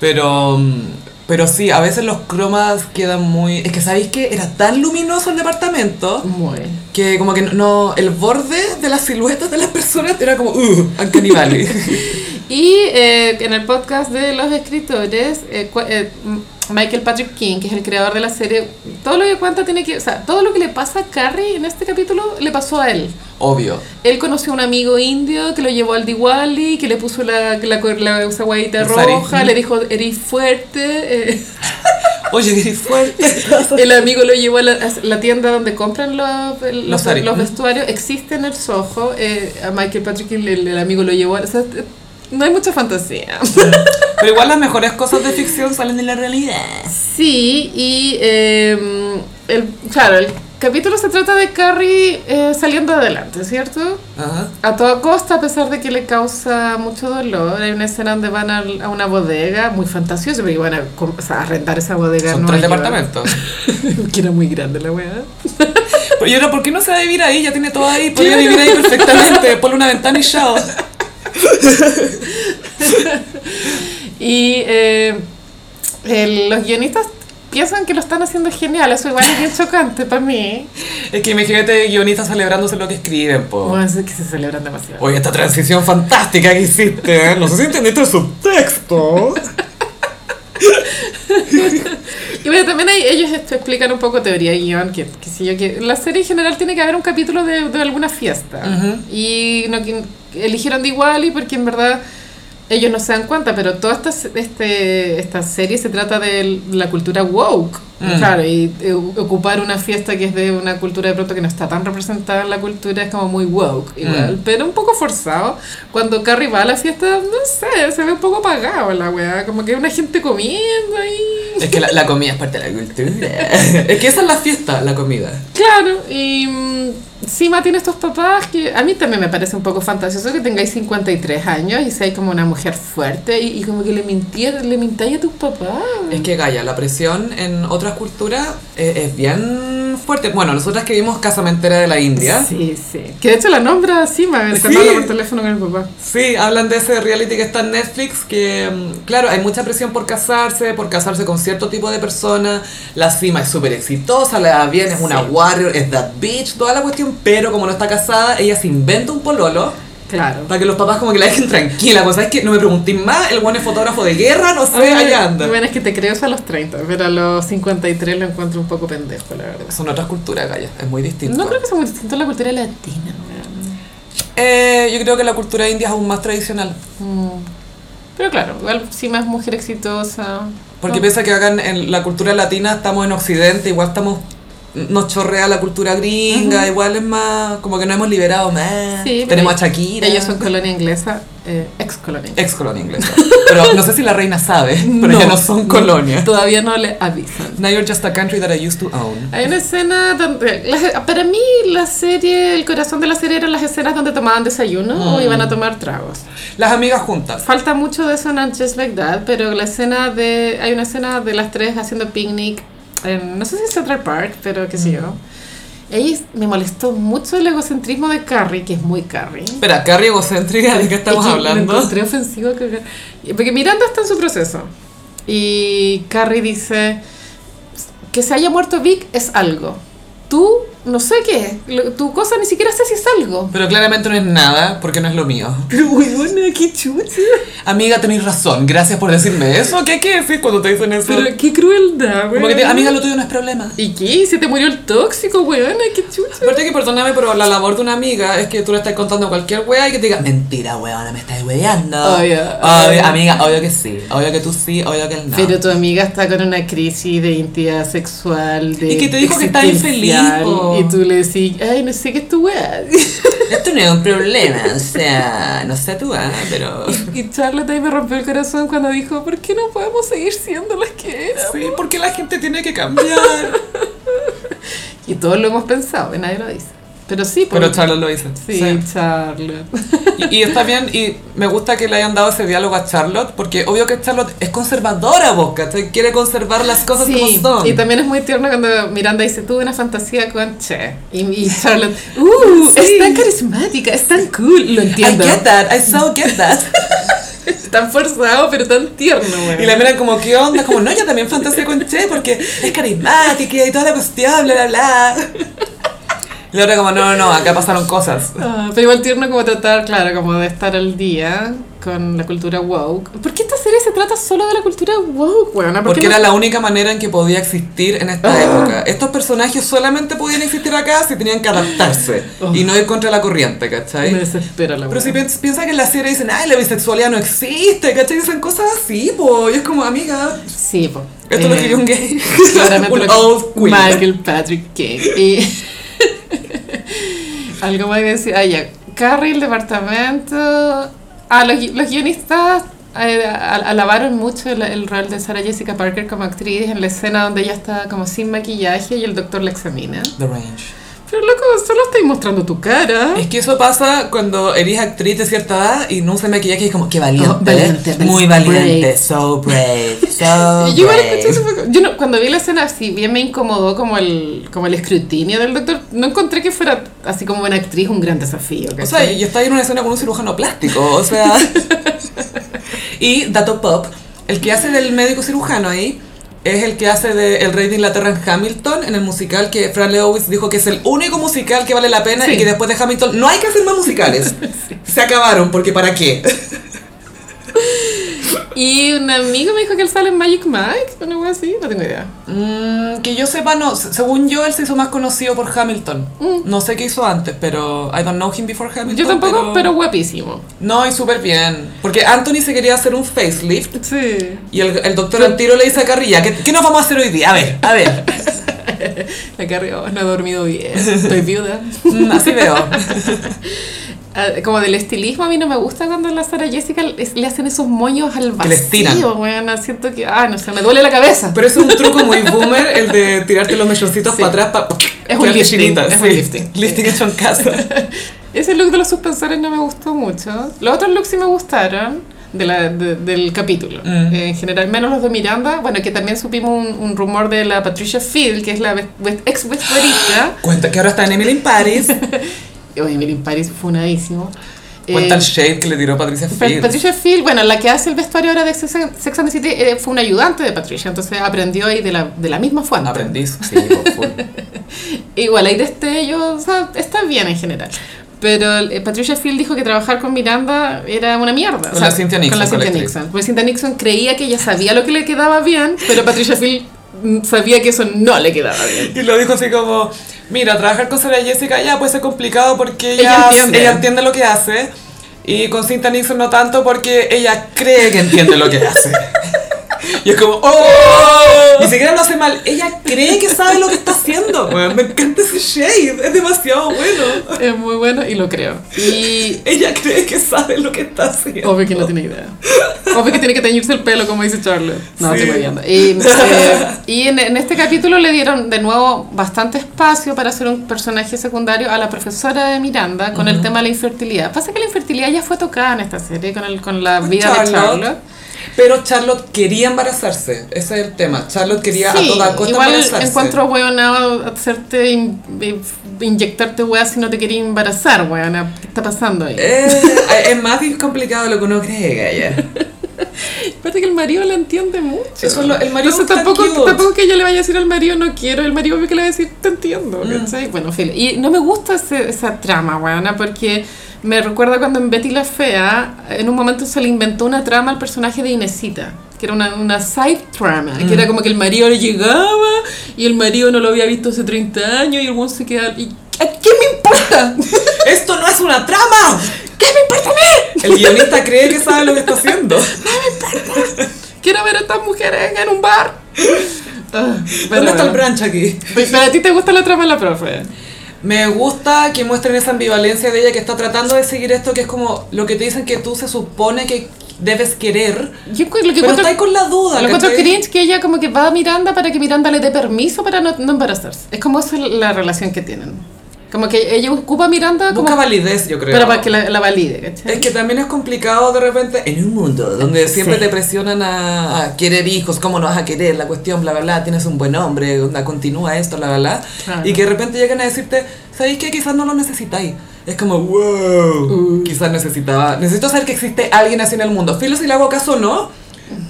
[SPEAKER 1] Pero mm, pero sí, a veces los cromas quedan muy... Es que sabéis que era tan luminoso el departamento
[SPEAKER 2] Muy.
[SPEAKER 1] que como que no... El borde de las siluetas de las personas era como... Uh, Uncanny Valley.
[SPEAKER 2] Y eh, en el podcast de los escritores, eh, cua- eh, M- Michael Patrick King, que es el creador de la serie, todo lo que cuenta tiene que, o sea, todo lo que le pasa a Carrie en este capítulo le pasó a él.
[SPEAKER 1] *laughs* Obvio.
[SPEAKER 2] Él conoció a un amigo indio que lo llevó al Diwali, que le puso la, la, cor- la- esa guayita
[SPEAKER 1] El sari.
[SPEAKER 2] roja, le dijo, eres fuerte. eh,
[SPEAKER 1] Oye, qué fuerte.
[SPEAKER 2] el amigo lo llevó a la, a la tienda donde compran los, los,
[SPEAKER 1] Los sari.
[SPEAKER 2] los vestuarios. Existe en el Soho. eh, a Michael Patrick King, el, el amigo lo llevó. a- o sea, no hay mucha fantasía.
[SPEAKER 1] *laughs* Pero igual las mejores cosas de ficción salen de la realidad.
[SPEAKER 2] Sí, y eh, el, claro, el capítulo se trata de Carrie eh, saliendo adelante, ¿cierto?
[SPEAKER 1] Ajá.
[SPEAKER 2] A toda costa, a pesar de que le causa mucho dolor. Hay una escena donde van al- a, una bodega, muy fantasiosa, porque iban a, com- o sea, a rentar esa bodega.
[SPEAKER 1] Son
[SPEAKER 2] en
[SPEAKER 1] tres
[SPEAKER 2] Nueva
[SPEAKER 1] departamentos.
[SPEAKER 2] York. *laughs* que era muy grande la weá.
[SPEAKER 1] Pero yo era, ¿por qué no se va a vivir ahí? Ya tiene todo ahí, podría vivir ahí perfectamente. Ponle una ventana y chao.
[SPEAKER 2] Y eh, el- los guionistas piensan que lo están haciendo genial. Eso igual es bien chocante para mí.
[SPEAKER 1] Es que imagínate guionistas celebrándose lo que escriben, po.
[SPEAKER 2] Bueno, es que se celebran demasiado.
[SPEAKER 1] Oye, esta transición fantástica que hiciste, ¿eh? No sé si entendiste el subtexto.
[SPEAKER 2] Y bueno, también hay- ellos esto, explican un poco teoría de guión, que, que si yo que la serie en general tiene que haber un capítulo de, de alguna fiesta.
[SPEAKER 1] Ujú.
[SPEAKER 2] Y no, que- eligieron de Iguali porque en verdad ellos no se dan cuenta, pero toda esta, se- este, esta serie se trata de la cultura woke.
[SPEAKER 1] Mm.
[SPEAKER 2] Claro, y eh, ocupar una fiesta que es de una cultura de pronto que no está tan representada en la cultura es como muy woke igual,
[SPEAKER 1] Mm.
[SPEAKER 2] pero un poco forzado. Cuando Carrie va a la fiesta, no sé, se ve un poco apagado la weá, como que hay una gente comiendo ahí.
[SPEAKER 1] Es que la, la comida es parte de la cultura. Es que esa es la fiesta, la comida.
[SPEAKER 2] Claro, y mm, Sima tiene estos papás que a mí también me parece un poco fantasioso que tengáis 53 años y seáis como una mujer fuerte y, y como que le mintier- le mintáis a tus papás.
[SPEAKER 1] Es que, Gaya, la presión en otras culturas es, es bien fuerte. Bueno, nosotras que vimos Casamentera de la India.
[SPEAKER 2] Sí, sí. Que de hecho la nombra Sima cuando
[SPEAKER 1] Sí.
[SPEAKER 2] habla por teléfono con el papá.
[SPEAKER 1] Sí, hablan de ese reality que está en Netflix, que mm, claro, hay mucha presión por casarse, por casarse con cierto tipo de persona, la cima es súper exitosa, la va bien, es una
[SPEAKER 2] Sí.
[SPEAKER 1] warrior, es that bitch, toda la cuestión, pero como no está casada, ella se inventa un pololo
[SPEAKER 2] Claro.
[SPEAKER 1] para que los papás como que la dejen tranquila, pues sabes que no me preguntéis más, el buen es fotógrafo de guerra, no sé, allá anda.
[SPEAKER 2] Bueno, es que te creo eso a los 30, pero a los 53 lo encuentro un poco pendejo, la verdad.
[SPEAKER 1] Son otras culturas, Gaya, es muy distinto.
[SPEAKER 2] No creo que sea muy distinto a la cultura latina, weón.
[SPEAKER 1] Eh, yo creo que la cultura india es aún más tradicional.
[SPEAKER 2] Mm. Pero claro, igual si más mujer exitosa.
[SPEAKER 1] Porque
[SPEAKER 2] No.
[SPEAKER 1] piensa que hagan en la cultura latina, estamos en Occidente, igual estamos nos chorrea la cultura gringa, igual es más como que no hemos liberado más.
[SPEAKER 2] Sí,
[SPEAKER 1] Tenemos a
[SPEAKER 2] pero
[SPEAKER 1] Shakira.
[SPEAKER 2] Ellos son colonia inglesa, eh, ex colonia. inglesa.
[SPEAKER 1] ex colonia inglesa. Pero no sé si la reina
[SPEAKER 2] *laughs*
[SPEAKER 1] sabe, *laughs* pero ya no son colonia.
[SPEAKER 2] Todavía no le avisan.
[SPEAKER 1] Now you're just a country that I used to own.
[SPEAKER 2] Hay una escena donde. la- para mí, la serie, el corazón de la serie eran las escenas donde tomaban desayuno
[SPEAKER 1] Mm.
[SPEAKER 2] o iban a tomar tragos.
[SPEAKER 1] Las amigas juntas.
[SPEAKER 2] Falta mucho de eso en And Just Like That, pero la escena de. Hay una escena de las tres haciendo picnic en. No sé si es Central Park, pero qué sé
[SPEAKER 1] Mm.
[SPEAKER 2] yo. Ella me molestó mucho el egocentrismo de Carrie, que es muy Carrie.
[SPEAKER 1] Espera, Carrie egocéntrica, *laughs* ¿de qué estamos
[SPEAKER 2] Es que Lo
[SPEAKER 1] hablando?
[SPEAKER 2] encontré ofensivo. que- Porque Miranda está en su proceso. Y Carrie dice: Que se haya muerto Vic es algo. Tú, no sé qué. es. Lo- Tu cosa ni siquiera sé si es algo.
[SPEAKER 1] Pero claramente no es nada, porque no es lo mío.
[SPEAKER 2] Pero, huevona, qué chucha.
[SPEAKER 1] Amiga, tenéis razón, gracias por decirme eso. ¿Qué hay que decir cuando te dicen eso?
[SPEAKER 2] Pero qué crueldad,
[SPEAKER 1] como que te-
[SPEAKER 2] weón.
[SPEAKER 1] amiga, lo tuyo no es problema.
[SPEAKER 2] ¿Y qué? ¿Se te murió el tóxico, weón? Ay, ¿Qué chucha?
[SPEAKER 1] Aparte que perdóname, pero la labor de una amiga es que tú le estás contando cualquier wea y que te diga Mentira, weona, me estás weando
[SPEAKER 2] Obvio.
[SPEAKER 1] Obvio, Amiga, obvio que sí Obvio que tú sí, obvio que él no
[SPEAKER 2] Oh, Pero tu amiga está con una crisis de identidad sexual, de
[SPEAKER 1] Y que te dijo que está
[SPEAKER 2] existencial,
[SPEAKER 1] infeliz, po.
[SPEAKER 2] Y tú le decís, ay, no sé qué es tu weá.
[SPEAKER 1] *laughs* Esto no es un problema, o sea, no sé tú, ah, pero...
[SPEAKER 2] Y Charlotte ahí me rompió el corazón cuando dijo, ¿por qué no podemos seguir siendo las que éramos?
[SPEAKER 1] Sí, porque la gente tiene que cambiar
[SPEAKER 2] Y todos lo hemos pensado, y nadie lo dice. Pero sí,
[SPEAKER 1] *laughs* Pero
[SPEAKER 2] Charlotte.
[SPEAKER 1] Charlotte lo hizo
[SPEAKER 2] Sí, Charlotte.
[SPEAKER 1] Y, y está bien, y me gusta que le hayan dado ese diálogo a Charlotte Porque obvio que Charlotte es conservadora, vos, ¿cachai? Quiere conservar las cosas
[SPEAKER 2] Sí,
[SPEAKER 1] como son
[SPEAKER 2] y también es muy tierno cuando Miranda dice, tuve una fantasía con Che. Y, y Charlotte, *laughs* ¡uh! Es tan carismática, es tan cool, lo
[SPEAKER 1] I
[SPEAKER 2] entiendo.
[SPEAKER 1] get
[SPEAKER 2] *laughs*
[SPEAKER 1] that, I so get that
[SPEAKER 2] Tan forzado, pero tan tierno, güey.
[SPEAKER 1] Y la miran como, ¿qué onda? Como, no, yo también fantaseo con Che porque es carismática y toda la cuestión, bla, bla, bla. Y la otra como, no, no, no, acá pasaron cosas.
[SPEAKER 2] *laughs* Ah, pero igual tierno como tratar, claro, como de estar al día con la cultura woke. ¿Por qué esta serie se trata solo de la cultura woke, weona? ¿Por qué
[SPEAKER 1] Porque
[SPEAKER 2] no- Ah.
[SPEAKER 1] era la única manera en que podía existir en esta época. Estos personajes solamente podían existir acá si tenían que adaptarse y no ir contra la corriente,
[SPEAKER 2] *laughs* Me
[SPEAKER 1] ¿cachai?
[SPEAKER 2] desespera Ah. la
[SPEAKER 1] Pero si
[SPEAKER 2] weona.
[SPEAKER 1] piens- piensa que en la serie dicen, ay, la bisexualidad no existe, ¿cachai? Dicen cosas así, po. Y es como, amiga,
[SPEAKER 2] Sí, po.
[SPEAKER 1] esto lo
[SPEAKER 2] Eh,
[SPEAKER 1] escribió un gay.
[SPEAKER 2] Claramente
[SPEAKER 1] *laughs* un
[SPEAKER 2] lo que-
[SPEAKER 1] old queer.
[SPEAKER 2] Michael Patrick King. Y *laughs* algo más que decir. Ah, ya. Carrie, el departamento. Ah, los, gui- los guionistas eh, a- alabaron mucho el, el rol de Sarah Jessica Parker como actriz en la escena donde ella está como sin maquillaje y el doctor la examina.
[SPEAKER 1] The range.
[SPEAKER 2] Pero loco, solo estoy mostrando tu cara.
[SPEAKER 1] Es que eso pasa cuando eres actriz de cierta edad y no se maquillaje y es como, qué valiente, ¿eh?
[SPEAKER 2] Oh, valiente,
[SPEAKER 1] muy
[SPEAKER 2] brave.
[SPEAKER 1] valiente, so
[SPEAKER 2] *laughs*
[SPEAKER 1] brave, so
[SPEAKER 2] Y Eh, yo igual
[SPEAKER 1] brave.
[SPEAKER 2] escuché eso, fue como- yo no- cuando vi la escena, si bien me incomodó como el, como el escrutinio del doctor, no encontré que fuera así como una actriz un gran desafío.
[SPEAKER 1] O sea,
[SPEAKER 2] ¿cachai?
[SPEAKER 1] y está ahí en una escena con un cirujano plástico, o
[SPEAKER 2] *laughs*
[SPEAKER 1] sea. y dato pop, el que hace del médico cirujano ahí es el que hace de El Rey de Inglaterra en Hamilton, en el musical que Fran Lewis dijo que es el único musical que vale la pena
[SPEAKER 2] Sí.
[SPEAKER 1] y que después de Hamilton no hay que hacer más
[SPEAKER 2] *laughs*
[SPEAKER 1] musicales. Se acabaron, porque ¿para qué?
[SPEAKER 2] Y un amigo me dijo que él sale en Magic Mike, una wea así, no tengo idea.
[SPEAKER 1] Mm, que yo sepa, no. Se- Según yo, él se hizo más conocido por Hamilton. No sé qué hizo antes, pero I don't know him before Hamilton.
[SPEAKER 2] Mm. Yo tampoco, pero, guapísimo.
[SPEAKER 1] No, y súper bien. Porque Anthony se quería hacer un facelift
[SPEAKER 2] Sí.
[SPEAKER 1] y el, el doctor al tiro le dice a Carrilla, ¿qué, ¿qué nos vamos a hacer hoy día? A ver, a
[SPEAKER 2] *laughs*
[SPEAKER 1] ver.
[SPEAKER 2] La carrió, no he dormido bien,
[SPEAKER 1] *laughs*
[SPEAKER 2] estoy viuda.
[SPEAKER 1] Mm, así veo.
[SPEAKER 2] Ah, Como del estilismo, a mí no me gusta cuando la Sara Jessica les- le hacen esos moños al
[SPEAKER 1] Que les tiran.
[SPEAKER 2] vacío, weón. Siento que, ah, no sé, me duele la cabeza.
[SPEAKER 1] Pero es un truco muy boomer el de tirarte los mechoncitos
[SPEAKER 2] Sí.
[SPEAKER 1] para atrás para...
[SPEAKER 2] Es un lifting, es un lifting.
[SPEAKER 1] Lifting hecho en casa.
[SPEAKER 2] *laughs* Ese look de los suspensores no me gustó mucho. Los otros looks sí me gustaron de la- de- del capítulo.
[SPEAKER 1] Mm.
[SPEAKER 2] Eh, en general, menos los de Miranda. Bueno, que también supimos un, un rumor de la Patricia Field, que es la
[SPEAKER 1] *gasps*
[SPEAKER 2] ex vestuarista.
[SPEAKER 1] Cuenta que ahora está en Emily in Paris.
[SPEAKER 2] Eh, Oye, Emily in Paris funadísimo.
[SPEAKER 1] Cuenta
[SPEAKER 2] Eh,
[SPEAKER 1] el shade que le tiró Patricia
[SPEAKER 2] Pa-
[SPEAKER 1] Field.
[SPEAKER 2] Patricia Field, bueno, la que hace el vestuario ahora de Sex and Sex and the City eh, fue una ayudante de Patricia, entonces aprendió ahí de la, de la misma fuente.
[SPEAKER 1] Aprendiz.
[SPEAKER 2] *laughs*
[SPEAKER 1] Sí, por full.
[SPEAKER 2] Igual hay destellos, o sea, está bien en general. Pero eh, Patricia Field dijo que trabajar con Miranda era una mierda.
[SPEAKER 1] Con la Cynthia Nixon,
[SPEAKER 2] Con la
[SPEAKER 1] con la
[SPEAKER 2] Cynthia
[SPEAKER 1] actriz.
[SPEAKER 2] Nixon. Porque Cynthia Nixon creía que ella sabía lo que le quedaba bien, pero Patricia Field mm, sabía que eso no le quedaba bien.
[SPEAKER 1] Y lo dijo así como, mira, trabajar con Sarah Jessica ya puede ser pues, complicado porque
[SPEAKER 2] Ella
[SPEAKER 1] ella, ella
[SPEAKER 2] entiende.
[SPEAKER 1] entiende. lo que hace. Y con Cinta Nixon no tanto porque ella cree que entiende lo que hace. *laughs* Y es como,
[SPEAKER 2] *laughs*
[SPEAKER 1] ¡oh! Ni siquiera lo hace mal. Ella cree que sabe lo que está haciendo. Bueno, me encanta ese shade. Es demasiado bueno.
[SPEAKER 2] Es muy bueno y lo creo. Y
[SPEAKER 1] Ella cree que sabe lo que está haciendo.
[SPEAKER 2] obvio que no tiene idea. Obvio que tiene que teñirse el pelo, como dice Charlotte. No,
[SPEAKER 1] Sí.
[SPEAKER 2] estoy hueviando. *laughs* Y, eh, y en, en este capítulo le dieron de nuevo bastante espacio para hacer un personaje secundario a la profesora de Miranda con el tema de la infertilidad. Pasa que la infertilidad ya fue tocada en esta serie con, el, con la vida
[SPEAKER 1] Charlotte.
[SPEAKER 2] de Charlotte.
[SPEAKER 1] Pero Charlotte quería embarazarse. Ese es el tema. Charlotte quería
[SPEAKER 2] Sí,
[SPEAKER 1] a toda costa
[SPEAKER 2] igual
[SPEAKER 1] embarazarse.
[SPEAKER 2] encuentro hueonado hacerte in- in- inyectarte hueá si no te quería embarazar, hueona. ¿Qué está pasando ahí?
[SPEAKER 1] Eh, es más complicado de lo que uno cree, Gaya.
[SPEAKER 2] Parece que el marido la entiende mucho.
[SPEAKER 1] Eso es lo- el marido
[SPEAKER 2] Entonces
[SPEAKER 1] es tan
[SPEAKER 2] tampoco,
[SPEAKER 1] cute.
[SPEAKER 2] tampoco que yo le vaya a decir al marido no quiero, el marido obvio que le va a decir te entiendo,
[SPEAKER 1] Mm.
[SPEAKER 2] ¿cachai? Bueno, filo. Y no me gusta ese- esa trama, weona, porque me recuerda cuando en Betty la Fea, en un momento se le inventó una trama al personaje de Inesita, que era una, una side trama,
[SPEAKER 1] Mm.
[SPEAKER 2] que era como que el marido le llegaba y el marido no lo había visto hace 30 años y el buen se quedaba... Y, ¿A qué me importa?
[SPEAKER 1] ¡Esto no es una trama!
[SPEAKER 2] ¿Qué me importa a mí?
[SPEAKER 1] El guionista cree que sabe lo que está haciendo.
[SPEAKER 2] Quiero ver a estas mujeres en un bar. *laughs* Ah,
[SPEAKER 1] *laughs*
[SPEAKER 2] pero
[SPEAKER 1] ¿Dónde está el
[SPEAKER 2] bueno.
[SPEAKER 1] branch aquí?
[SPEAKER 2] Pe- Pero a ti te gusta la trama de la profe.
[SPEAKER 1] Me gusta que muestren esa ambivalencia de ella que está tratando de seguir esto, que es como lo que te dicen que tú se supone que debes querer,
[SPEAKER 2] Yo encu- lo que
[SPEAKER 1] pero
[SPEAKER 2] encuentro,
[SPEAKER 1] está ahí con la duda.
[SPEAKER 2] lo encuentro
[SPEAKER 1] ¿cachai?
[SPEAKER 2] cringe que ella como que va a Miranda para que Miranda le dé permiso para no, no embarazarse. Es como esa la relación que tienen. Como que ella ocupa a Miranda como
[SPEAKER 1] Busca validez, yo creo.
[SPEAKER 2] pero para que la, la valide, ¿cachai?
[SPEAKER 1] Es que también es complicado de repente en un mundo donde siempre
[SPEAKER 2] Sí.
[SPEAKER 1] te presionan a, a querer hijos, cómo no vas a querer, la cuestión, bla, bla, bla, tienes un buen hombre, onda, continúa esto, bla, bla, bla.
[SPEAKER 2] Claro.
[SPEAKER 1] Y que de repente llegan a decirte, ¿sabéis qué? Quizás no lo necesitáis. Es como, wow, quizás necesitaba, necesito saber que existe alguien así en el mundo. Filo si le hago caso o no,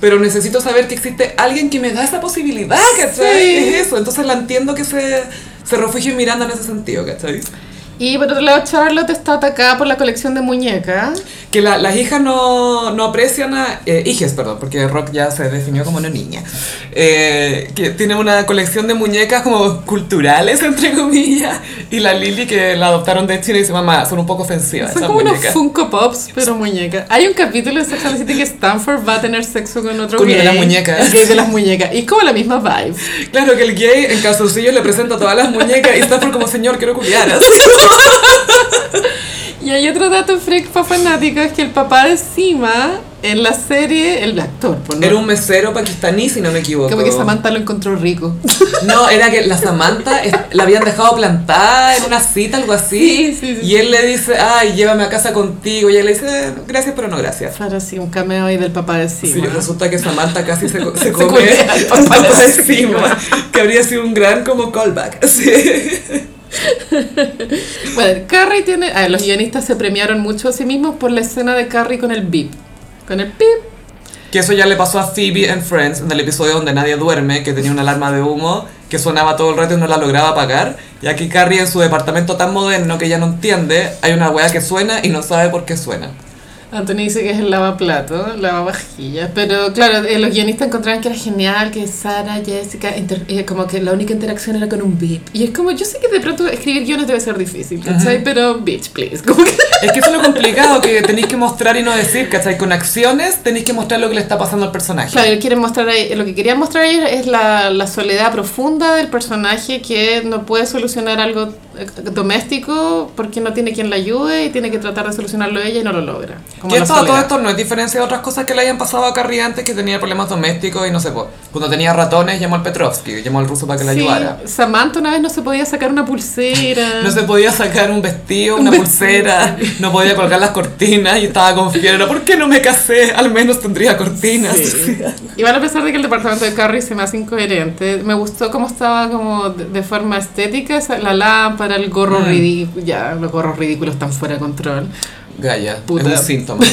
[SPEAKER 1] pero necesito saber que existe alguien que me da esa posibilidad, ¿cachai?
[SPEAKER 2] Sí.
[SPEAKER 1] Es eso, entonces la entiendo que se, se refugie en Miranda en ese sentido, ¿cachai?
[SPEAKER 2] Y por otro lado, Charlotte está atacada por la colección de muñecas.
[SPEAKER 1] Que la- las hijas no, no aprecian a... eh, hijes, perdón, porque Rock ya se definió como una niña. Eh, que tiene una colección de muñecas como culturales, *laughs* entre comillas. Y la Lily, que la adoptaron de Chile, dice, mamá, son un poco ofensivas
[SPEAKER 2] Son
[SPEAKER 1] esas
[SPEAKER 2] como unos
[SPEAKER 1] muñecas.
[SPEAKER 2] Funko Pops, pero muñecas. Hay un capítulo de Sex and the City que Stanford va a tener sexo con otro
[SPEAKER 1] Con el
[SPEAKER 2] gay.
[SPEAKER 1] de las muñecas.
[SPEAKER 2] El gay de las muñecas. Y es como la misma vibe.
[SPEAKER 1] Claro que el gay en calzoncillos le presenta todas las muñecas y está por como, señor, quiero
[SPEAKER 2] *laughs*
[SPEAKER 1] culiaras.
[SPEAKER 2] Y hay otro dato freak para fanáticos que el papá de Sima en la serie, el actor, por no-
[SPEAKER 1] Era un mesero pakistaní, si no me equivoco.
[SPEAKER 2] como que Samantha lo encontró *laughs* rico.
[SPEAKER 1] No, era que la Samantha es- la habían dejado plantada en una cita, algo así.
[SPEAKER 2] Sí, sí, sí,
[SPEAKER 1] y él le dice, ay, llévame a casa contigo. Y él le dice, "Eh, gracias, pero no gracias.
[SPEAKER 2] Claro, sí, un cameo ahí del papá de
[SPEAKER 1] Sí,
[SPEAKER 2] Sima.
[SPEAKER 1] resulta que Samantha casi se,
[SPEAKER 2] *laughs*
[SPEAKER 1] co- se come *laughs*
[SPEAKER 2] culea al
[SPEAKER 1] al
[SPEAKER 2] papá
[SPEAKER 1] papá
[SPEAKER 2] de
[SPEAKER 1] de Sima, que habría sido un gran como callback. *laughs* Sí.
[SPEAKER 2] Bueno, Carrie tiene. ah, los guionistas se premiaron mucho a sí mismos por la escena de Carrie con el beep. Con el beep.
[SPEAKER 1] Que eso ya le pasó a Phoebe en Friends, en el episodio donde nadie duerme, que tenía una alarma de humo que sonaba todo el rato y no la lograba apagar. Y aquí Carrie en su departamento tan moderno que ya no entiende, hay una wea que suena y no sabe por qué suena.
[SPEAKER 2] Anthony dice que es el lavaplato, lavavajillas. Pero claro, eh, los guionistas encontraban que era genial, que Sara, Jessica, inter- eh, como que la única interacción era con un beep. Y es como, yo sé que de pronto escribir guiones debe ser difícil, ¿cachai? Pero, bitch, please. Como que.
[SPEAKER 1] Es que eso es lo complicado, que tenéis que mostrar y no decir, ¿cachai? Con acciones tenéis que mostrar lo que le está pasando al personaje.
[SPEAKER 2] Claro, él quiere mostrar ahí- lo que quería mostrar ahí es la, la soledad profunda del personaje que no puede solucionar algo eh, doméstico porque no tiene quien la ayude y tiene que tratar de solucionarlo ella y no lo logra. Como
[SPEAKER 1] Que
[SPEAKER 2] la
[SPEAKER 1] esto, a todo
[SPEAKER 2] soledad.
[SPEAKER 1] esto no es diferencia de otras cosas que le hayan pasado a Carrie antes, que tenía problemas domésticos y no sé, po, cuando tenía ratones llamó al Petrovsky, llamó al ruso para que la
[SPEAKER 2] Sí,
[SPEAKER 1] ayudara.
[SPEAKER 2] Samantha una vez no se podía sacar una pulsera.
[SPEAKER 1] *laughs* No se podía sacar un vestido, una pulsera, no podía colgar las cortinas y estaba con fiebre. ¿Por qué no me casé? Al menos tendría cortinas.
[SPEAKER 2] Sí. Igual a pesar de que el departamento de Carrie se me hace incoherente, me gustó cómo estaba como de, de forma estética esa- la lámpara, el gorro
[SPEAKER 1] Mm.
[SPEAKER 2] ridículo, ya los gorros ridículos están fuera de control.
[SPEAKER 1] Gaya,
[SPEAKER 2] Puta.
[SPEAKER 1] es un síntoma.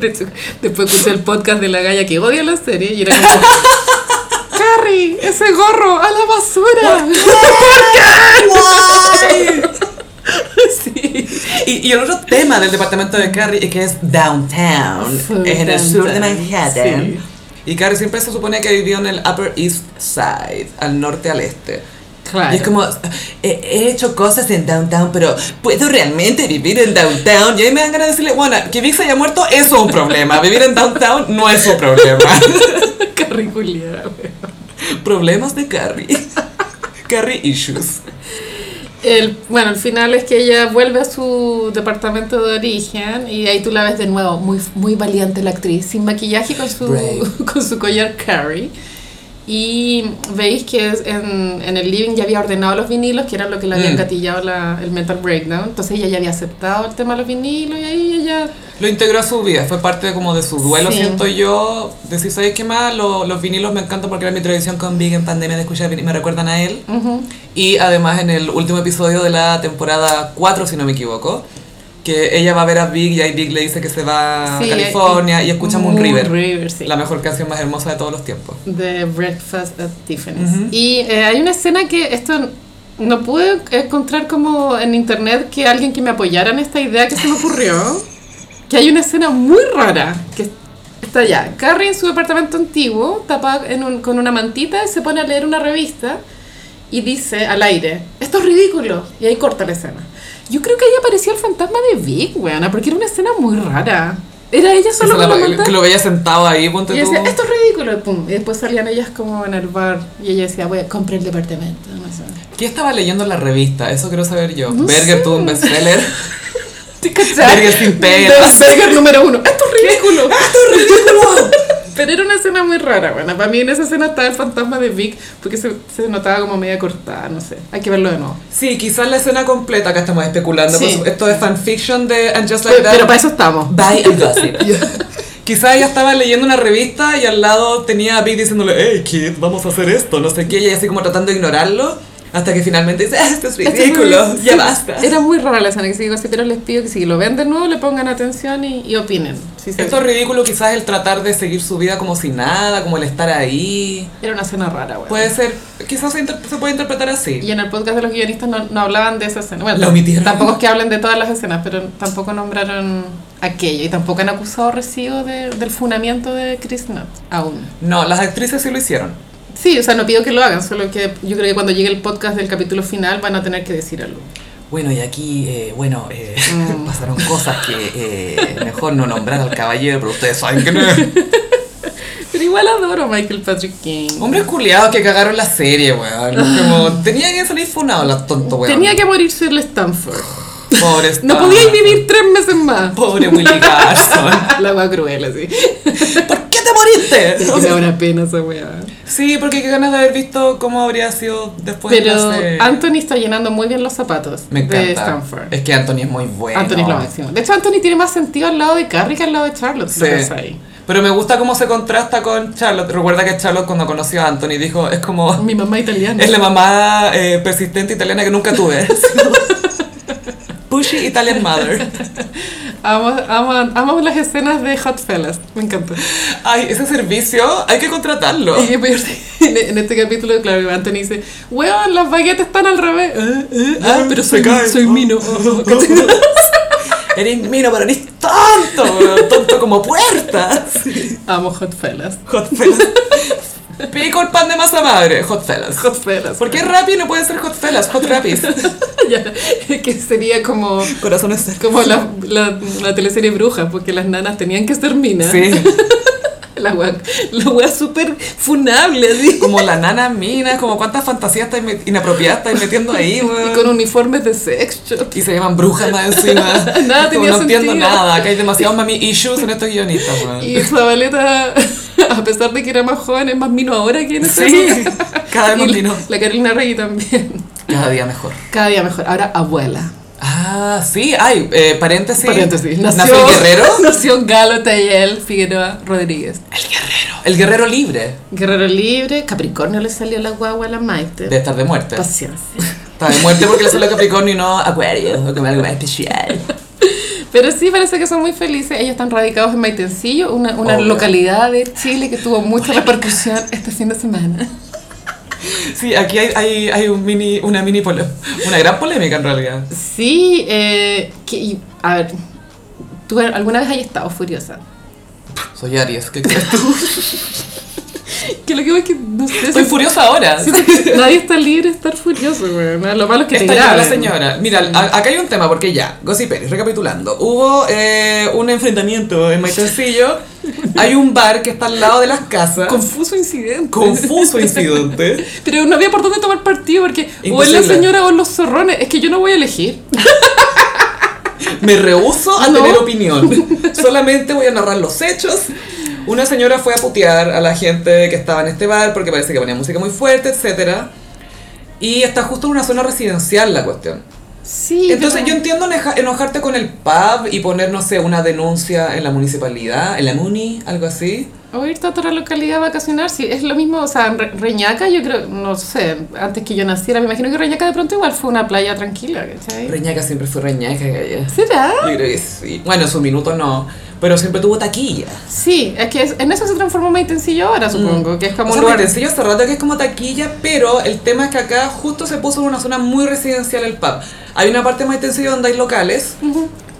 [SPEAKER 2] De hecho, *laughs* después escuché el podcast de la galla que odia la serie y
[SPEAKER 1] *laughs*
[SPEAKER 2] era como... ¡Carrie! ¡Ese gorro! ¡A la *laughs* basura! *laughs* Sí.
[SPEAKER 1] Y, y el otro tema del departamento de Carrie es que es downtown,
[SPEAKER 2] Sí,
[SPEAKER 1] es en el sur de
[SPEAKER 2] downtown,
[SPEAKER 1] Manhattan.
[SPEAKER 2] sí.
[SPEAKER 1] Y Carrie siempre se supone que vivió en el Upper East Side, al norte al este.
[SPEAKER 2] Claro.
[SPEAKER 1] Y es como, he, he hecho cosas en downtown, pero ¿puedo realmente vivir en downtown? Y ahí me dan ganas de decirle, bueno, que Vic se haya muerto, eso es un problema. *laughs* Vivir en downtown no es un problema.
[SPEAKER 2] *laughs*
[SPEAKER 1] *laughs*
[SPEAKER 2] Carrie culiada, weón.
[SPEAKER 1] Problemas de Carrie. *laughs* Carrie issues.
[SPEAKER 2] El, bueno, el final es que ella vuelve a su departamento de origen y ahí tú la ves de nuevo, muy, muy valiente la actriz, sin maquillaje y con
[SPEAKER 1] Brave.
[SPEAKER 2] su, *laughs* con su collar Carrie. Y veis que es- en, en el living ya había ordenado los vinilos, que era lo que le había
[SPEAKER 1] Mm.
[SPEAKER 2] engatillado la- el mental breakdown. Entonces ella ya había aceptado el tema de los vinilos y ahí ella...
[SPEAKER 1] Lo integró a su vida, fue parte como de su duelo,
[SPEAKER 2] Sí.
[SPEAKER 1] siento yo. Decir, ¿sabes qué más? Lo- los vinilos me encantan porque era mi tradición con Big en pandemia de escuchar vinilos, me recuerdan a él.
[SPEAKER 2] ujú.
[SPEAKER 1] Y además en el último episodio de la temporada 4, si no me equivoco, que ella va a ver a Big y ahí Big le dice que se va
[SPEAKER 2] Sí, eh,
[SPEAKER 1] a Ah, California y, escucha Moon River,
[SPEAKER 2] sí.
[SPEAKER 1] la mejor canción más hermosa de todos los tiempos.
[SPEAKER 2] de Breakfast at Tiffany's.
[SPEAKER 1] Ujú.
[SPEAKER 2] Y eh, hay una escena que esto no pude encontrar como en internet que alguien que me apoyara en esta idea que se me *laughs* ocurrió. que hay una escena muy rara que está allá. Carrie en su departamento antiguo, tapada en un- con una mantita, se pone a leer una revista y dice al aire, esto es ridículo. Y ahí corta la escena. Yo creo que ahí apareció el fantasma de Vic, weona, porque era una escena muy rara. Era ella
[SPEAKER 1] Que,
[SPEAKER 2] solo
[SPEAKER 1] se la-
[SPEAKER 2] con la
[SPEAKER 1] que
[SPEAKER 2] manta.
[SPEAKER 1] lo veía sentado ahí, ponte
[SPEAKER 2] Y
[SPEAKER 1] tú.
[SPEAKER 2] decía, esto es ridículo, y pum. Y después salían ellas como en el bar. Y ella decía, voy a comprar el departamento. No sé.
[SPEAKER 1] ¿Qué estaba leyendo en la revista? Eso quiero saber yo.
[SPEAKER 2] No
[SPEAKER 1] Berger
[SPEAKER 2] sé.
[SPEAKER 1] tuvo un bestseller.
[SPEAKER 2] ¿Te *laughs* cachai?
[SPEAKER 1] Berger sin pelo.
[SPEAKER 2] Dos Berger número uno. Esto es
[SPEAKER 1] *laughs*
[SPEAKER 2] ridículo. Esto es ridículo. *laughs* Pero era una escena muy rara, bueno. Para mí en esa escena estaba el fantasma de Vic, porque se, se notaba como media cortada, no sé. Hay que verlo de nuevo.
[SPEAKER 1] Sí, quizás la escena completa, acá estamos especulando.
[SPEAKER 2] Sí.
[SPEAKER 1] pues, esto es fanfiction de And Just Like
[SPEAKER 2] Pero,
[SPEAKER 1] That.
[SPEAKER 2] pero para eso estamos.
[SPEAKER 1] By a
[SPEAKER 2] *laughs*
[SPEAKER 1] gossip. Quizás ella estaba leyendo una revista y al lado tenía a Big diciéndole, hey kid, vamos a hacer esto, no sé qué, y ella así como tratando de ignorarlo, hasta que finalmente dice, "Ah, esto es ridículo,
[SPEAKER 2] Esto es muy-
[SPEAKER 1] ya
[SPEAKER 2] sí,
[SPEAKER 1] basta.
[SPEAKER 2] Era muy rara la escena que sigo así, pero les pido que si lo ven de nuevo le pongan atención y, y opinen. Si se-
[SPEAKER 1] Esto es ridículo quizás el tratar de seguir su vida como si nada, como el estar ahí.
[SPEAKER 2] Era una escena rara, bueno.
[SPEAKER 1] Puede ser, quizás se, inter- se puede interpretar
[SPEAKER 2] Y
[SPEAKER 1] así.
[SPEAKER 2] en el podcast de los guionistas no, no hablaban de esa escena. Bueno,
[SPEAKER 1] La omitieron.
[SPEAKER 2] tampoco es que hablen de todas las escenas, pero tampoco nombraron aquello. Y tampoco han acusado recibo de- del funamiento de Chris Knott, aún.
[SPEAKER 1] No, las actrices sí lo hicieron.
[SPEAKER 2] Sí, o sea, no pido que lo hagan, solo que yo creo que cuando llegue el podcast del capítulo final van a tener que decir algo.
[SPEAKER 1] Bueno, y aquí, eh, bueno, eh,
[SPEAKER 2] Mm.
[SPEAKER 1] *laughs* pasaron cosas que eh, mejor no nombrar al caballero, pero ustedes saben
[SPEAKER 2] *laughs*
[SPEAKER 1] que no es.
[SPEAKER 2] Pero igual adoro a Michael Patrick King.
[SPEAKER 1] Hombres culiados que cagaron la serie, weón. Como, tenía que salir funado la tonto, weón.
[SPEAKER 2] Tenía que morirse el Stanford.
[SPEAKER 1] Pobre
[SPEAKER 2] *laughs* No
[SPEAKER 1] Stan.
[SPEAKER 2] podíais vivir tres meses más.
[SPEAKER 1] Pobre Willy
[SPEAKER 2] *laughs*
[SPEAKER 1] Carson.
[SPEAKER 2] La agua
[SPEAKER 1] *laughs*
[SPEAKER 2] cruel, así.
[SPEAKER 1] ¿Por qué te moriste?
[SPEAKER 2] Me da una pena esa weá.
[SPEAKER 1] Sí, porque qué ganas de haber visto cómo habría sido después de
[SPEAKER 2] Pero
[SPEAKER 1] la serie.
[SPEAKER 2] Anthony está llenando muy bien los zapatos
[SPEAKER 1] Me encanta.
[SPEAKER 2] de Stanford.
[SPEAKER 1] Es que Anthony es muy bueno.
[SPEAKER 2] Anthony es lo máximo. De hecho, Anthony tiene más sentido al lado de Carrie que al lado de Charlotte. si
[SPEAKER 1] Sí.
[SPEAKER 2] lo pensáis.
[SPEAKER 1] Pero me gusta cómo se contrasta con Charlotte. Recuerda que Charlotte cuando conoció a Anthony dijo, es como,
[SPEAKER 2] Mi mamá italiana.
[SPEAKER 1] es la mamá eh, persistente italiana que nunca tuve. Pushy Italian Mother.
[SPEAKER 2] Amo, amo- amo las escenas de Hot Fellas. Me encanta.
[SPEAKER 1] Ay, ese servicio hay que contratarlo.
[SPEAKER 2] Y es peor, *laughs* en, en este capítulo, claro, Anthony dice, weón, las baguettes están al revés. Eh, eh, ah, pero
[SPEAKER 1] Se
[SPEAKER 2] soy,
[SPEAKER 1] cae. *laughs*
[SPEAKER 2] soy *laughs* mino.
[SPEAKER 1] Eres mino, pero eres tonto, weón, tonto como puertas.
[SPEAKER 2] amo Hot Fellas.
[SPEAKER 1] Hot fellas. Pico el pan de masa madre. Hot fellas.
[SPEAKER 2] Hot Fellas.
[SPEAKER 1] ¿Por qué Rappi no puede ser hot fellas? Hot Rappis.
[SPEAKER 2] *laughs* Ya, que sería como,
[SPEAKER 1] Corazones cerca.
[SPEAKER 2] como la, la, la teleserie Bruja, porque las nanas tenían que ser minas.
[SPEAKER 1] Sí,
[SPEAKER 2] La wea, la wea súper funable, así.
[SPEAKER 1] como la nana mina, como cuántas fantasías estáis met- inapropiadas estáis metiendo ahí, weón.
[SPEAKER 2] Y con uniformes de sex shop.
[SPEAKER 1] Y se llaman brujas más *laughs* encima. Como
[SPEAKER 2] Nada tenía
[SPEAKER 1] no entiendo
[SPEAKER 2] sentido.
[SPEAKER 1] nada, que hay demasiados mami issues en estos guionistas, weón.
[SPEAKER 2] Y Zabaleta, *laughs* a pesar de que era más joven, es más mino ahora que en ese *laughs*
[SPEAKER 1] Sí, cada vez más mino.
[SPEAKER 2] La Carolina Rey también.
[SPEAKER 1] Cada día mejor.
[SPEAKER 2] Cada día mejor. Ahora abuela.
[SPEAKER 1] Ah, sí, ay, eh, paréntesis.
[SPEAKER 2] Paréntesis.
[SPEAKER 1] Nació, el guerrero.
[SPEAKER 2] *laughs* Nació Galo Tayel Figueroa Rodríguez.
[SPEAKER 1] El guerrero libre
[SPEAKER 2] Guerrero libre. Capricornio le salió la guagua a la Maite.
[SPEAKER 1] de estar de muerte.
[SPEAKER 2] Paciencia.
[SPEAKER 1] Está de muerte porque le sale Capricornio y no Acuario, o como algo más especial.
[SPEAKER 2] Pero sí, parece que son muy felices. Ellos están radicados en Maitencillo, una, una
[SPEAKER 1] Obvio.
[SPEAKER 2] localidad de Chile que tuvo mucha repercusión este fin de semana.
[SPEAKER 1] Sí, aquí hay, hay, hay un mini, una mini polo, una gran polémica en realidad.
[SPEAKER 2] Sí, eh, que, y- a ver, ¿tú alguna vez has estado furiosa?
[SPEAKER 1] *laughs* Soy Aries, ¿qué crees tú?
[SPEAKER 2] *laughs* Que lo que voy es que no sé
[SPEAKER 1] Estoy furiosa ahora.
[SPEAKER 2] si- *laughs* nadie está libre de estar furioso, weón. Lo malo es que te
[SPEAKER 1] Esta era la
[SPEAKER 2] graben.
[SPEAKER 1] señora. Mira, a- acá hay un tema, porque ya, Gossip Pérez, recapitulando. Hubo eh, un enfrentamiento en *laughs* Maitencillo. Hay un bar que está al lado de las casas.
[SPEAKER 2] Confuso incidente.
[SPEAKER 1] confuso incidente.
[SPEAKER 2] Pero no había por dónde tomar partido porque o es la
[SPEAKER 1] Imposible.
[SPEAKER 2] señora o los zorrones. Es que yo no voy a elegir.
[SPEAKER 1] Me rehuso a
[SPEAKER 2] No.
[SPEAKER 1] tener opinión. Solamente voy a narrar los hechos. Una señora fue a putear a la gente que estaba en este bar porque parece que ponía música muy fuerte, etc. Y está justo en una zona residencial la cuestión.
[SPEAKER 2] Sí.
[SPEAKER 1] Entonces yo entiendo eneja- enojarte con el pub y poner, no sé, una denuncia en la municipalidad, en la muni, algo así.
[SPEAKER 2] O irte a otra localidad a vacacionar, sí, es lo mismo, o sea, en Re- Reñaca yo creo, no sé, antes que yo naciera, me imagino que Reñaca de pronto igual fue una playa tranquila, ¿cachai?
[SPEAKER 1] Reñaca siempre fue reñaca, gaya.
[SPEAKER 2] ¿Será?
[SPEAKER 1] Yo creo que sí. Bueno, en su minuto no, pero siempre tuvo taquilla.
[SPEAKER 2] Sí, es que es- en eso se transformó Maitencillo ahora, supongo, que es como
[SPEAKER 1] o
[SPEAKER 2] un
[SPEAKER 1] sea,
[SPEAKER 2] lugar...
[SPEAKER 1] te enseño hace rato que es como taquilla, pero el tema es que acá justo se puso en una zona muy residencial el pub. Hay una parte más intensiva donde hay locales.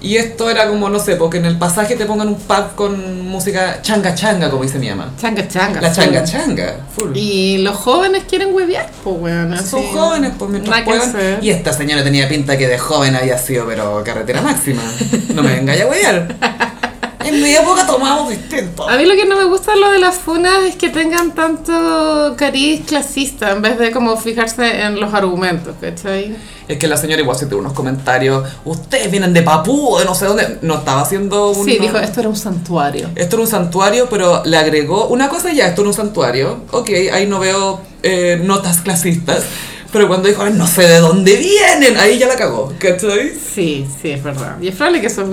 [SPEAKER 1] Y esto era como, no sé, porque en el pasaje te pongan un pub con música changa changa, como dice mi mamá.
[SPEAKER 2] Changa, changa.
[SPEAKER 1] La
[SPEAKER 2] full.
[SPEAKER 1] changa changa. Full.
[SPEAKER 2] Y los jóvenes quieren huevear, pues, weón.
[SPEAKER 1] Son
[SPEAKER 2] así.
[SPEAKER 1] jóvenes, pues mientras
[SPEAKER 2] Nada que
[SPEAKER 1] puedan.
[SPEAKER 2] hacer.
[SPEAKER 1] Y esta señora tenía pinta que de joven había sido, pero carretera máxima. No me vengáis a huear. En mi época tomábamos distinto.
[SPEAKER 2] A mí lo que no me gusta de lo de las funas es que tengan tanto cariz clasista en vez de como fijarse en los argumentos, ¿cachai?
[SPEAKER 1] Es que la señora igual se tuvo unos comentarios. Ustedes vienen de Papú, de no sé dónde. No estaba haciendo un.
[SPEAKER 2] Sí, dijo, esto era un santuario.
[SPEAKER 1] Esto era un santuario, pero le agregó una cosa ya, esto era un santuario. Ok, ahí no veo eh, notas clasistas. Pero cuando dijo, "Ay, no sé de dónde vienen, ahí ya la cagó.
[SPEAKER 2] *laughs*
[SPEAKER 1] ¿Cachai?
[SPEAKER 2] Sí, sí, es verdad. Y es probable que esos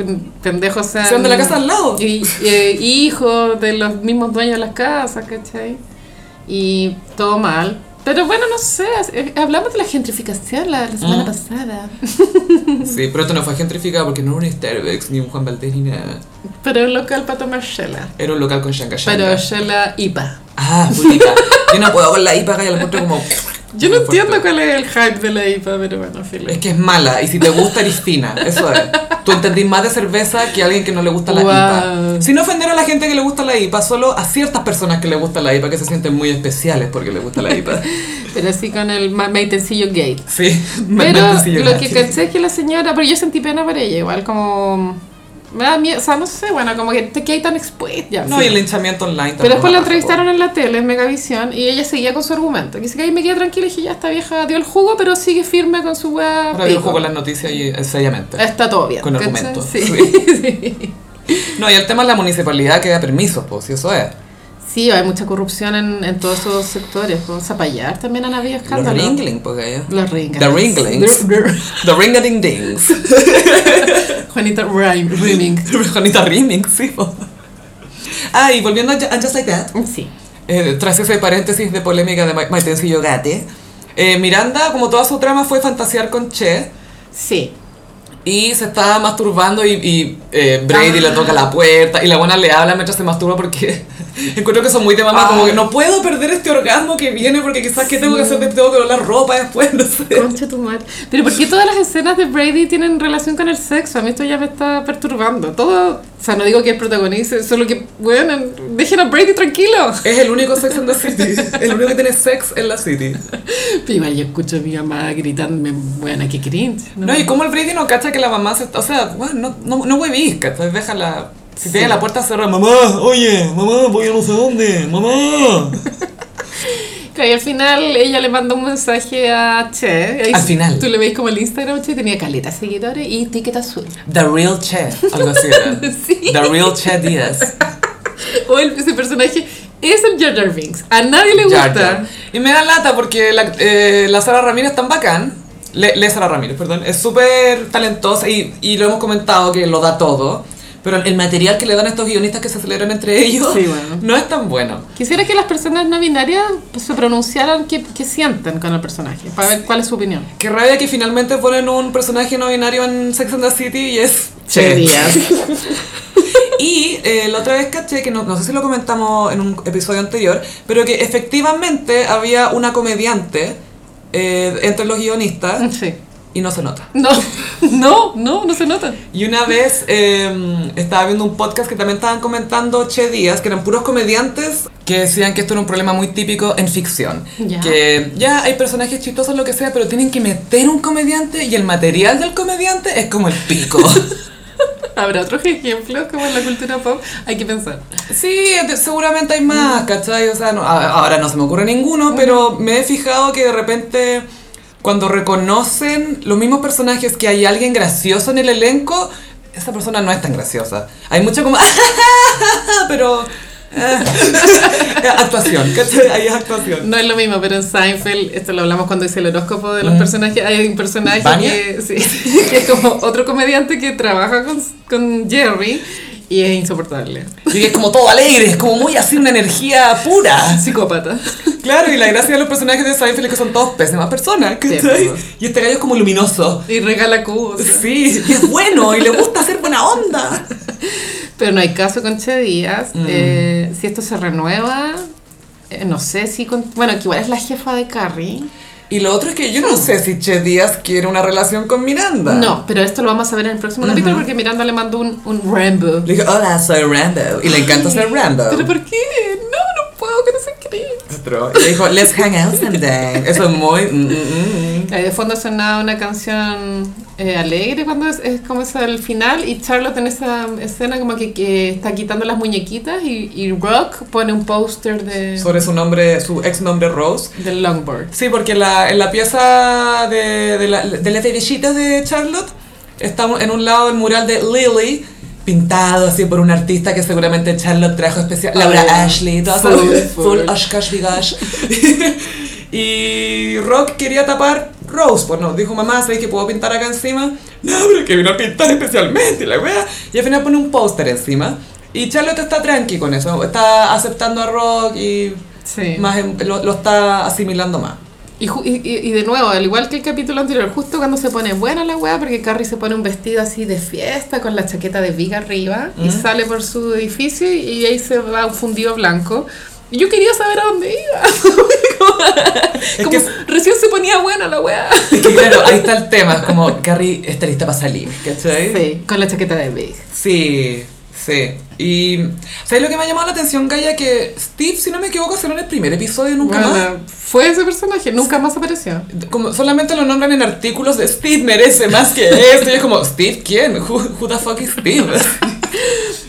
[SPEAKER 2] pendejos sean...
[SPEAKER 1] Sean de la casa al lado.
[SPEAKER 2] Y, eh, hijos de los mismos dueños de las casas, ¿cachai? Y todo mal. Pero bueno, no sé, eh, hablamos de la gentrificación la, la semana
[SPEAKER 1] Mm.
[SPEAKER 2] pasada. *laughs*
[SPEAKER 1] Sí, pero esto no fue gentrificado porque no era un Starbucks, ni un Juan Valdés, ni nada.
[SPEAKER 2] Pero un local para tomar Shela.
[SPEAKER 1] Era un local con Shanga Shanga.
[SPEAKER 2] Pero Shela IPA.
[SPEAKER 1] Ah, putica. Yo no puedo con la IPA que la encuentro como.
[SPEAKER 2] *laughs* Yo no
[SPEAKER 1] muy fuerte.
[SPEAKER 2] entiendo cuál es el hype de la IPA, pero bueno, filo.
[SPEAKER 1] Es que es mala y si te gusta eres fina, eso es. Tú entendís más de cerveza que a alguien que no le gusta la
[SPEAKER 2] Wow.
[SPEAKER 1] IPA. Sin ofender a la gente que le gusta la IPA, solo a ciertas personas que le gusta la IPA que se sienten muy especiales porque le gusta la
[SPEAKER 2] *laughs*
[SPEAKER 1] IPA.
[SPEAKER 2] Pero así con el ma- maitencillo gay.
[SPEAKER 1] Sí, me- me
[SPEAKER 2] Pero
[SPEAKER 1] sencillo,
[SPEAKER 2] lo que
[SPEAKER 1] gracias.
[SPEAKER 2] caché es que la señora, pero yo sentí pena por ella, igual como... Me da miedo, o sea, no sé, bueno, como que te quedas tan expuesta ya.
[SPEAKER 1] No,
[SPEAKER 2] sí.
[SPEAKER 1] y el linchamiento online también.
[SPEAKER 2] Pero después la
[SPEAKER 1] es una
[SPEAKER 2] entrevistaron en la tele, en Megavisión, y ella seguía con su argumento. Que dice que ahí me quedé tranquila y dije, ya, esta vieja dio el jugo, pero sigue firme con su weá.
[SPEAKER 1] paja. Ahora yo
[SPEAKER 2] pico.
[SPEAKER 1] juego las noticias y eh, seriamente.
[SPEAKER 2] Está todo bien.
[SPEAKER 1] Con
[SPEAKER 2] ¿cachai?
[SPEAKER 1] argumentos,
[SPEAKER 2] Sí. sí.
[SPEAKER 1] No, y el tema es la municipalidad que da permisos, pues, si eso es.
[SPEAKER 2] *laughs* Sí, hay mucha corrupción en, en todos esos sectores. pues, Con Zapallar también han habido
[SPEAKER 1] Los
[SPEAKER 2] escándalos.
[SPEAKER 1] ringling, porque ellos.
[SPEAKER 2] Los ringlings.
[SPEAKER 1] The ringlings. The ringating dings.
[SPEAKER 2] *laughs* Juanita Rhyme, Riming.
[SPEAKER 1] *laughs* Juanita ringling, sí. po. Ah, y volviendo a Ju- a Just Like That.
[SPEAKER 2] Sí.
[SPEAKER 1] Eh, tras ese paréntesis de polémica de Ma- Maitencillo Gate, eh, Miranda, como toda su trama, fue fantasear con Che
[SPEAKER 2] Sí.
[SPEAKER 1] y se estaba masturbando y, y, eh, Brady le toca la puerta y la buena le habla mientras se masturba porque *laughs* encuentro que son muy de mamá, como que no puedo perder este orgasmo que viene porque quizás que tengo que hacer, tengo que doblar la ropa después, no sé.
[SPEAKER 2] Concha tu madre. Pero ¿por qué todas las escenas de Brady tienen relación con el sexo? A mí esto ya me está perturbando. Todo, o sea, no digo que el protagonista, solo que, bueno, dejen a Brady *laughs* tranquilo.
[SPEAKER 1] Es el único sex en la city, el único que tiene sex en la city.
[SPEAKER 2] Piba, yo escucho a mi mamá gritarme, bueno, qué cringe.
[SPEAKER 1] No, y como el Brady no cacha que la mamá se... O sea, bueno, no, no, no huevís, ¿cachai? Déjala... Si tiene la puerta cerrada, mamá, oye, mamá, voy a no sé dónde, mamá.
[SPEAKER 2] Que ahí al final ella le mandó un mensaje a Che. Ahí
[SPEAKER 1] Al final.
[SPEAKER 2] Tú le veis como el Instagram, Che tenía caleta seguidores y ticket azul.
[SPEAKER 1] The Real Che, algo así
[SPEAKER 2] *laughs*
[SPEAKER 1] era. The Real Che Díaz.
[SPEAKER 2] O el- ese personaje es el Jar Jar Binks. A nadie le gusta.
[SPEAKER 1] Jar Jar. Y me da lata porque la, eh, la Sara Ramírez tan bacán. Le, le Sara Ramírez, perdón. Es súper talentosa y, y lo hemos comentado que lo da todo. Pero el material que le dan a estos guionistas que se celebran entre ellos
[SPEAKER 2] Sí, bueno.
[SPEAKER 1] *laughs* no es tan bueno.
[SPEAKER 2] Quisiera que las personas no binarias pues, se pronunciaran qué, qué sienten con el personaje, para ver cuál es su opinión.
[SPEAKER 1] Qué rabia que finalmente ponen un personaje no binario en Sex and the City y es
[SPEAKER 2] Che Díaz.
[SPEAKER 1] Y eh, la otra vez caché, que no, no sé si lo comentamos en un episodio anterior, pero que efectivamente había una comediante eh, entre los guionistas
[SPEAKER 2] *laughs* Sí.
[SPEAKER 1] y no se nota.
[SPEAKER 2] No. No, no, no se notan.
[SPEAKER 1] Y una vez eh, estaba viendo un podcast que también estaban comentando Che Díaz, que eran puros comediantes que decían que esto era un problema muy típico en ficción.
[SPEAKER 2] Ya.
[SPEAKER 1] Que ya hay personajes chistosos, lo que sea, pero tienen que meter un comediante y el material del comediante es como el pico.
[SPEAKER 2] Habrá otros ejemplos como en la cultura pop. Hay que pensar.
[SPEAKER 1] sí, de- seguramente hay más, ¿cachai? O sea, no- a- ahora no se me ocurre ninguno, pero me he fijado que de repente cuando reconocen los mismos personajes que hay alguien gracioso en el elenco, esa persona no es tan graciosa. Hay mucho como... *laughs* pero... eh, *laughs* actuación, ¿cachai? Ahí es actuación.
[SPEAKER 2] No es lo mismo, pero en Seinfeld, esto lo hablamos cuando hice el horóscopo de los personajes, hay un personaje
[SPEAKER 1] ¿Vania?
[SPEAKER 2] que, sí, *laughs* que es como otro comediante que trabaja con, con Jerry y es insoportable.
[SPEAKER 1] Y es como todo alegre, es como muy así una energía pura.
[SPEAKER 2] Psicópata.
[SPEAKER 1] Claro, y la gracia de los personajes de Seinfeld es que son todos pésimas personas, ¿cachai?
[SPEAKER 2] Pésimos.
[SPEAKER 1] Y este gallo es como luminoso.
[SPEAKER 2] Y regala cubos.
[SPEAKER 1] Sí, y es bueno y le gusta hacer buena onda.
[SPEAKER 2] Pero no hay caso con Che Díaz.
[SPEAKER 1] Mm.
[SPEAKER 2] Eh, si esto se renueva, eh, no sé si... Con, bueno, que igual es la jefa de Carrie.
[SPEAKER 1] Y lo otro es que yo no sé si Che Díaz quiere una relación con Miranda.
[SPEAKER 2] No, pero esto lo vamos a ver en el próximo capítulo porque Miranda le mandó un, un Rambo.
[SPEAKER 1] Le dije, hola, soy Rando. Y le encanta ser Rando.
[SPEAKER 2] ¿Pero por qué? No, no puedo, que no se cree.
[SPEAKER 1] Otro. Y le dijo, let's hang out someday. Eso es muy... mm, mm, mm.
[SPEAKER 2] Ahí Eh, de fondo sonaba una canción eh, alegre cuando es, es como es el final y Charlotte en esa escena como que, que está quitando las muñequitas y, y Rock pone un póster de,
[SPEAKER 1] Sobre su nombre, su ex nombre Rose.
[SPEAKER 2] del longboard.
[SPEAKER 1] Sí, porque la, en la pieza de, de, la, de las derechitas de Charlotte está en un lado el mural de Lily, pintado así por un artista que seguramente Charlotte trajo especial, Laura
[SPEAKER 2] Ah,
[SPEAKER 1] Ashley, todas
[SPEAKER 2] full,
[SPEAKER 1] esas-
[SPEAKER 2] full.
[SPEAKER 1] full Oshkosh Bigosh. *laughs* y Rock quería tapar Rose, pues no, dijo mamá, ¿sabes que puedo pintar acá encima? No, pero que vino a pintar especialmente, la wea. Y al final pone un póster encima. Y Charlotte está tranqui con eso, está aceptando a Rock y
[SPEAKER 2] Sí.
[SPEAKER 1] más en- lo- lo está asimilando más.
[SPEAKER 2] Y, ju- y- y- y de nuevo, al igual que el capítulo anterior, justo cuando se pone buena la weá, porque Carrie se pone un vestido así de fiesta con la chaqueta de viga arriba y sale por su edificio y ahí se va un fundido blanco. Y yo quería saber a dónde iba.
[SPEAKER 1] Es
[SPEAKER 2] como,
[SPEAKER 1] que-
[SPEAKER 2] recién se ponía buena la weá.
[SPEAKER 1] Es que claro, ahí está el tema, es como Carrie está lista para salir, ¿cachai?
[SPEAKER 2] Sí, con la chaqueta de Big.
[SPEAKER 1] Sí, sí. Y ¿sabes lo que me ha llamado la atención, Gaia? Que Steve, si no me equivoco, será en el primer episodio nunca más.
[SPEAKER 2] fue ese personaje, nunca más apareció.
[SPEAKER 1] Como solamente lo nombran en artículos de Steve merece más que esto. Y es como, ¿Steve quién? Who, who the fuck is Steve?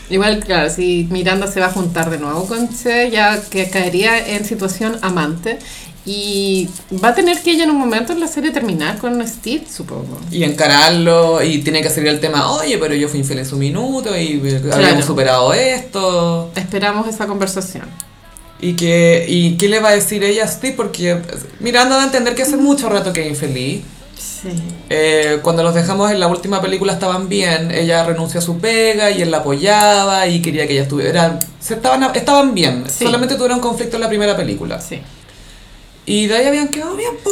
[SPEAKER 2] Igual, claro, si Miranda se va a juntar de nuevo con Che, ya que caería en situación amante. Y va a tener que ella en un momento en la serie terminar con Steve, supongo.
[SPEAKER 1] Y encararlo, y tiene que salir el tema, oye, pero yo fui infiel en su minuto y eh, habíamos superado esto.
[SPEAKER 2] Esperamos esa conversación.
[SPEAKER 1] ¿Y qué, ¿Y qué le va a decir ella a Steve? Porque Miranda da a entender que hace mucho rato que es infeliz.
[SPEAKER 2] Sí.
[SPEAKER 1] Eh, cuando los dejamos en la última película estaban bien, ella renunció a su pega y él la apoyaba y quería que ella estuviera... Se estaban, estaban bien,
[SPEAKER 2] Sí.
[SPEAKER 1] solamente tuvieron conflicto en la primera película.
[SPEAKER 2] Sí.
[SPEAKER 1] Y de ahí habían quedado bien, po.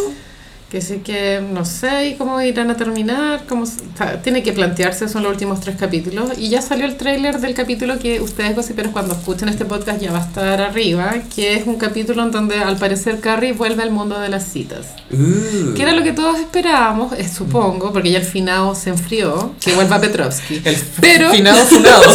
[SPEAKER 2] Que sí que no sé y cómo irán a terminar, cómo se- o sea, tiene que plantearse, son los últimos tres capítulos. Y ya salió el tráiler del capítulo que ustedes, gossiperos, cuando escuchen este podcast ya va a estar arriba, que es un capítulo en donde al parecer Carrie vuelve al mundo de las citas.
[SPEAKER 1] Uh.
[SPEAKER 2] Que era lo que todos esperábamos, eh, supongo, porque ya el finado se enfrió, que vuelva Petrovsky.
[SPEAKER 1] *laughs* El
[SPEAKER 2] Pero,
[SPEAKER 1] finado *laughs* funado.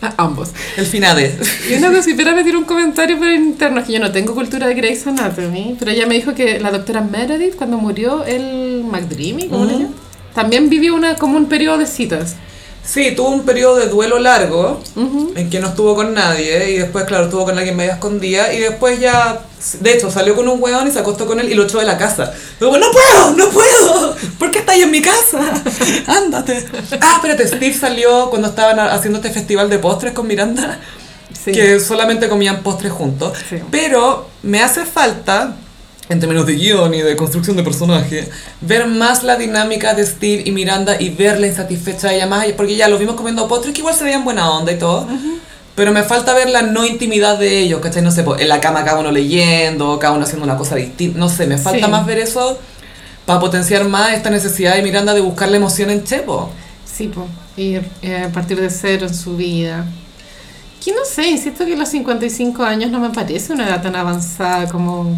[SPEAKER 2] Ah, ambos.
[SPEAKER 1] El finade.
[SPEAKER 2] Y una gossipera me tiró un comentario por interno, que yo no tengo cultura de Grey's Anatomy, pero ella me dijo que la doctora Meredith, cuando murió el McDreamy, ¿cómo le
[SPEAKER 1] Ujú.
[SPEAKER 2] llaman? También vivió una, como un periodo de citas.
[SPEAKER 1] Sí, tuvo un periodo de duelo largo en que no estuvo con nadie y después, claro, estuvo con alguien medio escondida y después ya, de hecho, salió con un hueón y se acostó con él y lo echó de la casa. Luego, no puedo, no puedo, ¿por qué estás en mi casa? *laughs* Ándate. Ah, espérate, Steve salió cuando estaban a- haciendo este festival de postres con Miranda,
[SPEAKER 2] Sí.
[SPEAKER 1] que solamente comían postres juntos.
[SPEAKER 2] Sí.
[SPEAKER 1] Pero me hace falta... En términos de guión y de construcción de personaje, ver más la dinámica de Steve y Miranda y verla insatisfecha de ella más, porque ya los vimos comiendo postres que igual se veían buena onda y todo, pero me falta ver la no intimidad de ellos, ¿cachai? No sé, po, en la cama cada uno leyendo, cada uno haciendo una cosa distinta, no sé, me falta
[SPEAKER 2] Sí.
[SPEAKER 1] más ver eso para potenciar más esta necesidad de Miranda de buscar la emoción en Chepo.
[SPEAKER 2] Sí, po. Y eh, a partir de cero en su vida. Que no sé, insisto que los 55 años no me parece una edad tan avanzada como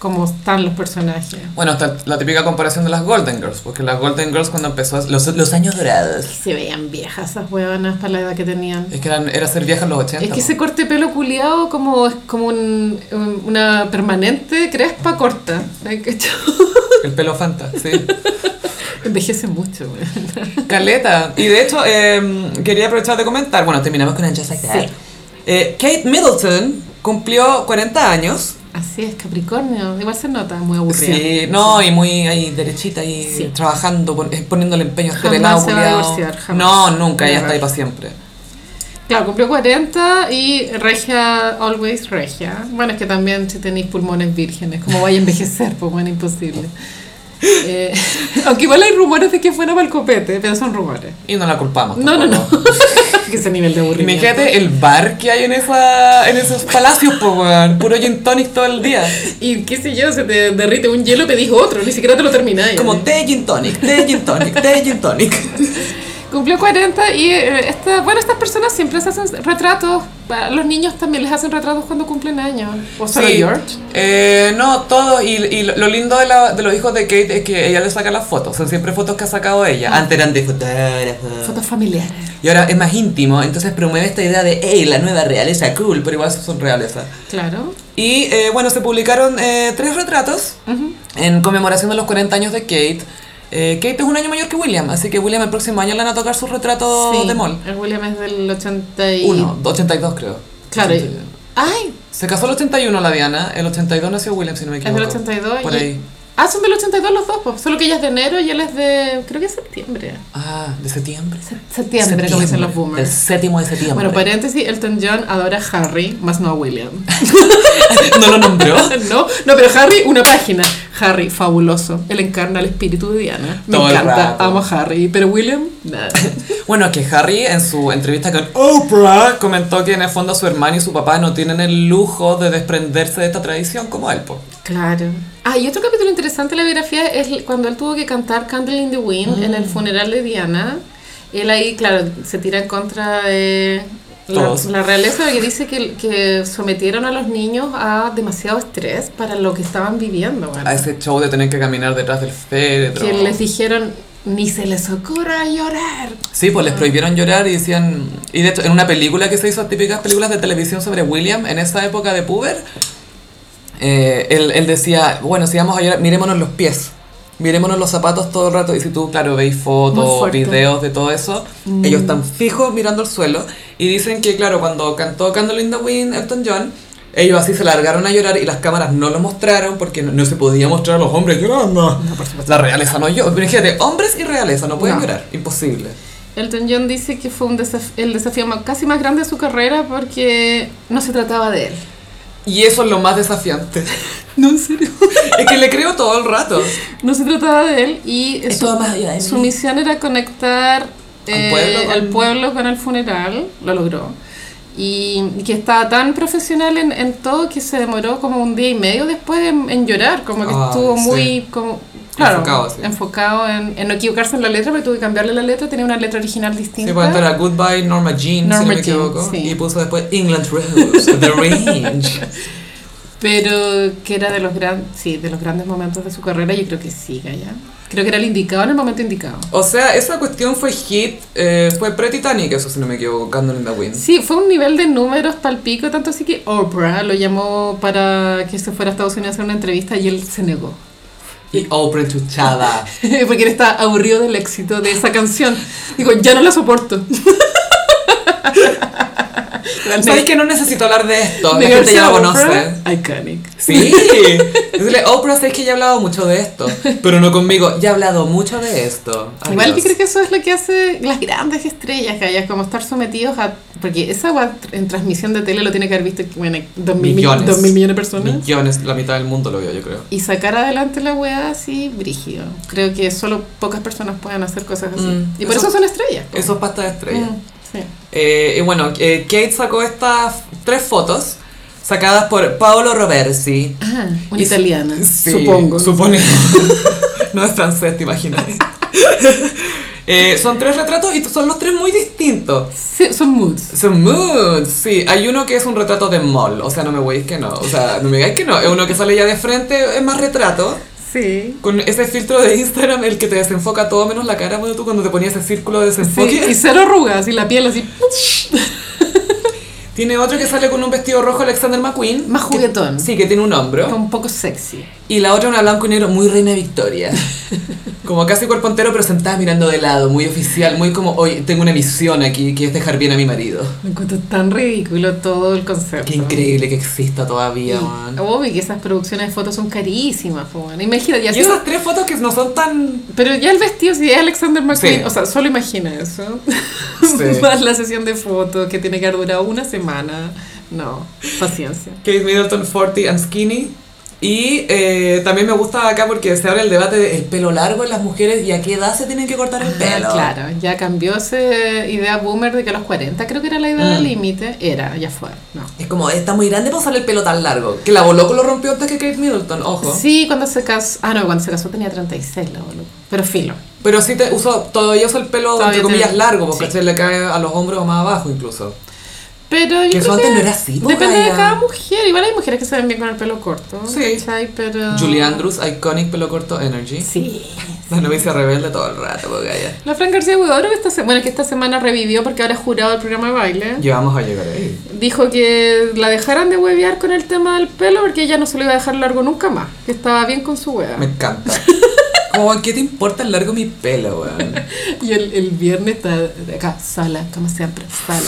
[SPEAKER 2] como están los personajes.
[SPEAKER 1] Bueno, está la típica comparación de las Golden Girls, porque las Golden Girls cuando empezó a- los, los años dorados.
[SPEAKER 2] Se veían viejas esas huevonas para la edad que tenían.
[SPEAKER 1] Es que eran, era ser vieja en los 80.
[SPEAKER 2] Es que
[SPEAKER 1] po.
[SPEAKER 2] ese corte de pelo culiado como, es como un- un- una permanente crespa corta. ¿Has cachado?
[SPEAKER 1] *laughs* El pelo fanta,
[SPEAKER 2] *laughs*
[SPEAKER 1] sí.
[SPEAKER 2] Envejece mucho, güey.
[SPEAKER 1] Caleta. Y de hecho, eh, quería aprovechar de comentar. Bueno, terminamos con Angels Like That.
[SPEAKER 2] Sí.
[SPEAKER 1] Eh, Kate Middleton cumplió 40 años.
[SPEAKER 2] Así es, Capricornio. Igual se nota, muy aburrida.
[SPEAKER 1] Sí, no, y muy ahí derechita y
[SPEAKER 2] Sí.
[SPEAKER 1] trabajando, pon- eh, poniéndole empeño a este pelado
[SPEAKER 2] Jamás se va a
[SPEAKER 1] culiao.
[SPEAKER 2] divorciar, jamás.
[SPEAKER 1] No, nunca, ella
[SPEAKER 2] Never.
[SPEAKER 1] está ahí para siempre.
[SPEAKER 2] Claro, cumplió 40 y regia, always regia. Bueno, es que también si tenéis pulmones vírgenes, como vaya a envejecer, pues bueno, imposible. Eh, *laughs* aunque igual hay rumores de que fuera para el copete, pero son rumores.
[SPEAKER 1] Y no la culpamos.
[SPEAKER 2] No, no, no. *laughs*
[SPEAKER 1] tampoco.
[SPEAKER 2] que ese nivel de
[SPEAKER 1] Y
[SPEAKER 2] aburrimiento.
[SPEAKER 1] Imagínate el bar que hay en, esa, en esos palacios, po, weón. Puro gin tonic todo el día.
[SPEAKER 2] Y qué sé yo, se te derrite un hielo, pedís otro, ni siquiera te lo termináis.
[SPEAKER 1] Como té gin tonic, té gin tonic, té gin tonic.
[SPEAKER 2] Cumplió 40 y eh, esta, bueno, estas personas siempre se hacen retratos. A los niños también les hacen retratos cuando cumplen años. ¿O *laughs* solo
[SPEAKER 1] Sí.
[SPEAKER 2] George?
[SPEAKER 1] Eh, no, todos. Y, y lo lindo de, la- de los hijos de Kate es que ella le saca las fotos. Son siempre fotos que ha sacado ella. Antes eran de fotógrafo.
[SPEAKER 2] Fotos familiares.
[SPEAKER 1] Y ahora es más íntimo, entonces promueve esta idea de, hey, la nueva realeza, cool, pero igual son ¿eh? realeza.
[SPEAKER 2] Claro.
[SPEAKER 1] Y eh, bueno, se publicaron eh, tres retratos
[SPEAKER 2] Ujú.
[SPEAKER 1] en conmemoración de los 40 años de Kate. Eh, Kate es un año mayor que William, así que William el próximo año le van a tocar sus retratos
[SPEAKER 2] Sí,
[SPEAKER 1] de mall.
[SPEAKER 2] El William es del 80 y...
[SPEAKER 1] Uno, 82 creo.
[SPEAKER 2] Claro.
[SPEAKER 1] 82.
[SPEAKER 2] Ay,
[SPEAKER 1] Se casó el 81 la Diana, el 82 nació William, si no me
[SPEAKER 2] es del
[SPEAKER 1] equivoco.
[SPEAKER 2] 82.
[SPEAKER 1] Por
[SPEAKER 2] y-
[SPEAKER 1] ahí.
[SPEAKER 2] Ah, son del 82 los dos, pues. Solo que ella es de enero y él es de... Creo que es septiembre.
[SPEAKER 1] Ah, de septiembre. Septiembre,
[SPEAKER 2] Septiembre, como dicen los boomers.
[SPEAKER 1] El séptimo de septiembre.
[SPEAKER 2] Bueno, paréntesis, Elton John adora a Harry, más no a William.
[SPEAKER 1] *laughs* no lo nombró.
[SPEAKER 2] *laughs* no, no, pero Harry, una página. Harry, fabuloso. Él encarna el espíritu de Diana. Me
[SPEAKER 1] Todo el
[SPEAKER 2] encanta,
[SPEAKER 1] rato.
[SPEAKER 2] amo a Harry. Pero William, nada.
[SPEAKER 1] Bueno, que Harry en su entrevista con Oprah comentó que en el fondo su hermano y su papá no tienen el lujo de desprenderse de esta tradición como él, po.
[SPEAKER 2] *laughs* Claro. Ah, y otro capítulo interesante de la biografía es cuando él tuvo que cantar Candle in the Wind en el funeral de Diana. Él ahí, claro, se tira en contra de la,
[SPEAKER 1] Todos.
[SPEAKER 2] la realeza que dice que, que sometieron a los niños a demasiado estrés para lo que estaban viviendo. bueno.
[SPEAKER 1] A ese show de tener que caminar detrás del féretro.
[SPEAKER 2] Que les dijeron, ni se les ocurra llorar.
[SPEAKER 1] Sí,
[SPEAKER 2] Ah.
[SPEAKER 1] pues les prohibieron llorar y decían... Y de hecho, en una película que se hizo, típicas películas de televisión sobre William, en esa época de puber, eh, él, él decía, bueno, si vamos a llorar, mirémonos los pies. Mirémonos los zapatos todo el rato. Y si tú, claro, veis
[SPEAKER 2] Muy
[SPEAKER 1] fotos,
[SPEAKER 2] fuerte. Mm.
[SPEAKER 1] videos de todo eso, ellos están fijos mirando el suelo. Y dicen que, claro, cuando cantó Candle in the Wind, Elton John, ellos así se largaron a llorar y las cámaras no lo mostraron porque no, no se podía mostrar a los hombres llorando. La realeza no llora. Pero Imagínate, hombres y realeza no pueden
[SPEAKER 2] No.
[SPEAKER 1] llorar. Imposible.
[SPEAKER 2] Elton John dice que fue un desaf- el desafío más- casi más grande de su carrera porque no se trataba de él.
[SPEAKER 1] Y eso es lo más desafiante. *laughs*
[SPEAKER 2] No, en serio.
[SPEAKER 1] es que le creo todo el rato.
[SPEAKER 2] *laughs* No se trataba de él y su,
[SPEAKER 1] todo más allá de
[SPEAKER 2] su
[SPEAKER 1] mí.
[SPEAKER 2] misión era conectar
[SPEAKER 1] Al
[SPEAKER 2] eh,
[SPEAKER 1] pueblo con-
[SPEAKER 2] al pueblo con el funeral, lo logró. Y, y que estaba tan profesional en, en todo que se demoró como un día y medio después en, en llorar, como que
[SPEAKER 1] Ah,
[SPEAKER 2] estuvo
[SPEAKER 1] sí.
[SPEAKER 2] muy como, claro,
[SPEAKER 1] Enfocado, sí.
[SPEAKER 2] enfocado en, en no equivocarse en la letra, porque tuve que cambiarle la letra, tenía una letra original distinta.
[SPEAKER 1] Sí, pues antes era Goodbye Norma Jean, si no
[SPEAKER 2] Norma
[SPEAKER 1] me
[SPEAKER 2] Jean,
[SPEAKER 1] equivoco.
[SPEAKER 2] sí.
[SPEAKER 1] Y puso después England Rose, The Range.
[SPEAKER 2] Pero que era de los, gran, sí, de los grandes momentos de su carrera, yo creo que sí, ya. Creo que era el indicado en el momento indicado.
[SPEAKER 1] O sea, esa cuestión fue hit, eh, fue pre-Titanic, eso si no me equivoco, Candle in the Wind.
[SPEAKER 2] Sí, fue un nivel de números palpico, tanto así que Oprah lo llamó para que se fuera a Estados Unidos a hacer una entrevista y él se negó. *laughs*
[SPEAKER 1] Y Oprah enchuchada.
[SPEAKER 2] Porque él está aburrido del éxito de esa canción. Digo, ya no la soporto.
[SPEAKER 1] *laughs*
[SPEAKER 2] *laughs*
[SPEAKER 1] ¿Sabes que no necesito hablar de esto? La gente
[SPEAKER 2] Negarse
[SPEAKER 1] ya
[SPEAKER 2] a
[SPEAKER 1] lo
[SPEAKER 2] Oprah,
[SPEAKER 1] conoce.
[SPEAKER 2] Iconic.
[SPEAKER 1] Sí. Decirle, Oprah, sabes que ya he hablado mucho de esto. Pero no conmigo, ya he hablado mucho de esto.
[SPEAKER 2] Igual
[SPEAKER 1] Adiós.
[SPEAKER 2] yo creo que eso es lo que hace las grandes estrellas, callas, como estar sometidos a... Porque esa weá en transmisión de tele lo tiene que haber visto, bueno, dos mil millones,
[SPEAKER 1] Millones.
[SPEAKER 2] dos mil millones de personas.
[SPEAKER 1] Millones, la mitad del mundo lo vio, yo creo.
[SPEAKER 2] Y sacar adelante la weá así, brígido. Creo que solo pocas personas pueden hacer cosas así.
[SPEAKER 1] Mm,
[SPEAKER 2] y por eso,
[SPEAKER 1] eso-
[SPEAKER 2] son estrellas. po.
[SPEAKER 1] Eso es pasta de estrella.
[SPEAKER 2] Mm, sí.
[SPEAKER 1] Eh, y bueno, eh, Kate sacó estas tres fotos sacadas por Paolo Roversi.
[SPEAKER 2] Ah, una
[SPEAKER 1] Y-
[SPEAKER 2] italiana,
[SPEAKER 1] sí, *laughs*
[SPEAKER 2] supongo.
[SPEAKER 1] Supone. no es francés, te imaginas. *laughs* Eh, son tres retratos y son los tres muy distintos.
[SPEAKER 2] Sí, son moods.
[SPEAKER 1] Son moods, sí. Hay uno que es un retrato de mall, o sea, no me voy que no, o sea, no me digáis que no. Es uno que sale ya de frente, es más retrato.
[SPEAKER 2] Sí.
[SPEAKER 1] Con ese filtro de Instagram, el que te desenfoca todo menos la cara, bueno, tú cuando te ponías ese círculo de desenfoque.
[SPEAKER 2] y cero arrugas y la piel así. ¡puch!
[SPEAKER 1] Tiene otro que sale con un vestido rojo Alexander McQueen.
[SPEAKER 2] Más
[SPEAKER 1] que-
[SPEAKER 2] juguetón.
[SPEAKER 1] sí, que tiene un hombro.
[SPEAKER 2] Como un poco sexy.
[SPEAKER 1] Y la otra una blanco y negro muy reina
[SPEAKER 2] *laughs*
[SPEAKER 1] Victoria. Como casi cuerpo entero, pero sentada mirando de lado, muy oficial, muy como, hoy tengo una misión aquí, que es dejar bien a mi marido.
[SPEAKER 2] Me encuentro tan ridículo todo el concepto.
[SPEAKER 1] Qué increíble que exista todavía,
[SPEAKER 2] Y Oh,
[SPEAKER 1] man.
[SPEAKER 2] Obvio que esas producciones de fotos son carísimas, po, bueno. Imagínate, ya
[SPEAKER 1] Y
[SPEAKER 2] si-
[SPEAKER 1] esas tres fotos que no son tan...
[SPEAKER 2] Pero ya el vestido, si es Alexander McQueen,
[SPEAKER 1] Sí.
[SPEAKER 2] o sea, solo imagina eso.
[SPEAKER 1] Sí.
[SPEAKER 2] *laughs* Más la sesión de fotos que tiene que haber durado una semana. No, paciencia.
[SPEAKER 1] Kate Middleton, 40 and skinny. Y eh, también me gusta acá porque se abre el debate del pelo largo en las mujeres y a qué edad se tienen que cortar el pelo.
[SPEAKER 2] Ah, claro, ya cambió esa idea boomer de que a los 40 creo que era la idea
[SPEAKER 1] Mm.
[SPEAKER 2] del límite. Era, ya fue. No.
[SPEAKER 1] Es como, está muy grande para usar el pelo tan largo. Que la Boloco lo rompió antes que Kate Middleton, ojo.
[SPEAKER 2] Sí, cuando se casó. Ah, no, cuando se casó tenía 36, la boluda. Pero filo.
[SPEAKER 1] Pero sí te uso, todavía uso el pelo,
[SPEAKER 2] Todavía
[SPEAKER 1] entre comillas,
[SPEAKER 2] te-
[SPEAKER 1] largo, porque
[SPEAKER 2] sí.
[SPEAKER 1] se le cae a los hombros o más abajo incluso.
[SPEAKER 2] Pero yo
[SPEAKER 1] Que eso
[SPEAKER 2] creo
[SPEAKER 1] antes
[SPEAKER 2] que
[SPEAKER 1] no era así, po,
[SPEAKER 2] Depende de
[SPEAKER 1] Gaia.
[SPEAKER 2] cada mujer. Igual hay mujeres que se ven bien con el pelo corto.
[SPEAKER 1] Sí.
[SPEAKER 2] ¿cachai? Pero.
[SPEAKER 1] Julie Andrews, iconic pelo corto energy.
[SPEAKER 2] Ah. Sí.
[SPEAKER 1] La novicia rebelde todo el rato, porque ya.
[SPEAKER 2] La Fran García Huidobro, que esta se- bueno, que esta semana revivió porque ahora es jurado del programa de baile.
[SPEAKER 1] Llevamos a llegar ahí.
[SPEAKER 2] Dijo que la dejaran de huevear con el tema del pelo porque ella no se lo iba a dejar largo nunca más. Que estaba bien con su hueá.
[SPEAKER 1] Me
[SPEAKER 2] *laughs*
[SPEAKER 1] encanta. Como, ¿qué te importa el largo mi pelo,
[SPEAKER 2] *laughs*
[SPEAKER 1] weón?
[SPEAKER 2] Y el, el viernes está de acá, sola, como siempre, sola.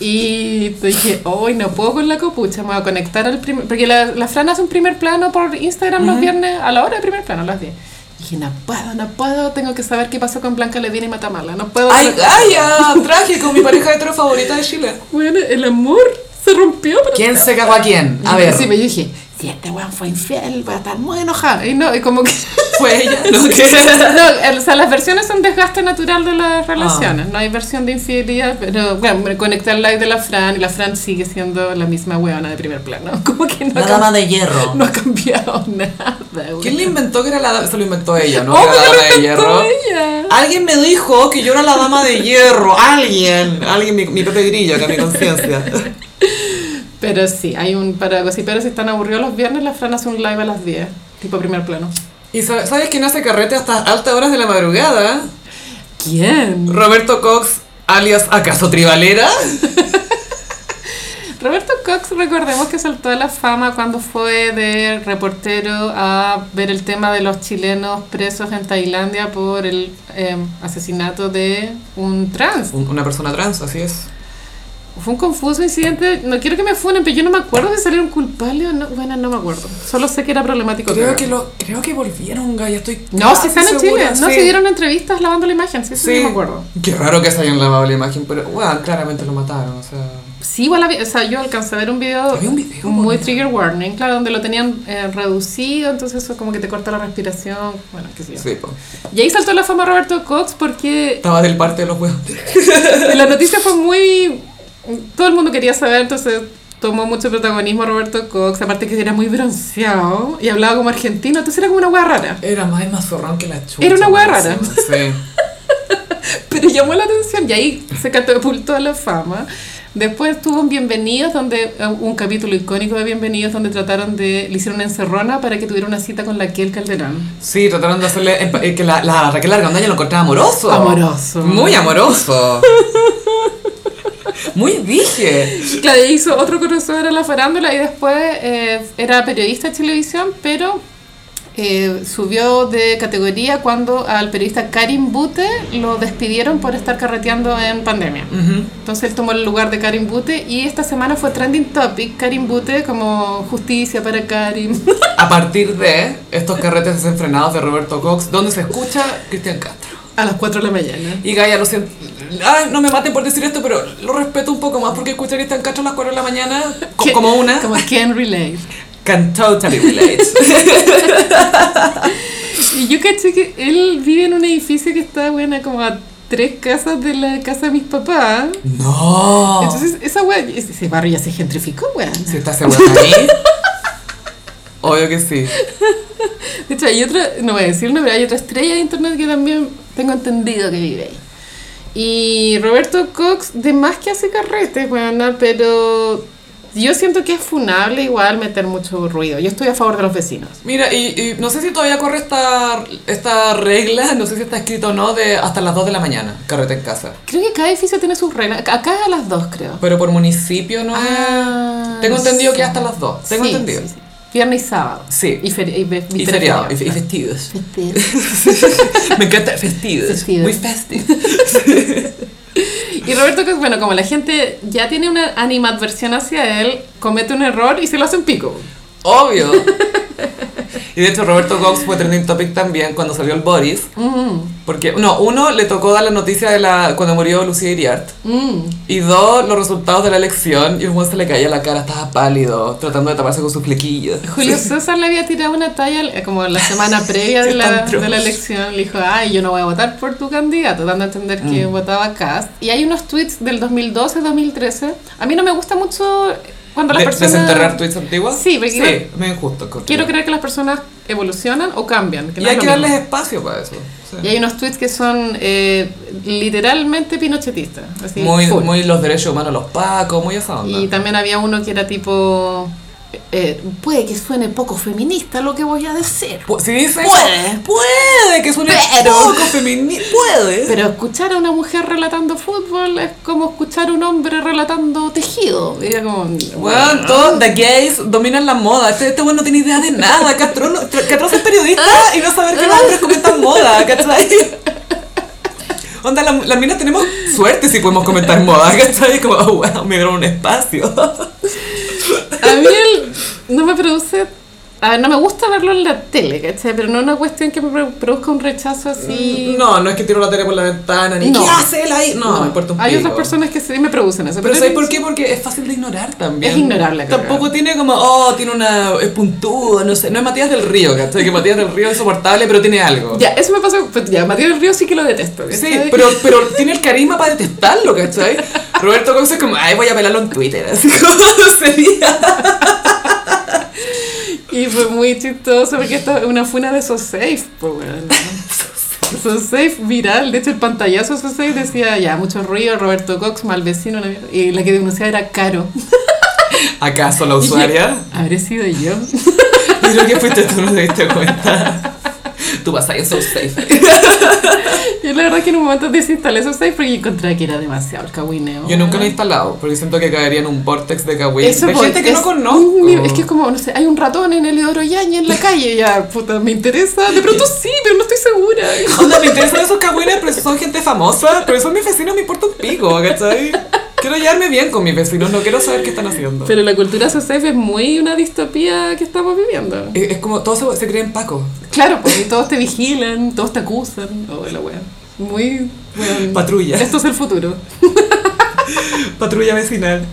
[SPEAKER 2] Y te dije, hoy no puedo con la copucha, me voy a conectar al primer... Porque la, la Fran hace un primer plano por Instagram los viernes, a la hora de primer plano, a las 10. Y dije, no puedo, no puedo, tengo que saber qué pasó con Blanca Levina y Matamala, no puedo...
[SPEAKER 1] ¡Ay, ah, Gaia! Trágico, mi pareja hetero favorita de Chile.
[SPEAKER 2] Bueno, el amor se rompió. pero-
[SPEAKER 1] ¿Quién se cagó a quién? A
[SPEAKER 2] Y
[SPEAKER 1] ver,
[SPEAKER 2] Sí, pero yo dije, si este weón fue infiel, voy a estar muy enojada. Y no, y como que... *laughs*
[SPEAKER 1] ¿fue ella? No, ¿qué?
[SPEAKER 2] No, o sea, las versiones son desgaste natural de las relaciones.
[SPEAKER 1] Ah.
[SPEAKER 2] No hay versión de infidelidad, pero bueno, me conecté al live de la Fran y la Fran sigue siendo la misma huevona de primer plano. *laughs* Como que no, ha, cam-
[SPEAKER 1] de hierro.
[SPEAKER 2] *laughs* no ha cambiado nada, weón.
[SPEAKER 1] ¿Quién le inventó que era la dama? Se lo inventó ella, ¿no?
[SPEAKER 2] Oh,
[SPEAKER 1] Que era la
[SPEAKER 2] porque
[SPEAKER 1] dama
[SPEAKER 2] lo
[SPEAKER 1] de hierro.
[SPEAKER 2] inventó ella.
[SPEAKER 1] Alguien me dijo que yo era la dama de hierro. Alguien. Alguien, mi, mi Pepe Grillo, que mi conciencia.
[SPEAKER 2] Pero sí, hay un para pero si están aburridos los viernes, la Fran hace un live a las 10, tipo primer plano.
[SPEAKER 1] ¿Y sa- sabes quién hace carrete hasta altas horas de la madrugada?
[SPEAKER 2] ¿Quién?
[SPEAKER 1] Roberto Cox, alias ¿acaso tribalera?
[SPEAKER 2] Roberto Cox, recordemos que saltó a la fama cuando fue de reportero a ver el tema de los chilenos presos en Tailandia por el eh, asesinato de un trans.
[SPEAKER 1] Un- una persona trans, así es.
[SPEAKER 2] Fue un confuso incidente. No quiero que me funen, pero yo no me acuerdo si salieron culpables o no. Bueno, no me acuerdo. Solo sé que era problemático.
[SPEAKER 1] Creo
[SPEAKER 2] cagar.
[SPEAKER 1] que, lo, creo que volvieron, Gaya, estoy...
[SPEAKER 2] No, si están en Chile.
[SPEAKER 1] segura,
[SPEAKER 2] No,
[SPEAKER 1] sí.
[SPEAKER 2] si dieron entrevistas lavando la imagen. Sí, eso
[SPEAKER 1] Sí.
[SPEAKER 2] yo me acuerdo.
[SPEAKER 1] Qué raro que se hayan lavado la imagen, pero, bueno, claramente lo mataron, o sea...
[SPEAKER 2] Sí, igual había, o sea, yo alcancé a ver un video,
[SPEAKER 1] Había un video,
[SPEAKER 2] muy
[SPEAKER 1] ¿no?
[SPEAKER 2] trigger warning, claro, donde lo tenían eh, reducido, entonces eso como que te corta la respiración, bueno, qué sé yo.
[SPEAKER 1] Sí, po.
[SPEAKER 2] Y ahí saltó la fama Roberto Cox porque *laughs*
[SPEAKER 1] Estaba del parte de los huevos.
[SPEAKER 2] la noticia fue muy... Todo el mundo quería saber, entonces tomó mucho protagonismo Roberto Cox, aparte que era muy bronceado y hablaba como argentino, entonces era como una hueá rara.
[SPEAKER 1] Era más mazorrón que la chucha.
[SPEAKER 2] Era una hueá
[SPEAKER 1] más
[SPEAKER 2] rara.
[SPEAKER 1] encima, Sí.
[SPEAKER 2] *laughs* Pero llamó la atención y ahí se catapultó a la fama. Después tuvo un Bienvenidos, donde eh, un capítulo icónico de Bienvenidos, donde trataron de, le hicieron una encerrona para que tuviera una cita con la Kiel Calderón.
[SPEAKER 1] Sí, trataron de hacerle empa- eh, que la, la Raquel Argandoña lo encontraba amoroso.
[SPEAKER 2] Amoroso.
[SPEAKER 1] Muy amoroso. *laughs* Muy dije.
[SPEAKER 2] Claro, ella hizo otro crossover a la farándula y después eh, era periodista de televisión, pero eh, subió de categoría cuando al periodista Karim Bute lo despidieron por estar carreteando en pandemia. Entonces él tomó el lugar de Karim Bute y esta semana fue trending topic Karim Bute como justicia para Karim.
[SPEAKER 1] A partir de estos carretes desenfrenados de Roberto Cox, donde se escucha Cristian Castro.
[SPEAKER 2] A las 4 de la mañana.
[SPEAKER 1] Y Gaia, lo siento. Ay, no me maten por decir esto, pero lo respeto un poco más porque escuchar a Cristian Castro a las 4 de la mañana, co-
[SPEAKER 2] Que-
[SPEAKER 1] como una,
[SPEAKER 2] Como can relate.
[SPEAKER 1] can totally
[SPEAKER 2] *laughs*
[SPEAKER 1] relate.
[SPEAKER 2] Y yo caché que él vive en un edificio que está, buena como a tres casas de la casa de mis papás.
[SPEAKER 1] No.
[SPEAKER 2] Entonces, esa wea, ese ese barrio ya se gentrificó, weón.
[SPEAKER 1] Si estás segura de mí,
[SPEAKER 2] *laughs*
[SPEAKER 1] obvio que sí.
[SPEAKER 2] De hecho, hay otra, no voy a decir, no, pero hay otra estrella de internet que también Tengo entendido que vive ahí. Y Roberto Cox, de más que hace carretes, weona, pero yo siento que es funable igual meter mucho ruido. Yo estoy a favor de los vecinos.
[SPEAKER 1] Mira, y, y no sé si todavía corre esta, esta regla, no sé si está escrito o no, de hasta las 2 de la mañana, carrete en casa.
[SPEAKER 2] Creo que cada edificio tiene sus reglas. Acá es a las dos, creo.
[SPEAKER 1] Pero por municipio no es-
[SPEAKER 2] Ah,
[SPEAKER 1] Tengo entendido
[SPEAKER 2] sí.
[SPEAKER 1] que hasta las 2. Tengo
[SPEAKER 2] Sí,
[SPEAKER 1] entendido.
[SPEAKER 2] sí, sí. Viernes y sábado.
[SPEAKER 1] Sí.
[SPEAKER 2] Y, feri- y ve-
[SPEAKER 1] Y,
[SPEAKER 2] y
[SPEAKER 1] feriado,
[SPEAKER 2] feriado.
[SPEAKER 1] y, fe- y
[SPEAKER 2] *laughs*
[SPEAKER 1] festivos.
[SPEAKER 2] Este.
[SPEAKER 1] Me encanta festivos.
[SPEAKER 2] Festivos.
[SPEAKER 1] Muy festive.
[SPEAKER 2] Y Roberto Cox, bueno, como la gente ya tiene una animadversión hacia él, comete un error y se lo hace un pico.
[SPEAKER 1] Obvio. *laughs* Y de hecho Roberto Cox fue trending topic también cuando salió el Boris.
[SPEAKER 2] Mm,
[SPEAKER 1] Porque, no, uno, le tocó dar la noticia de la cuando murió Lucía Iriart.
[SPEAKER 2] mm.
[SPEAKER 1] Y dos, los resultados de la elección. Y un buen se le caía la cara, estaba pálido, tratando de taparse con sus flequillos.
[SPEAKER 2] Julio César le había tirado una talla eh, como la
[SPEAKER 1] *laughs*
[SPEAKER 2] semana previa de la,
[SPEAKER 1] Tantrums.
[SPEAKER 2] de la elección. Le dijo, ay, yo no voy a votar por tu candidato, dando a entender que
[SPEAKER 1] Mm.
[SPEAKER 2] votaba Cast. Y hay unos tweets del 2012-2013. A mí no me gusta mucho cuando las
[SPEAKER 1] De-
[SPEAKER 2] personas...
[SPEAKER 1] ¿Desenterrar tweets antiguos?
[SPEAKER 2] Sí, porque
[SPEAKER 1] Sí, me injusto. creo.
[SPEAKER 2] Quiero creer que las personas evolucionan o cambian. Que
[SPEAKER 1] Y
[SPEAKER 2] no es
[SPEAKER 1] hay
[SPEAKER 2] lo
[SPEAKER 1] que
[SPEAKER 2] mismo.
[SPEAKER 1] darles espacio para eso. sí.
[SPEAKER 2] Y hay unos tweets que son eh, literalmente pinochetistas. así,
[SPEAKER 1] Muy,
[SPEAKER 2] full.
[SPEAKER 1] muy los derechos humanos, los pacos, muy esa onda.
[SPEAKER 2] Y también había uno que era tipo. eh, puede que suene poco feminista lo que voy a decir.
[SPEAKER 1] Pu- Si dice
[SPEAKER 2] Puede.
[SPEAKER 1] eso, puede que suene
[SPEAKER 2] Pero.
[SPEAKER 1] poco feminista. Puede.
[SPEAKER 2] Pero escuchar a una mujer relatando fútbol es como escuchar a un hombre relatando tejido. Y era como.
[SPEAKER 1] Bueno, todos the gays dominan la moda. Este, este weón no tiene idea de nada. Castro, no- Castro es periodista
[SPEAKER 2] Ah.
[SPEAKER 1] y no saber que los hombres comentan moda,
[SPEAKER 2] *laughs*
[SPEAKER 1] ¿cachai? Onda, la- las minas tenemos suerte si podemos comentar moda, ¿cachai? Como, oh, wow, me dieron un espacio.
[SPEAKER 2] A mí el- no me produce. A ver, no me gusta verlo en la tele, ¿cachai? Pero no es una cuestión que me pro- produzca un rechazo así.
[SPEAKER 1] No, no es que tiro la tele por la ventana, ni
[SPEAKER 2] No.
[SPEAKER 1] ¿qué hace él ahí? Mm, No, me importa un
[SPEAKER 2] Hay
[SPEAKER 1] pico.
[SPEAKER 2] otras personas que sí me producen eso.
[SPEAKER 1] Pero ¿sabes
[SPEAKER 2] es-
[SPEAKER 1] por qué? Porque es fácil de ignorar también.
[SPEAKER 2] Es ignorable, claro.
[SPEAKER 1] Tampoco tiene como, oh, tiene una, es puntudo, no sé. No es Matías del Río, ¿cachai? Que Matías del Río es soportable, pero tiene algo.
[SPEAKER 2] Ya, eso me pasa. pues ya, Matías del Río sí que lo detesto.
[SPEAKER 1] Sí,
[SPEAKER 2] ¿cachai?
[SPEAKER 1] pero, pero tiene el carisma para detestarlo, ¿cachai? Roberto Cox es como, ay, voy a pelarlo en Twitter, así *laughs* como sería.
[SPEAKER 2] Y fue muy chistoso porque esto es una funa de SoSafe, pues weón.
[SPEAKER 1] *laughs*
[SPEAKER 2] SoSafe viral, de hecho el pantallazo de SoSafe decía, ya, mucho ruido, Roberto Cox, mal vecino, la mierda". y la que denunciaba era Caro.
[SPEAKER 1] ¿Acaso la usuaria?
[SPEAKER 2] *laughs* Habré sido yo.
[SPEAKER 1] Yo creo que fuiste tú, no te diste cuenta. Tú vas ahí en So Safe.
[SPEAKER 2] Yo la verdad que en un momento desinstalé SoSafe porque encontré que era demasiado el cagüineo.
[SPEAKER 1] Yo nunca lo he
[SPEAKER 2] weón.
[SPEAKER 1] instalado, porque siento que caería en un vortex de kawaii.
[SPEAKER 2] Eso
[SPEAKER 1] de
[SPEAKER 2] por-
[SPEAKER 1] gente que
[SPEAKER 2] es
[SPEAKER 1] no conozco.
[SPEAKER 2] un- es que es como, no sé, hay un ratón en el Oro Yaña en la calle, ya, puta, me interesa. De pronto sí, pero no
[SPEAKER 1] *laughs*
[SPEAKER 2] estoy segura.
[SPEAKER 1] Onda, me interesan esos kawines, pero son gente famosa, pero son mis vecinos, me importa un pico, ¿cachai? Quiero llevarme bien con mis vecinos, no quiero saber qué están haciendo.
[SPEAKER 2] Pero la cultura SoSafe es muy una distopía que estamos viviendo.
[SPEAKER 1] Es, es como, todos se, se creen pacos.
[SPEAKER 2] Claro, porque todos te vigilan, todos te acusan. Oh, la wea. Muy. weón.
[SPEAKER 1] Patrulla.
[SPEAKER 2] Esto es el futuro.
[SPEAKER 1] Patrulla vecinal.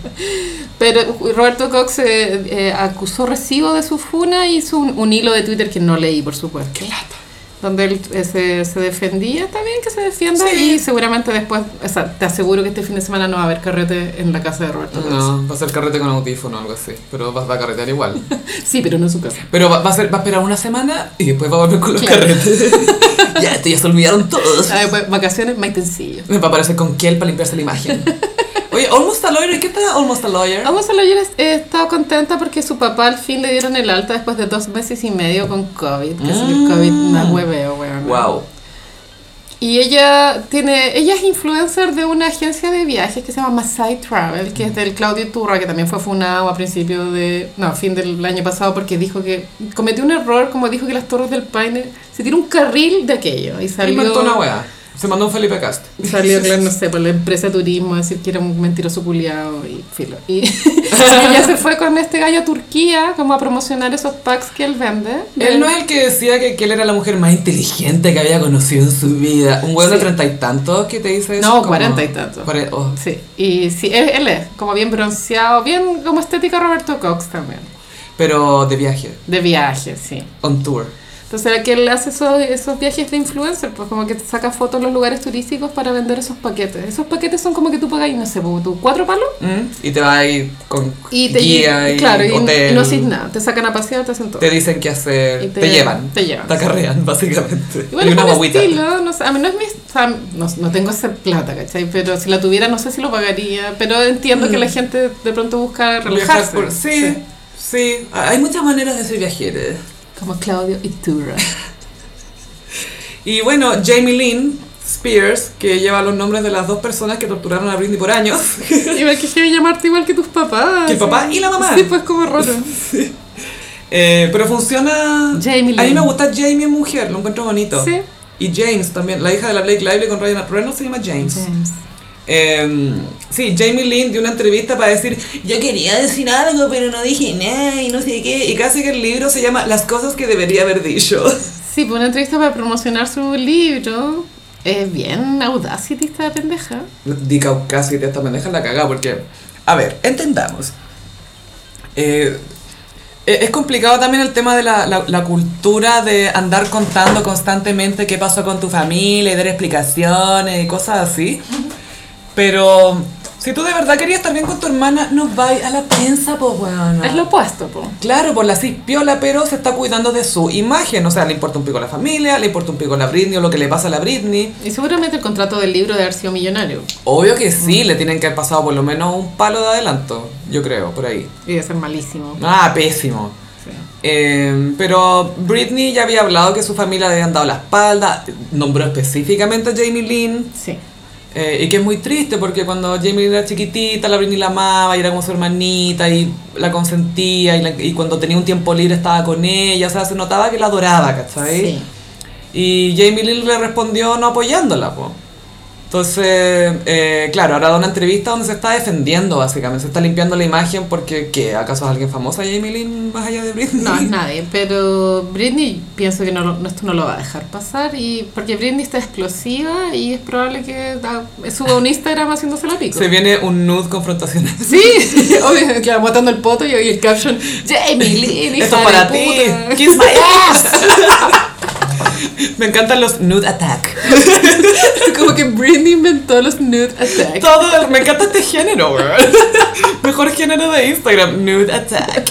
[SPEAKER 2] Pero Roberto Cox eh, eh, acusó recibo de su funa y hizo un, un hilo de Twitter que no leí, por supuesto. Donde él eh, se, se defendía, está bien que se defienda
[SPEAKER 1] Sí.
[SPEAKER 2] y seguramente después, o sea, te aseguro que este fin de semana no va a haber carrete en la casa de Roberto Cox.
[SPEAKER 1] No, va a ser carrete con audífono o algo así, pero va, va a carretear igual.
[SPEAKER 2] Sí, pero no en su casa.
[SPEAKER 1] Pero va, va a ser, va a esperar una semana y después va a volver con los
[SPEAKER 2] Claro. *laughs*
[SPEAKER 1] carretes. ya, esto ya se olvidaron todos.
[SPEAKER 2] Ah, pues, vacaciones, Maite Sencillo.
[SPEAKER 1] Me va a aparecer con Kiel para limpiarse la
[SPEAKER 2] *laughs*
[SPEAKER 1] imagen. Oye, Almost a Lawyer, ¿qué tal Almost a Lawyer?
[SPEAKER 2] Vamos a lo ayer he estado contenta porque su papá al fin le dieron el alta después de dos meses y medio con COVID, que es el
[SPEAKER 1] Mm.
[SPEAKER 2] COVID más hueveo, weón.
[SPEAKER 1] Wow.
[SPEAKER 2] Y ella tiene, ella es influencer de una agencia de viajes que se llama Masai Travel, que es del Claudio Turra, que también fue funado a principio de, no, a fin del año pasado porque dijo que cometió un error, como dijo que las Torres del Paine se tiró un carril de aquello y
[SPEAKER 1] Él
[SPEAKER 2] salió
[SPEAKER 1] Inventó una wea. Se mandó un Felipe Cast. *laughs*
[SPEAKER 2] Salió, claro, no sé, por la empresa de turismo a decir que era un mentiroso culiado y filo. Y *laughs* ella se fue con este gallo a Turquía como a promocionar esos packs que él vende.
[SPEAKER 1] Él no es el que decía que Kiel era la mujer más inteligente que había conocido en su vida. Un huevo de
[SPEAKER 2] Sí.
[SPEAKER 1] treinta y tantos que te dice eso.
[SPEAKER 2] No,
[SPEAKER 1] como-
[SPEAKER 2] cuarenta y tantos.
[SPEAKER 1] Cuare- oh.
[SPEAKER 2] Sí, y sí, él, él es como bien bronceado, bien como estética Roberto Cox también.
[SPEAKER 1] Pero de viaje,
[SPEAKER 2] De viaje, sí.
[SPEAKER 1] on tour.
[SPEAKER 2] Entonces era que él hace esos, esos viajes de influencer, pues como que te saca fotos en los lugares turísticos para vender esos paquetes. Esos paquetes son como que tú pagas, no sé, como tú cuatro palos
[SPEAKER 1] Mm, Y te vas ahí con
[SPEAKER 2] y te
[SPEAKER 1] guía y,
[SPEAKER 2] claro, y-
[SPEAKER 1] hotel.
[SPEAKER 2] y no haces nada, te sacan a pasear, te hacen todo.
[SPEAKER 1] Te dicen qué hacer.
[SPEAKER 2] Y
[SPEAKER 1] te, llevan.
[SPEAKER 2] Te llevan.
[SPEAKER 1] Te acarrean, *laughs* básicamente.
[SPEAKER 2] Igual
[SPEAKER 1] y
[SPEAKER 2] es
[SPEAKER 1] una
[SPEAKER 2] un
[SPEAKER 1] guaguita.
[SPEAKER 2] estilo, no sé, a mí no es mi... o sea, no, no tengo esa plata, ¿cachai? Pero si la tuviera no sé si lo pagaría, pero entiendo que la gente de pronto busca
[SPEAKER 1] Viajar
[SPEAKER 2] relajarse.
[SPEAKER 1] por- sí, sí, Hay muchas maneras de ser viajeros.
[SPEAKER 2] Como Claudio Iturra.
[SPEAKER 1] Y bueno, Jamie Lynn Spears, que lleva los nombres de las dos personas que torturaron a Britney por años.
[SPEAKER 2] *laughs*
[SPEAKER 1] *laughs*
[SPEAKER 2] Igual que quiero llamarte igual que tus papás.
[SPEAKER 1] Que el papá y la mamá.
[SPEAKER 2] Sí, pues como raro.
[SPEAKER 1] Eh, pero funciona...
[SPEAKER 2] Jamie
[SPEAKER 1] A mí
[SPEAKER 2] Lynn.
[SPEAKER 1] me gusta Jamie en mujer, lo encuentro bonito.
[SPEAKER 2] Sí.
[SPEAKER 1] Y James también, la hija de la Blake Lively con Ryan Reynolds se llama James. Eh, sí, Jamie Lynn dio una entrevista para decir, yo quería decir algo, pero no dije nada y no sé qué. Y casi que el libro se llama Las cosas que debería haber dicho. *laughs*
[SPEAKER 2] Sí, pues una entrevista para promocionar su libro. Es bien audacity esta pendeja.
[SPEAKER 1] Di casi te esta pendeja la cagada porque, a ver, entendamos. Eh, e- es complicado también el tema de la, la- la cultura de andar contando constantemente qué pasó con tu familia y dar explicaciones y cosas así. Pero si tú de verdad querías estar bien con tu hermana, no vais a la prensa, pues weón.
[SPEAKER 2] Es lo opuesto, po.
[SPEAKER 1] Claro, por la así piola, pero se está cuidando de su imagen. O sea, le importa un pico a la familia, le importa un pico a la Britney o lo que le pasa a la Britney.
[SPEAKER 2] Y seguramente el contrato del libro de haber sido millonario
[SPEAKER 1] Obvio que sí, le tienen que haber pasado por lo menos un palo de adelanto, yo creo, por ahí.
[SPEAKER 2] y de ser malísimo.
[SPEAKER 1] Ah, pésimo.
[SPEAKER 2] Sí.
[SPEAKER 1] Eh, pero Britney ya había hablado que su familia le habían dado la espalda, nombró específicamente a Jamie Lynn,
[SPEAKER 2] Sí.
[SPEAKER 1] eh, y que es muy triste porque cuando Jamie Lynn era chiquitita, la Britney la amaba y era como su hermanita y la consentía y, la- y cuando tenía un tiempo libre estaba con ella, o sea, se notaba que la adoraba, ¿cachai?
[SPEAKER 2] Sí.
[SPEAKER 1] Y Jamie Lynn le respondió no apoyándola, po. Entonces, eh, claro, ahora da una entrevista donde se está defendiendo, básicamente. Se está limpiando la imagen porque, ¿qué? ¿Acaso es alguien famosa Jamie Lynn más allá de Britney?
[SPEAKER 2] No es nadie, pero Britney pienso que no, lo- no- esto no lo va a dejar pasar y porque Britney está explosiva y es probable que da- suba un Instagram haciéndose la pico.
[SPEAKER 1] Se viene un nude confrontacional. *laughs*
[SPEAKER 2] Sí, *laughs* obvio, claro, botando el poto y, y el caption, Jamie Lynn, hija
[SPEAKER 1] Esto es
[SPEAKER 2] de
[SPEAKER 1] para ti.
[SPEAKER 2] puta".
[SPEAKER 1] Kiss my ass. Me encantan los nude attack.
[SPEAKER 2] *laughs* Como que Britney inventó los nude attacks.
[SPEAKER 1] Todo, el- me encanta este género, weón. *laughs* Mejor género de Instagram, nude attack.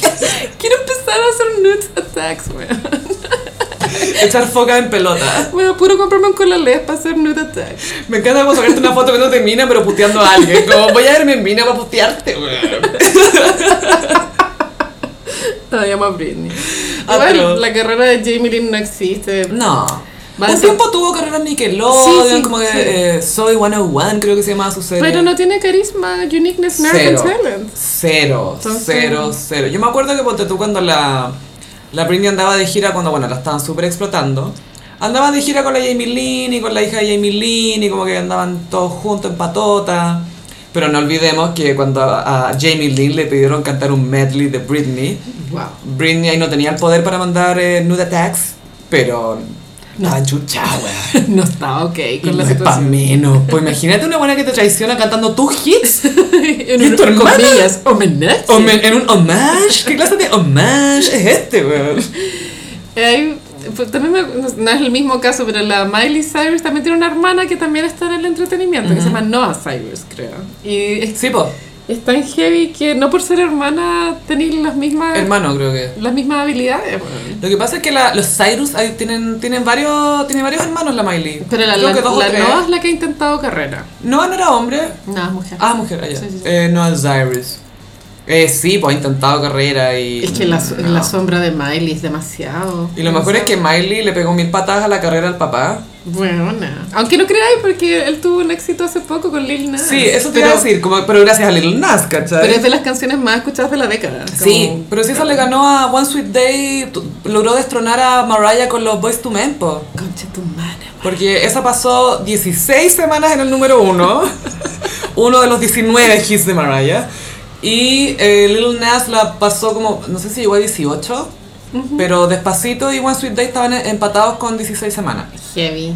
[SPEAKER 2] Quiero empezar a hacer nude attacks, weón.
[SPEAKER 1] Echar foca en pelota.
[SPEAKER 2] Bueno, puro comprarme un colalés para hacer nude attacks.
[SPEAKER 1] Me encanta como sacarte una foto viéndote en mina pero puteando a alguien. Como voy a verme en mina para putearte, weón.
[SPEAKER 2] Todavía más Britney.
[SPEAKER 1] Ah,
[SPEAKER 2] Igual,
[SPEAKER 1] pero-
[SPEAKER 2] la carrera de Jamie Lynn no existe.
[SPEAKER 1] No.
[SPEAKER 2] Vale,
[SPEAKER 1] Un
[SPEAKER 2] sí.
[SPEAKER 1] tiempo tuvo carrera en Nickelodeon,
[SPEAKER 2] Sí, sí,
[SPEAKER 1] como que
[SPEAKER 2] sí.
[SPEAKER 1] eh, Soy 101, creo que se llamaba su serie.
[SPEAKER 2] Pero no tiene carisma, uniqueness, American
[SPEAKER 1] cero,
[SPEAKER 2] Talent.
[SPEAKER 1] cero,
[SPEAKER 2] Entonces-
[SPEAKER 1] cero, cero. Yo me acuerdo que ponte tú cuando la, la Britney andaba de gira, cuando bueno, la estaban súper explotando, andaban de gira con la Jamie Lynn y con la hija de Jamie Lynn y como que andaban todos juntos en patota. Pero no olvidemos que cuando a, a Jamie Lynn le pidieron cantar un medley de Britney,
[SPEAKER 2] Wow.
[SPEAKER 1] Britney ahí no tenía el poder para mandar eh, nude attacks, pero no han chuchado,
[SPEAKER 2] *laughs* No está ok
[SPEAKER 1] Y
[SPEAKER 2] con
[SPEAKER 1] no
[SPEAKER 2] la
[SPEAKER 1] es pa'
[SPEAKER 2] situación.
[SPEAKER 1] menos. Pues imagínate una buena que te traiciona cantando tus hits.
[SPEAKER 2] *laughs* en
[SPEAKER 1] ¿Y tu
[SPEAKER 2] un,
[SPEAKER 1] hermana?
[SPEAKER 2] comillas, homenaje.
[SPEAKER 1] Homen- en un homage. ¿Qué clase de homage es este, weón?
[SPEAKER 2] Eh, hay- pues, también me- no no es el mismo caso, pero la Miley Cyrus también tiene una hermana que también está en el entretenimiento, que se llama Noah Cyrus, creo. Y es,
[SPEAKER 1] Sí, po.
[SPEAKER 2] es tan heavy que no por ser hermana tenéis las mismas,
[SPEAKER 1] Hermano, creo que.
[SPEAKER 2] las mismas habilidades. weón.
[SPEAKER 1] Lo que pasa es que la- los Cyrus ahí tienen, tienen, varios, tienen varios hermanos, la Miley.
[SPEAKER 2] Pero la,
[SPEAKER 1] Creo
[SPEAKER 2] la,
[SPEAKER 1] que dos o
[SPEAKER 2] la
[SPEAKER 1] tres.
[SPEAKER 2] Noah es la que ha intentado carrera.
[SPEAKER 1] Noah no era hombre.
[SPEAKER 2] No, es mujer.
[SPEAKER 1] Ah, mujer, allá.
[SPEAKER 2] Sí, sí, sí.
[SPEAKER 1] Eh, Noah Cyrus. Eh, sí, pues ha intentado carrera y.
[SPEAKER 2] es que la, so-
[SPEAKER 1] no.
[SPEAKER 2] la sombra de Miley es demasiado.
[SPEAKER 1] Y lo mejor es que Miley le pegó mil patadas a la carrera al papá.
[SPEAKER 2] Bueno, aunque no creáis porque él tuvo un éxito hace poco con Lil Nas.
[SPEAKER 1] Sí, eso te iba a
[SPEAKER 2] Ah. Pero-
[SPEAKER 1] decir, como, pero gracias a Lil Nas, ¿cachai?
[SPEAKER 2] Pero es de las canciones más escuchadas de la década.
[SPEAKER 1] Sí, pero si esa le ganó a One Sweet Day, tu- logró destronar a Mariah con los Boys to Men, po.
[SPEAKER 2] Como, Concha tu madre.
[SPEAKER 1] Porque esa pasó 16 semanas en el número uno, *laughs* uno de los 19 hits de Mariah. Y eh, Lil Nas la pasó como, no sé si llegó a 18, pero Despacito y One Sweet Day estaban empatados con 16 semanas.
[SPEAKER 2] Heavy.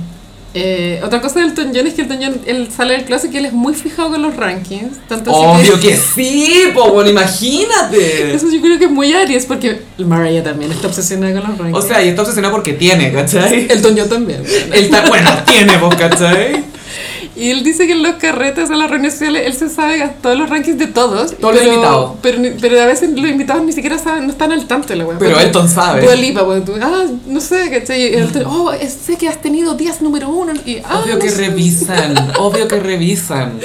[SPEAKER 2] Eh, otra cosa del Elton John es que Elton John él sale del closet que él es muy fijado con los rankings. Tanto así
[SPEAKER 1] Obvio que sí, po, bueno, imagínate.
[SPEAKER 2] Eso yo creo que es muy Aries porque Mariah también está obsesionada con los
[SPEAKER 1] O
[SPEAKER 2] rankings.
[SPEAKER 1] sea, y está obsesionado porque tiene, ¿cachai?
[SPEAKER 2] Elton John también. bueno.
[SPEAKER 1] Él está, bueno, tiene, vos, ¿cachai?
[SPEAKER 2] Y él dice que en los carretes, en las reuniones sociales, él se sabe a todos los rankings de todos.
[SPEAKER 1] Todos los
[SPEAKER 2] pero-
[SPEAKER 1] invitados.
[SPEAKER 2] Pero, ni- pero a veces los invitados ni siquiera saben, no están al tanto de la weá.
[SPEAKER 1] Pero
[SPEAKER 2] Porque
[SPEAKER 1] Elton sabe.
[SPEAKER 2] Dua Lipa, weón, tú, ah, no sé, ¿cachai? Y Elton, oh, es- sé que has tenido días número uno. Y, ah,
[SPEAKER 1] Mm. Obvio
[SPEAKER 2] no
[SPEAKER 1] que
[SPEAKER 2] sé.
[SPEAKER 1] revisan, obvio que revisan.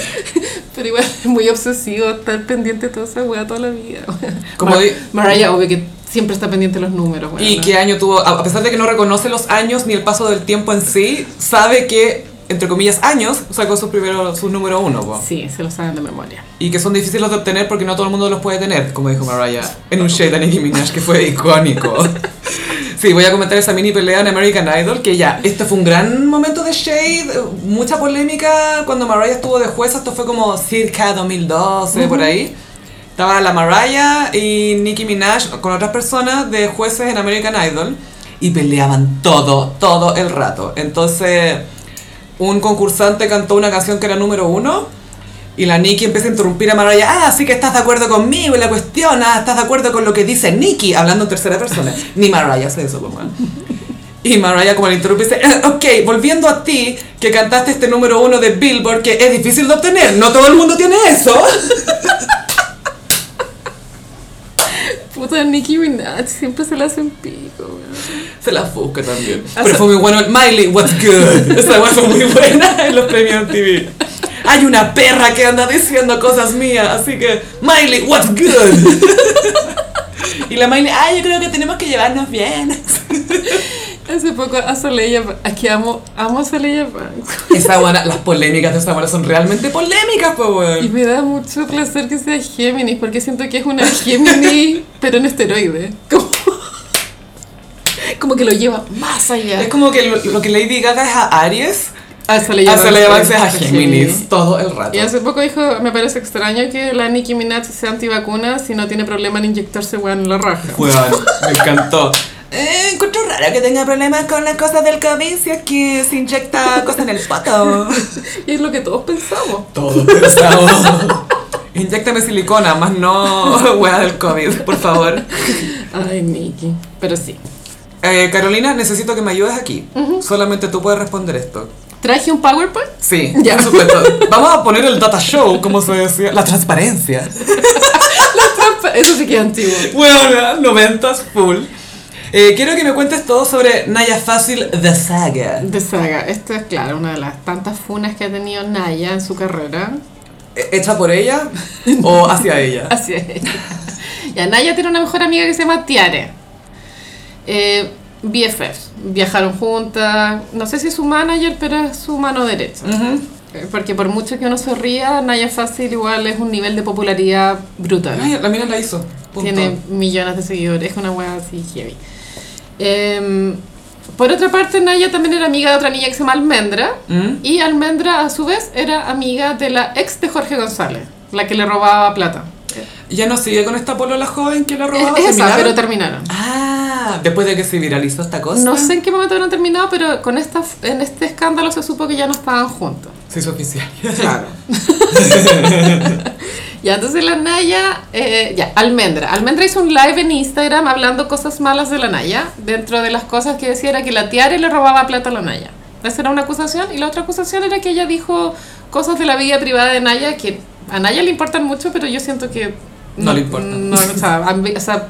[SPEAKER 2] Pero igual *laughs* es muy obsesivo estar pendiente de toda esa weá toda la vida. weón.
[SPEAKER 1] Como
[SPEAKER 2] Mar-
[SPEAKER 1] di-
[SPEAKER 2] Mariah, obvio que siempre está pendiente de los números, weón,
[SPEAKER 1] Y
[SPEAKER 2] ¿no?
[SPEAKER 1] qué año tuvo, a a pesar de que no reconoce los años ni el paso del tiempo en sí, sabe que, entre comillas, años sacó sus primeros, sus número uno, po.
[SPEAKER 2] Sí, se lo saben de memoria.
[SPEAKER 1] Y que son difíciles de obtener porque no todo el mundo los puede tener, como dijo Mariah en un shade a Nicki Minaj que fue icónico. Sí, voy a comentar esa mini pelea en American Idol, que ya, este fue un gran momento de shade, eh, mucha polémica cuando Mariah estuvo de jueza, esto fue como circa 2012, por ahí. Estaba la Mariah y Nicki Minaj con otras personas de jueces en American Idol y peleaban todo, todo el rato. Entonces, un concursante cantó una canción que era número uno y la Nikki empieza a interrumpir a Mariah, ah, sí que estás de acuerdo conmigo y la cuestión, ah, estás de acuerdo con lo que dice Nikki, hablando en tercera persona. Ni Mariah hace eso, pues, weón. Y Mariah como le interrumpe dice, "Eh, ok, volviendo a ti, que cantaste este número uno de Billboard, que es difícil de obtener, no todo el mundo tiene eso.
[SPEAKER 2] Puta, Nicki Minaj siempre se la hace un pico, weón.
[SPEAKER 1] Se la busca también.
[SPEAKER 2] Ah,
[SPEAKER 1] Pero
[SPEAKER 2] so-
[SPEAKER 1] fue muy bueno el Miley, what's good. Esa weá fue muy buena en los premios TV. Hay una perra que anda diciendo cosas mías, así que Miley, what's good. Y la Miley, ay, yo creo que tenemos que llevarnos bien.
[SPEAKER 2] Hace poco a Soleil aquí amo, amo a Soleil Banks.
[SPEAKER 1] Esa buena, las polémicas de esa buena son realmente polémicas, po
[SPEAKER 2] Y
[SPEAKER 1] weón.
[SPEAKER 2] me da mucho placer que sea Géminis, porque siento que es una Géminis, *laughs* pero en esteroide. Como, como que lo lleva más
[SPEAKER 1] Es
[SPEAKER 2] allá.
[SPEAKER 1] como que lo, lo que Lady Gaga es a Aries,
[SPEAKER 2] A Soleil
[SPEAKER 1] a Celia Banks es a
[SPEAKER 2] Géminis.
[SPEAKER 1] Géminis todo el rato.
[SPEAKER 2] Y hace poco dijo, me parece extraño que la Nicki Minaj sea antivacuna si no tiene problema en inyectarse weón en la raja.
[SPEAKER 1] Weón, me encantó. Eh, encuentro raro que tenga problemas con las cosas del COVID si es que se inyecta cosas en el pato.
[SPEAKER 2] Y es lo que todos
[SPEAKER 1] *laughs*
[SPEAKER 2] pensamos.
[SPEAKER 1] Todo pesado. *laughs* Inyéctame silicona, más no weá del COVID, por favor.
[SPEAKER 2] Ay, Nicki. Pero sí.
[SPEAKER 1] Eh, Carolina, necesito que me ayudes aquí. Solamente tú puedes responder esto.
[SPEAKER 2] Traje un PowerPoint *laughs*
[SPEAKER 1] Sí,
[SPEAKER 2] Ya.
[SPEAKER 1] por supuesto. Vamos a poner el data show, como se decía. La transparencia.
[SPEAKER 2] Eso sí que es antiguo.
[SPEAKER 1] Bueno, noventas full. Eh, quiero que me cuentes todo sobre Naya Fácil The Saga.
[SPEAKER 2] De Saga. Esta es, claro, una de las tantas funas que ha tenido Naya en su carrera.
[SPEAKER 1] ¿Hecha Eh, por *laughs* ella o hacia ella?
[SPEAKER 2] Así es. Ya, Naya tiene una mejor amiga que se llama Tiare. Eh, BFFs. Viajaron juntas. No sé si es su manager, pero es su mano derecha. Eh, Porque por mucho que uno se ría, Naya Fácil igual es un nivel de popularidad brutal.
[SPEAKER 1] Ay, la mina la hizo. punto.
[SPEAKER 2] Tiene millones de seguidores, es una wea así heavy. Em, por otra parte, Naya también era amiga de otra niña que se llama Almendra.
[SPEAKER 1] ¿Mm?
[SPEAKER 2] Y Almendra, a su vez, era amiga de la ex de Jorge González, la que le robaba plata.
[SPEAKER 1] Ya no sigue con esta polola joven que la robaba.
[SPEAKER 2] Es- esa,
[SPEAKER 1] ¿terminaron?
[SPEAKER 2] pero terminaron.
[SPEAKER 1] Ah, después de que se viralizó esta cosa.
[SPEAKER 2] No sé en qué momento habrán terminado, pero con esta, en este escándalo se supo que ya no estaban juntos.
[SPEAKER 1] Se hizo oficial. *laughs*
[SPEAKER 2] Claro. ya, entonces la Naya, eh, ya, Almendra. Almendra hizo un live en Instagram hablando cosas malas de la Naya. Dentro de las cosas que decía era que la Tiare le robaba plata a la Naya. Esa era una acusación. Y la otra acusación era que ella dijo cosas de la vida privada de Naya que a Naya le importan mucho, pero yo siento que...
[SPEAKER 1] No le importan.
[SPEAKER 2] no, o sea, ambi- o sea,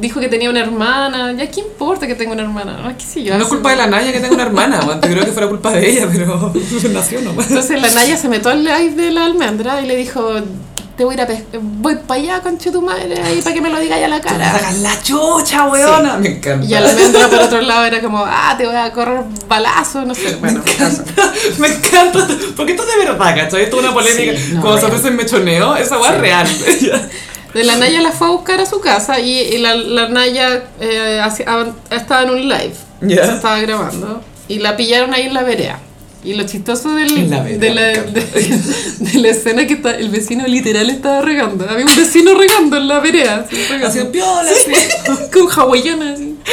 [SPEAKER 2] dijo que tenía una hermana. Ya, ¿qué importa que tenga una hermana? No, qué sé yo.
[SPEAKER 1] No es culpa de la Naya que tengo una hermana, bueno, te creo que fuera culpa de ella, pero *laughs* nació nomás.
[SPEAKER 2] Entonces la Naya se metió al live de la almendra y le dijo, te voy a ir a pescar, voy para allá con tu madre ahí para que me lo digas a
[SPEAKER 1] *laughs*
[SPEAKER 2] la cara.
[SPEAKER 1] ¡Hagas la chucha, weona! Me encanta.
[SPEAKER 2] Y almendra por otro lado era como, ah, te voy a correr balazo, no sé. Bueno,
[SPEAKER 1] Me encanta, *laughs* porque esto es de verdad, ¿cachai? Esto es una polémica.
[SPEAKER 2] Sí, no,
[SPEAKER 1] Cuando se
[SPEAKER 2] real.
[SPEAKER 1] ofrece mechoneo, esa weá es real. *laughs*
[SPEAKER 2] de la Naya la fue a buscar a su casa y, y la, la Naya eh, hacía- avan- estaba en un live,
[SPEAKER 1] Ya.
[SPEAKER 2] se estaba grabando y la pillaron ahí en la vereda. Y lo chistoso del-
[SPEAKER 1] En la vereda,
[SPEAKER 2] de, la,
[SPEAKER 1] me encanta.
[SPEAKER 2] de- de la escena que está, el vecino literal estaba regando. Había un vecino regando en la vereda. así, regando.
[SPEAKER 1] Ha sido piola, sí.
[SPEAKER 2] *laughs* con hawaiana así. *laughs*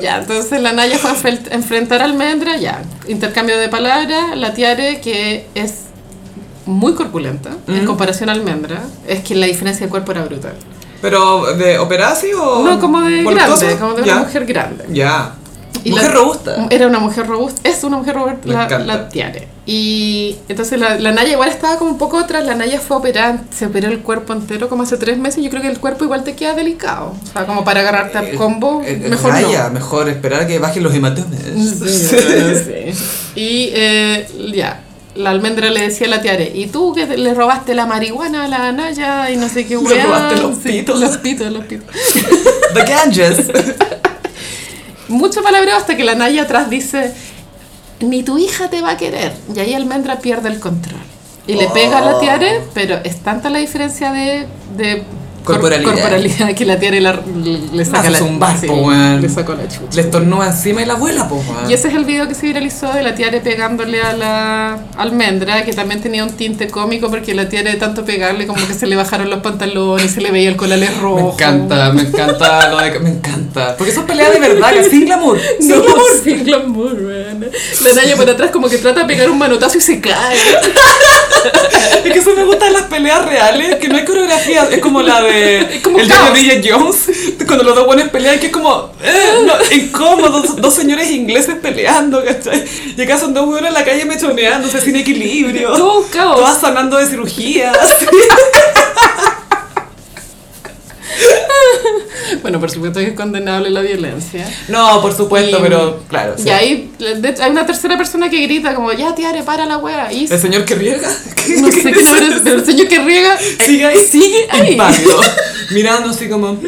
[SPEAKER 2] Ya, entonces la Naya fue a enfren- enfrentar a Almendra, ya. Intercambio de palabras, la Tiare, que es muy corpulenta en
[SPEAKER 1] Mm.
[SPEAKER 2] comparación a Almendra, es que la diferencia de cuerpo era brutal.
[SPEAKER 1] ¿Pero de operasi o...?
[SPEAKER 2] No, como de
[SPEAKER 1] Oh, voluptuosa?
[SPEAKER 2] grande, como de
[SPEAKER 1] ya.
[SPEAKER 2] una mujer Eh, grande.
[SPEAKER 1] Ya.
[SPEAKER 2] Y
[SPEAKER 1] mujer
[SPEAKER 2] la-
[SPEAKER 1] robusta.
[SPEAKER 2] Era una mujer robusta, es una mujer robusta,
[SPEAKER 1] Me
[SPEAKER 2] la,
[SPEAKER 1] encanta.
[SPEAKER 2] la Tiare. Y entonces la, la Naya igual estaba como un poco atrás, la Naya fue a operar, se operó el cuerpo entero como hace tres meses, yo creo que el cuerpo igual te queda delicado. O sea, como para agarrarte al combo,
[SPEAKER 1] Eh, eh,
[SPEAKER 2] mejor no.
[SPEAKER 1] Naya, mejor esperar a que bajen los hematomas. *laughs*
[SPEAKER 2] Sí, Y eh, ya, la almendra le decía a la tiare, ¿y tú que te- le robaste la marihuana a la Anaya y no sé qué
[SPEAKER 1] Le
[SPEAKER 2] weá?"
[SPEAKER 1] robaste los
[SPEAKER 2] Sí,
[SPEAKER 1] pitos.
[SPEAKER 2] los pitos, los pitos.
[SPEAKER 1] The Ganges.
[SPEAKER 2] Mucho palabreo hasta que la Anaya atrás dice, ni tu hija te va a querer. Y ahí almendra pierde el control. Y le pega a
[SPEAKER 1] Oh.
[SPEAKER 2] la tiare, pero es tanta la diferencia de... de cor-
[SPEAKER 1] Corporalidad.
[SPEAKER 2] corporalidad que la tiare la- le, le saca
[SPEAKER 1] Haces
[SPEAKER 2] la
[SPEAKER 1] un barco,
[SPEAKER 2] sí,
[SPEAKER 1] weón.
[SPEAKER 2] le sacó la chucha.
[SPEAKER 1] Le estornuda encima y la abuela, po, weón.
[SPEAKER 2] Y ese es el video que se viralizó de la tiare pegándole a la almendra, que también tenía un tinte cómico porque la tiare de tanto pegarle como que se le bajaron los pantalones, se le veía el colales rojo.
[SPEAKER 1] Me encanta, me encanta lo de... Me encanta. Porque son peleas de verdad, que sin glamour. Sin
[SPEAKER 2] *laughs* No,
[SPEAKER 1] glamour.
[SPEAKER 2] sin glamour, weón. La Naya por atrás como que trata de pegar un manotazo y se cae.
[SPEAKER 1] *laughs* Es que eso me gustan las peleas reales, que no hay coreografía, es como la de
[SPEAKER 2] Es como
[SPEAKER 1] el día
[SPEAKER 2] caos.
[SPEAKER 1] de Bridget Jones, cuando los dos buenos pelean, que es como eh, no, incómodo, dos, dos señores ingleses peleando, ¿cachai? Y acá son dos buenos en la calle mechoneándose sin equilibrio,
[SPEAKER 2] Todo un caos.
[SPEAKER 1] todas sanando de cirugías.
[SPEAKER 2] Bueno, por supuesto que es condenable la violencia.
[SPEAKER 1] No, por supuesto,
[SPEAKER 2] Y-
[SPEAKER 1] pero claro. sí.
[SPEAKER 2] Y ahí de hecho, hay una tercera persona que grita como, ya tiare, para la wea. Y
[SPEAKER 1] El señor que riega, *laughs* que-
[SPEAKER 2] no sé qué habrá- pero el señor que riega
[SPEAKER 1] sigue ahí,
[SPEAKER 2] sigue ahí. *laughs*
[SPEAKER 1] impávido, mirando así como...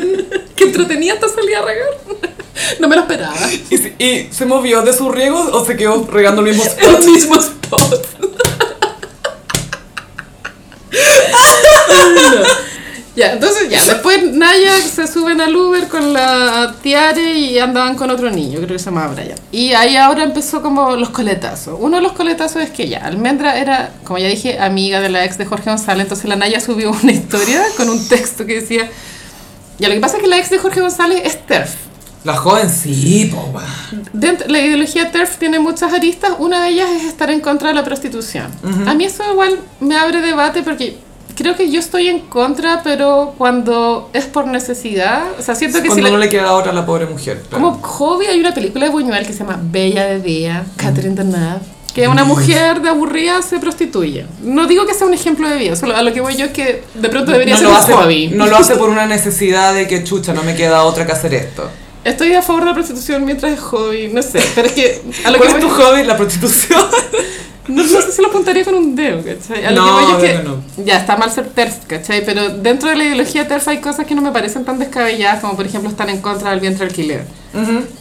[SPEAKER 2] que entretenía hasta salir a regar. *laughs* No me lo esperaba.
[SPEAKER 1] Y, se- y se movió de sus riegos o se quedó regando
[SPEAKER 2] *laughs*
[SPEAKER 1] el mismo
[SPEAKER 2] El mismo spot. Ya, entonces ya, después Naya se suben al Uber con la Tiare y andaban con otro niño, creo que se llamaba Brian. Y ahí ahora empezó como los coletazos. Uno de los coletazos es que ya, Almendra era, como ya dije, amiga de la ex de Jorge González, entonces la Naya subió una historia con un texto que decía, ya lo que pasa es que la ex de Jorge González es TERF,
[SPEAKER 1] La joven sí, po, weón.
[SPEAKER 2] Dent- la ideología TERF tiene muchas aristas, una de ellas es estar en contra de la prostitución. A mí eso igual me abre debate porque creo que yo estoy en contra, pero cuando es por necesidad, o sea, siento que si
[SPEAKER 1] Cuando
[SPEAKER 2] la-
[SPEAKER 1] no le queda otra a la pobre mujer. claro.
[SPEAKER 2] como hobby hay una película de Buñuel que se llama Bella de Día, Catherine Deneuve, que una mujer de aburrida se prostituye. No digo que sea un ejemplo de vida, solo a lo que voy yo es que de pronto debería
[SPEAKER 1] no
[SPEAKER 2] ser
[SPEAKER 1] lo,
[SPEAKER 2] un
[SPEAKER 1] hace,
[SPEAKER 2] hobby.
[SPEAKER 1] no lo hace por una necesidad de que chucha, no me queda otra que hacer esto.
[SPEAKER 2] Estoy a favor de la prostitución mientras es hobby, no sé, pero es que a lo que
[SPEAKER 1] ¿Cuál
[SPEAKER 2] voy-
[SPEAKER 1] es tu hobby? La prostitución.
[SPEAKER 2] *laughs* No, no sé si lo apuntaría con un dedo, ¿cachai? A lo
[SPEAKER 1] No,
[SPEAKER 2] que voy es
[SPEAKER 1] obvio
[SPEAKER 2] que
[SPEAKER 1] que no.
[SPEAKER 2] ya está mal ser TERF, ¿cachai? Pero dentro de la ideología TERF hay cosas que no me parecen tan descabelladas, como por ejemplo estar en contra del vientre alquiler.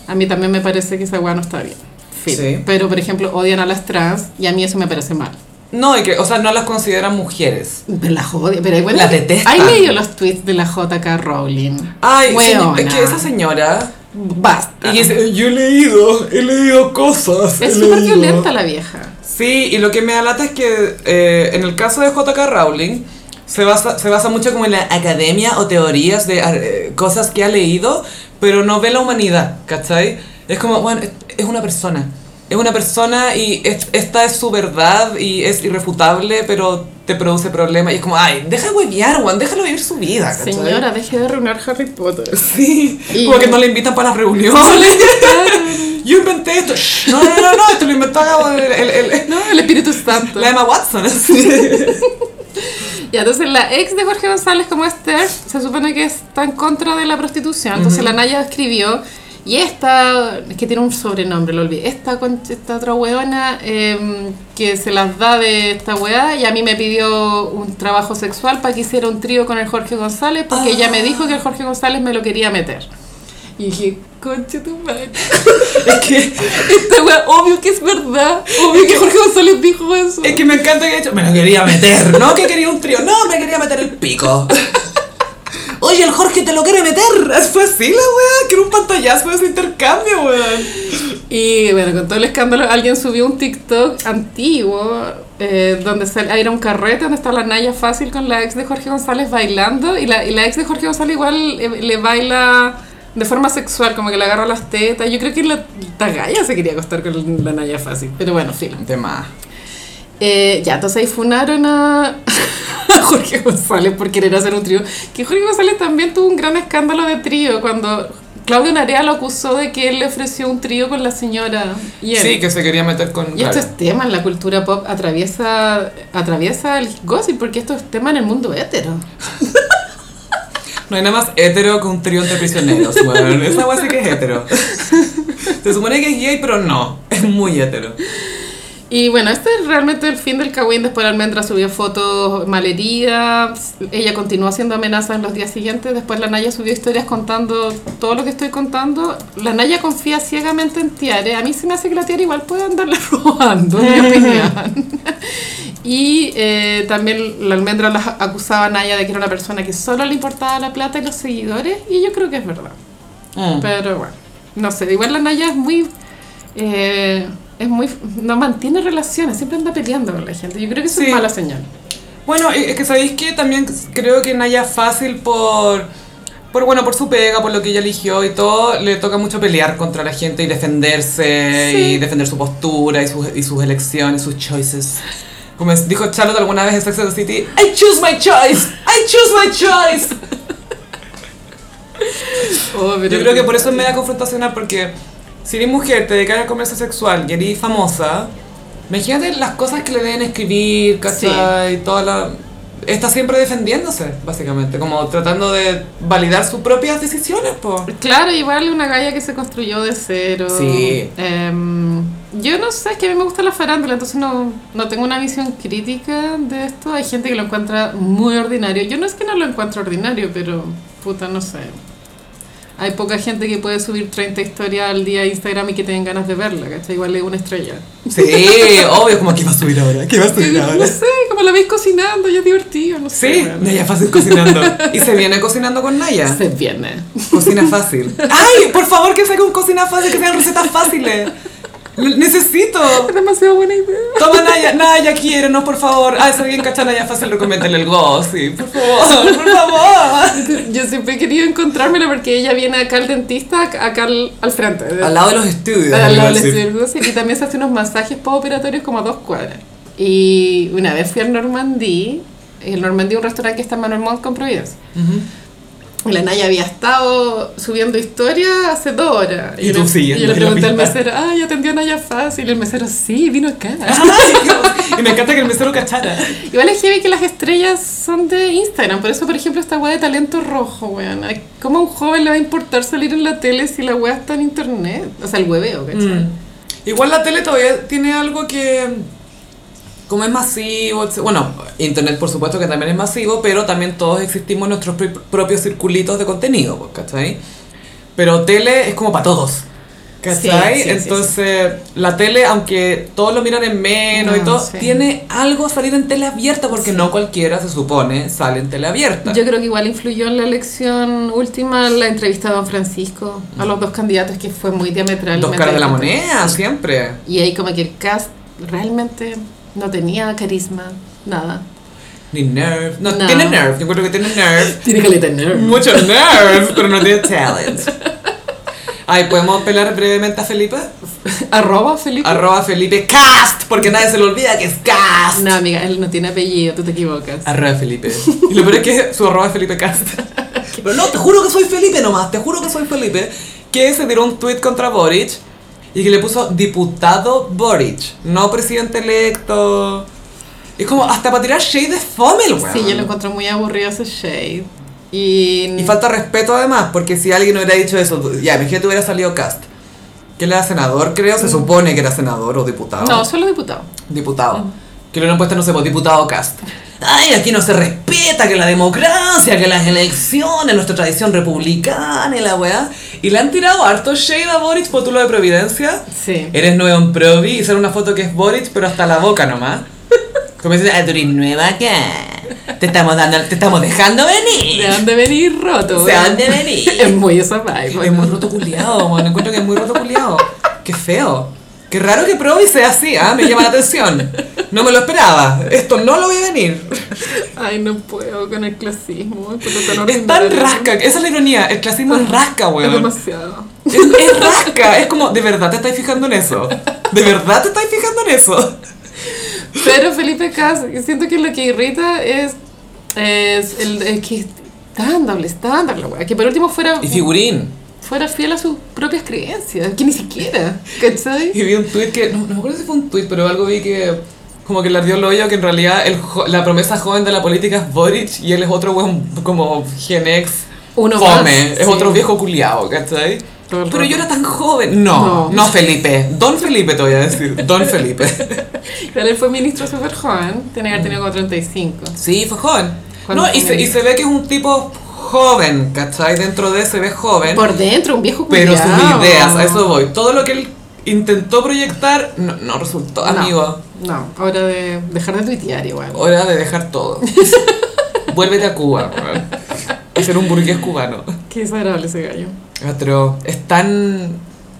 [SPEAKER 2] A mí también me parece que esa weá no está bien. Fin.
[SPEAKER 1] Sí.
[SPEAKER 2] Pero por ejemplo odian a las trans y a mí eso me parece mal.
[SPEAKER 1] No, y que, o sea, no las consideran mujeres.
[SPEAKER 2] Pero las odian, pero bueno,
[SPEAKER 1] Las detestan.
[SPEAKER 2] ¿Hay leído los tweets de la JK Rowling?
[SPEAKER 1] Ay,
[SPEAKER 2] Weona. Ah.
[SPEAKER 1] señor- es que esa señora.
[SPEAKER 2] Basta.
[SPEAKER 1] Y dice, yo he leído, he leído cosas. he
[SPEAKER 2] es súper
[SPEAKER 1] leído".
[SPEAKER 2] violenta la vieja.
[SPEAKER 1] Sí, y lo que me da lata es que eh, en el caso de J.K. Rowling se basa, se basa mucho como en la academia o teorías de ar- eh, cosas que ha leído, pero no ve la humanidad, ¿cachai? Es como, bueno, es, es una persona. Es una persona y es- esta es su verdad y es irrefutable, pero te produce problemas. Y es como, ay, deja de huevear, Juan, déjalo vivir su vida, ¿cachai?
[SPEAKER 2] Señora, deje de arruinar Harry Potter.
[SPEAKER 1] Sí,
[SPEAKER 2] Y-
[SPEAKER 1] como que *laughs* no le invitan para las
[SPEAKER 2] *laughs*
[SPEAKER 1] reuniones. *laughs* Yo inventé esto. Shh, No, no, no, no, esto lo inventaba el- el- el,
[SPEAKER 2] No, el Espíritu Santo.
[SPEAKER 1] la Emma Watson.
[SPEAKER 2] Y entonces la ex de Jorge González como Esther se supone que está en contra de la prostitución. Entonces la Naya escribió y esta, es que tiene un sobrenombre, lo olvidé, esta, con- esta otra huevona eh, que se las da de esta hueá y a mí me pidió un trabajo sexual para que hiciera un trío con el Jorge González porque ella me dijo que el Jorge González me lo quería meter. Y dije, conche tu madre. *laughs*
[SPEAKER 1] es, que,
[SPEAKER 2] Esta hueá, obvio que es verdad. Obvio que Jorge González dijo eso.
[SPEAKER 1] es que me encanta que haya hecho. Me lo quería meter, ¿no? Que quería un trío. No, me quería meter el pico. *laughs* Oye, el Jorge te lo quiere meter. Fue así la weá, que era un pantallazo de ese intercambio, weón.
[SPEAKER 2] Y bueno, con todo el escándalo, alguien subió un TikTok antiguo eh, donde sal- ah, era un carrete donde está la Naya Fácil con la ex de Jorge González bailando. Y la, y la ex de Jorge González igual eh, le baila de forma sexual, como que le agarró las tetas. Yo creo que la tagaya se quería acostar con la Naya fácil, pero bueno, filo.
[SPEAKER 1] De más.
[SPEAKER 2] Eh, ya, entonces ahí funaron a, *laughs* a Jorge González por querer hacer un trío. Que Jorge González también tuvo un gran escándalo de trío cuando Claudio Narea lo acusó de que él le ofreció un trío con la señora. Y él.
[SPEAKER 1] Sí, que se quería meter con.
[SPEAKER 2] Y este estos temas en la cultura pop atraviesa, atraviesa el gossip, porque esto es tema en el mundo hétero.
[SPEAKER 1] No hay nada más hetero que un trío entre
[SPEAKER 2] *laughs*
[SPEAKER 1] prisioneros, weón. Esa weá sí que es hetero. Se supone que es gay, pero no. Es muy hetero.
[SPEAKER 2] Y bueno, este es realmente el fin del Kawin. Después la almendra subió fotos malheridas. Ella continuó haciendo amenazas en los días siguientes. Después la Naya subió historias contando todo lo que estoy contando. La Naya confía ciegamente en Tiare. A mí se me hace que la Tiare igual puede andarla *laughs* robando, en mi opinión. Y eh, también la almendra las acusaba a Naya de que era una persona que solo le importaba la plata y los seguidores. Y yo creo que es verdad. Pero bueno, no sé. Igual la Naya es muy. eh, es muy. No mantiene relaciones, siempre anda peleando con la gente. Yo creo que eso
[SPEAKER 1] Sí.
[SPEAKER 2] es mala señal.
[SPEAKER 1] Bueno, y- es que sabéis que también creo que Naya fácil por, por bueno, por su pega, por lo que ella eligió y todo, le toca mucho pelear contra la gente y defenderse
[SPEAKER 2] Sí.
[SPEAKER 1] y defender su postura y sus, y sus elecciones, sus choices. Como es- dijo Charlotte alguna vez en Sex and the City, I choose my choice, I choose my choice.
[SPEAKER 2] Oh,
[SPEAKER 1] Yo creo que por eso es media confrontacional porque si eres mujer, te dedicas al comercio sexual y eres famosa, imagínate las cosas que le deben escribir, ¿cachai? Toda la... Está siempre defendiéndose, básicamente, como tratando de validar sus propias decisiones, po.
[SPEAKER 2] Claro, igual una galla que se construyó de cero.
[SPEAKER 1] Sí.
[SPEAKER 2] Em, yo no sé, es que a mí me gusta la farándula, entonces no, no tengo una visión crítica de esto. Hay gente que lo encuentra muy ordinario. Yo no es que no lo encuentro ordinario, pero puta, no sé. Hay poca gente que puede subir 30 historias al día a Instagram y que tengan ganas de verla, ¿cachai? Igual es una estrella.
[SPEAKER 1] Sí, obvio, como aquí va a subir ahora, ¿qué va a subir
[SPEAKER 2] No
[SPEAKER 1] ahora?
[SPEAKER 2] sé, como la veis cocinando, ya es divertido, no sé.
[SPEAKER 1] Sí,
[SPEAKER 2] weón.
[SPEAKER 1] Naya fácil cocinando. Y se viene cocinando con Naya.
[SPEAKER 2] Se viene.
[SPEAKER 1] Cocina fácil. ¡Ay! Por favor, que saque un cocina fácil, que sean recetas fáciles. Lo- Necesito.
[SPEAKER 2] Es demasiado buena idea.
[SPEAKER 1] Toma Naya, Naya, quiérenos, por favor. Ah, si alguien cacha a Naya fácil, recomiéndale el gossip. Por favor, por favor.
[SPEAKER 2] Yo siempre he querido encontrármela porque ella viene acá al dentista, acá al, al frente.
[SPEAKER 1] Al lado de los estudios.
[SPEAKER 2] Al lado del
[SPEAKER 1] sí.
[SPEAKER 2] circo, sí, y también se hace unos masajes postoperatorios como a dos cuadras. Y una vez fui al Normandí, el Normandí es un restaurante que está en Manuel Montt con Providencia. Y La Naya había estado subiendo historia hace dos horas.
[SPEAKER 1] Y tú
[SPEAKER 2] le-
[SPEAKER 1] siguiendo
[SPEAKER 2] yo le
[SPEAKER 1] la
[SPEAKER 2] pregunté al
[SPEAKER 1] pista.
[SPEAKER 2] mesero, ay, atendió a Naya fácil. Y el mesero, sí, vino acá.
[SPEAKER 1] Ay, Dios. y me encanta que el mesero cachara.
[SPEAKER 2] Igual es heavy que las estrellas son de Instagram, por eso, por ejemplo, esta weá de talento rojo, weón. Ay, ¿Cómo a un joven le va a importar salir en la tele si la weá está en internet? O sea, el hueveo, ¿cachai?
[SPEAKER 1] Mm. Igual la tele todavía tiene algo que. Como es masivo, etc. bueno, internet por supuesto que también es masivo, pero también todos existimos en nuestros pri- propios circulitos de contenido, pues, ¿cachai? Pero tele es como para todos, ¿cachai?
[SPEAKER 2] Sí, sí, sí,
[SPEAKER 1] Entonces, la tele, aunque todos lo miran en menos y
[SPEAKER 2] No,
[SPEAKER 1] todo,
[SPEAKER 2] sí.
[SPEAKER 1] tiene algo a salir en tele abierta, porque no cualquiera, se supone, sale en tele abierta.
[SPEAKER 2] Yo creo que igual influyó en la elección última la entrevista de Don Francisco a los dos candidatos que fue muy diametral.
[SPEAKER 1] Dos caras de la moneda, siempre.
[SPEAKER 2] Y ahí como que el cast realmente no tenía carisma, nada.
[SPEAKER 1] Ni nerve. No,
[SPEAKER 2] No.
[SPEAKER 1] tiene nerve, yo encuentro que tiene nerve.
[SPEAKER 2] Tiene caleta tener.
[SPEAKER 1] Mucho nerve, pero no tiene talent. *laughs* Ay, ¿podemos pelar brevemente a Felipe?
[SPEAKER 2] *laughs* Arroba Felipe.
[SPEAKER 1] Arroba Felipe Cast, porque nadie se le olvida que es Cast.
[SPEAKER 2] no, amiga, él no tiene apellido, tú te equivocas.
[SPEAKER 1] Arroba Felipe. Y lo peor es que su arroba es Felipe
[SPEAKER 2] *laughs*
[SPEAKER 1] Cast. Pero no, te juro que soy Felipe nomás, te juro que soy Felipe. Que se tiró un tweet contra Boric y que le puso diputado Boric, no presidente electo. Es como hasta para tirar shade de fome el weón.
[SPEAKER 2] Sí, yo lo encuentro muy aburrido ese shade. Y,
[SPEAKER 1] Y falta respeto además, porque si alguien hubiera dicho eso, ya, imagínate hubiera salido Cast. Que él era senador, creo, se supone que era senador o diputado.
[SPEAKER 2] No, solo diputado.
[SPEAKER 1] Diputado. Que lo hubieran puesto, no sé, pues, diputado Cast. Ay, aquí no se respeta que la democracia, que las elecciones, nuestra tradición republicana y la weá. Y le han tirado harto shade a Boric por tu lo de Providencia.
[SPEAKER 2] Sí.
[SPEAKER 1] Eres nuevo en Provi y sale una foto que es Boric, pero hasta la boca nomás. *laughs* Como dicen, ah, tú eres nueva acá. Te estamos dando, te estamos dejando venir.
[SPEAKER 2] Se han Eh, de venir roto.
[SPEAKER 1] Se
[SPEAKER 2] weón.
[SPEAKER 1] han de venir.
[SPEAKER 2] *laughs* es muy esa vibe.
[SPEAKER 1] Es muy rotoculeado, man. Encuentro que es muy rotoculeado. Qué feo. Qué raro que Provi sea así, ¿ah? Me llama la atención. No me lo esperaba. Esto no lo vi venir.
[SPEAKER 2] Ay, no puedo con el clasismo.
[SPEAKER 1] Es tan rasca. Esa es la ironía. El clasismo es rasca,
[SPEAKER 2] Es
[SPEAKER 1] weón.
[SPEAKER 2] demasiado.
[SPEAKER 1] Es,
[SPEAKER 2] *laughs*
[SPEAKER 1] es rasca. Es como, ¿de verdad te estáis fijando en eso? ¿De verdad te estáis fijando en eso?
[SPEAKER 2] Pero Felipe Cas, siento que lo que irrita es, es el, el que es tan doble estándar, la wea, Que por último fuera,
[SPEAKER 1] Y figurín.
[SPEAKER 2] fuera fiel a sus propias creencias, que ni siquiera, ¿cachai?
[SPEAKER 1] Y vi un tuit que, no, no me acuerdo si fue un tuit, pero algo vi que como que le ardió el hoyo que en realidad el jo- la promesa joven de la política es Boric y él es otro weón como Gen X.
[SPEAKER 2] Uno
[SPEAKER 1] fome,
[SPEAKER 2] más,
[SPEAKER 1] es
[SPEAKER 2] sí.
[SPEAKER 1] otro viejo culiao, ¿cachai?
[SPEAKER 2] Todo el
[SPEAKER 1] Pero
[SPEAKER 2] rato.
[SPEAKER 1] yo era tan joven. No, no,
[SPEAKER 2] No.
[SPEAKER 1] Felipe. Don Felipe te voy a decir. Don Felipe.
[SPEAKER 2] Pero él fue ministro súper joven, tenía que haber tenido como 35.
[SPEAKER 1] *laughs* Sí, fue joven.
[SPEAKER 2] ¿Cuándo
[SPEAKER 1] No, y se,
[SPEAKER 2] fue?
[SPEAKER 1] y se ve que es un tipo joven, ¿cachai? Dentro de se ve joven.
[SPEAKER 2] Por dentro, un viejo
[SPEAKER 1] Pero sus
[SPEAKER 2] culiao.
[SPEAKER 1] ideas, a eso voy. Todo lo que él intentó proyectar no, no resultó,
[SPEAKER 2] No, Oh.
[SPEAKER 1] amigo.
[SPEAKER 2] No, hora de dejar de tuitear igual.
[SPEAKER 1] Hora de dejar *laughs* todo. Vuélvete a Cuba, weón. Y ser un burgués cubano.
[SPEAKER 2] Qué desagradable ese gallo.
[SPEAKER 1] Otro, Ah, es tan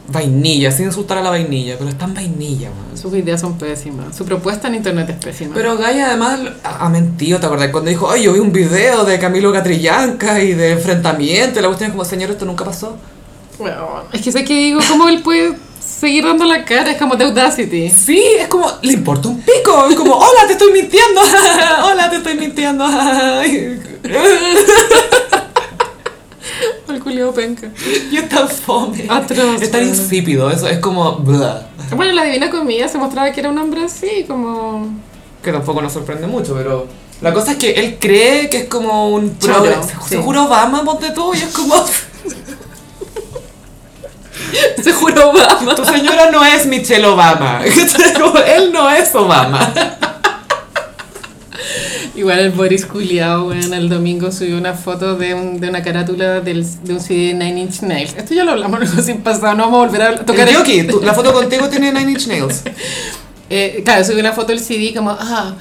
[SPEAKER 1] vainilla, sin insultar a la vainilla, pero es tan vainilla, weón.
[SPEAKER 2] Sus ideas son pésimas. Su propuesta en internet es pésima.
[SPEAKER 1] Pero Gaia además ha ha mentido, ¿te acordás? Cuando dijo, ay, yo vi un video de Camilo Catrillanca y de enfrentamiento, y la cuestión es como, señor, esto nunca pasó.
[SPEAKER 2] Bueno, es que sé que digo, ¿cómo él puede seguir dando la cara? Es como The *laughs* Audacity.
[SPEAKER 1] Sí, es como, le importa un pico, es como, hola, te estoy mintiendo, *laughs* hola, te estoy mintiendo. *laughs*
[SPEAKER 2] El culiao penca.
[SPEAKER 1] y es tan fome.
[SPEAKER 2] Atroz,
[SPEAKER 1] Es tan
[SPEAKER 2] weón.
[SPEAKER 1] insípido, eso es como, blah.
[SPEAKER 2] Bueno, en la Divina Comida se mostraba que era un hombre así, como...
[SPEAKER 1] que tampoco nos sorprende mucho, pero la cosa es que él cree que es como un
[SPEAKER 2] Choro,
[SPEAKER 1] progre-
[SPEAKER 2] sí.
[SPEAKER 1] seguro Obama, ponte tú, y es como,
[SPEAKER 2] *laughs*
[SPEAKER 1] *laughs*
[SPEAKER 2] Se juró Obama.
[SPEAKER 1] tu señora no es Michelle Obama, *laughs* Como, él no es Obama.
[SPEAKER 2] Igual el Boris culiao, weón, el domingo subió una foto de, un- de una carátula del- de un CD de Nine Inch Nails. Esto ya lo hablamos luego sin pasado, no vamos a volver a hablar- tocar
[SPEAKER 1] El
[SPEAKER 2] el-
[SPEAKER 1] Yoki, tú- la foto contigo tiene Nine Inch Nails.
[SPEAKER 2] Eh, claro, subí una foto del CD como, ah,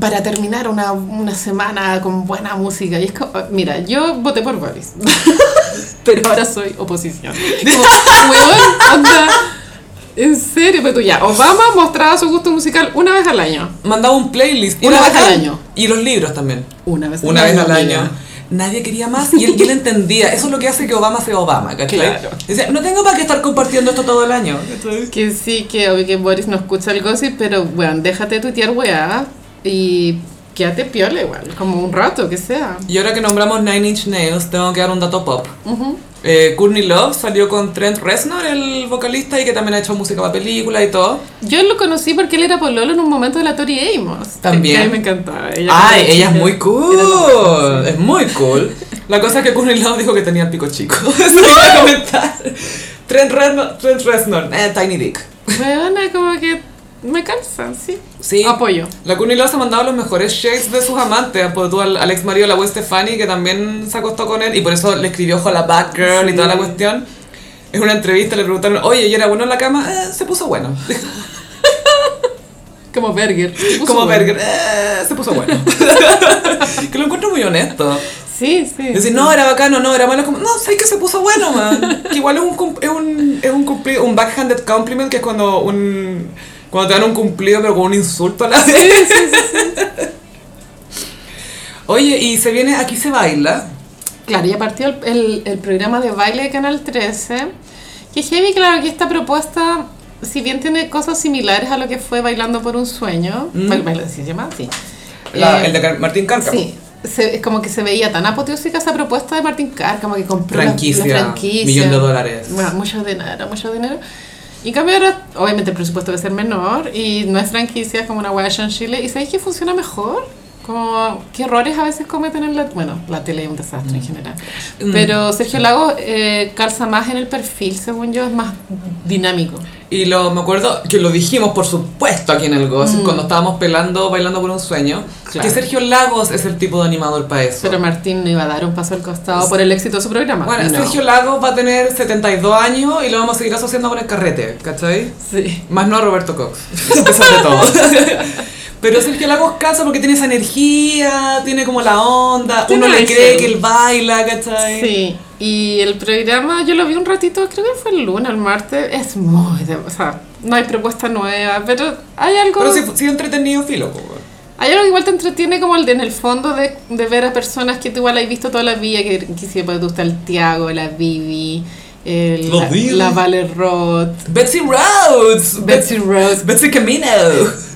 [SPEAKER 2] para terminar una, una semana con buena música. Y es como, mira, yo voté por Boris, *laughs* pero ahora soy oposición. *laughs* Como, weón, onda, en serio, pero tú ya, Obama mostraba su gusto musical una vez al año.
[SPEAKER 1] Mandaba un playlist. y
[SPEAKER 2] Una
[SPEAKER 1] era
[SPEAKER 2] vez al
[SPEAKER 1] bacán.
[SPEAKER 2] año. Este
[SPEAKER 1] Y los libros también.
[SPEAKER 2] Una vez
[SPEAKER 1] Una vez al año.
[SPEAKER 2] amiga.
[SPEAKER 1] Nadie quería más y él, y él entendía. Eso es lo que hace que Obama sea Obama, ¿cachai?
[SPEAKER 2] Claro.
[SPEAKER 1] Dice, no tengo para qué estar compartiendo esto todo el año.
[SPEAKER 2] Que sí, que obvio que Boris no escucha el gossip, pero weón, déjate tuitear weá y quédate piola igual, como un rato, que sea.
[SPEAKER 1] Y ahora que nombramos Nine Inch Nails, tengo que dar un dato pop.
[SPEAKER 2] Ujú.
[SPEAKER 1] Eh, Courtney Love salió con Trent Reznor, el vocalista, y que también ha hecho música para películas y todo.
[SPEAKER 2] Yo lo conocí porque él era pololo en un momento de la Tori Amos.
[SPEAKER 1] También.
[SPEAKER 2] Que a mí me encantaba. Ella
[SPEAKER 1] ¡Ay,
[SPEAKER 2] era
[SPEAKER 1] ella es
[SPEAKER 2] chica.
[SPEAKER 1] muy
[SPEAKER 2] Era lo
[SPEAKER 1] cool!
[SPEAKER 2] mejor, sí.
[SPEAKER 1] Es muy cool. La cosa es que Courtney Love dijo que tenía el pico chico. *laughs* Eso iba a comentar. Trent Reznor, Trent Reznor eh, Tiny Dick.
[SPEAKER 2] Weona, como que me cansa, sí.
[SPEAKER 1] Sí.
[SPEAKER 2] Apoyo.
[SPEAKER 1] La Courtney Love se ha mandado los mejores shades de sus amantes. Por tú al, al ex marido de la Gwen Stefani, que también se acostó con él, y por eso le escribió Hola Bad Girl y
[SPEAKER 2] Sí.
[SPEAKER 1] toda la cuestión. En una entrevista le preguntaron, oye, ¿y era bueno en la cama? "Eh, se puso bueno. *laughs*
[SPEAKER 2] Como Berger.
[SPEAKER 1] *laughs* Como Berger, "Eh, se puso
[SPEAKER 2] *laughs*
[SPEAKER 1] bueno. que lo encuentro muy honesto.
[SPEAKER 2] Sí, sí.
[SPEAKER 1] Decir, no, era bacano, no, era malo, es como, no, sé que se puso bueno, man. Que igual es un, cum- es un, es un cumplido, un backhanded compliment, que es cuando un, cuando te dan un cumplido, pero con un insulto a la vez. Oye, y se viene, aquí se baila.
[SPEAKER 2] Claro, ya partió el, el- el programa de baile de Canal 13. Que heavy, claro, que esta propuesta, si bien tiene cosas similares a lo que fue Bailando por un Sueño,
[SPEAKER 1] Mm.
[SPEAKER 2] Bail- Bail- ¿sí se llama? Sí.
[SPEAKER 1] La-
[SPEAKER 2] Eh,
[SPEAKER 1] el de Car- Martín Cárcamo.
[SPEAKER 2] Sí, se- es como que se veía tan apoteósica esa propuesta de Martín Carr, como que compró la- la
[SPEAKER 1] Franquicia,
[SPEAKER 2] franquicia.
[SPEAKER 1] millón de dólares.
[SPEAKER 2] Bueno, mucho dinero, mucho dinero. Y en cambio ahora, obviamente el presupuesto debe ser menor y no es franquicia, es como una wea hecha en Chile. ¿Y sabéis que funciona mejor? Como, qué errores a veces cometen en la... Bueno, la tele es un desastre en general.
[SPEAKER 1] Mm.
[SPEAKER 2] Pero Sergio Lago eh, calza más en el perfil, según yo, es más dinámico.
[SPEAKER 1] Y lo, me acuerdo que lo dijimos, por supuesto, aquí en el
[SPEAKER 2] Mm.
[SPEAKER 1] Gossip, cuando estábamos pelando, bailando por un sueño,
[SPEAKER 2] Claro.
[SPEAKER 1] que Sergio Lagos es el tipo de animador para eso.
[SPEAKER 2] Pero Martín no iba a dar un paso al costado por el éxito de su programa.
[SPEAKER 1] bueno,
[SPEAKER 2] No.
[SPEAKER 1] Sergio Lagos va a tener 72 años y lo vamos a seguir asociando con el carrete, ¿cachai?
[SPEAKER 2] Sí.
[SPEAKER 1] Más no a Roberto *laughs* Cox, a pesar de todo. *laughs* Pero Sergio Lagos casa porque tiene esa energía, tiene como la onda,
[SPEAKER 2] Tiene
[SPEAKER 1] uno le
[SPEAKER 2] energía.
[SPEAKER 1] cree que él baila, ¿cachai?
[SPEAKER 2] Sí, y el programa yo lo vi un ratito, creo que fue el lunes, el martes, es muy, de- o sea, no hay propuesta nueva, pero hay algo...
[SPEAKER 1] Pero sí, sí entretenido filo, po, weón.
[SPEAKER 2] Hay algo que igual te entretiene como el de- en el fondo de, de ver a personas que tú igual has visto toda la vida, que, que si te gusta el Tiago, la Vivi, el-
[SPEAKER 1] Los
[SPEAKER 2] la,
[SPEAKER 1] Vivi.
[SPEAKER 2] la Vale Roth,
[SPEAKER 1] Betsy Rhodes.
[SPEAKER 2] Betsy Rhodes,
[SPEAKER 1] Betsy Camino.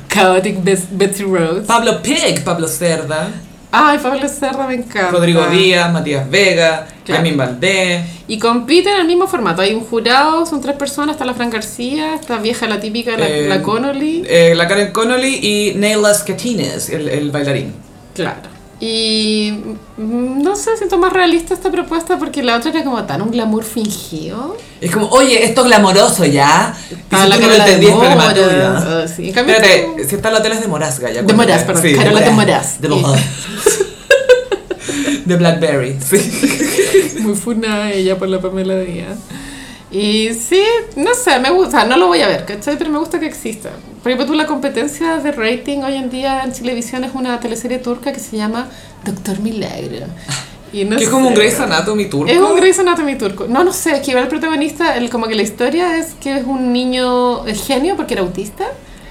[SPEAKER 2] Chaotic Bes- Betsy Rhodes.
[SPEAKER 1] Pablo Pig, Pablo Cerda,
[SPEAKER 2] Ay, Pablo Serra me encanta.
[SPEAKER 1] Rodrigo Díaz, Matías Vega,
[SPEAKER 2] Claro.
[SPEAKER 1] Camín Valdés,
[SPEAKER 2] Y compiten en el mismo formato. Hay un jurado, son tres personas, está la Fran García, esta vieja, la típica, la,
[SPEAKER 1] Eh,
[SPEAKER 2] la Connolly.
[SPEAKER 1] eh, la Karen Connolly y Neila Scatines, el, el bailarín.
[SPEAKER 2] Claro. Y mm, no sé, siento más realista esta propuesta porque la otra era como tan un glamour fingido.
[SPEAKER 1] Es como, oye, esto es glamoroso ya. Y
[SPEAKER 2] Ah,
[SPEAKER 1] si
[SPEAKER 2] la
[SPEAKER 1] tú no lo
[SPEAKER 2] Carola de
[SPEAKER 1] entendí, es problema
[SPEAKER 2] Moras.
[SPEAKER 1] tuyo.
[SPEAKER 2] Ah, sí. En cambio,
[SPEAKER 1] Espérate, si está la tela es de Morazga ya.
[SPEAKER 2] De
[SPEAKER 1] cuando-
[SPEAKER 2] Moraz, perdón,
[SPEAKER 1] Sí,
[SPEAKER 2] Carola de Moraz.
[SPEAKER 1] De Moraz. *laughs* De Blackberry, sí.
[SPEAKER 2] como *laughs* muy funa ella por la Pamela Díaz. Y sí, no sé, me gusta, no lo voy a ver, ¿cachai? Pero me gusta que exista. Por ejemplo, tú la competencia de rating hoy en día en televisión es una teleserie turca que se llama Doctor Milagro. Y no
[SPEAKER 1] que es como un
[SPEAKER 2] sé.
[SPEAKER 1] Grey's Anatomy turco.
[SPEAKER 2] Es un Grey's Anatomy turco. No, no sé, es que igual el protagonista, el, como que la historia es que es un niño eh, genio porque era autista.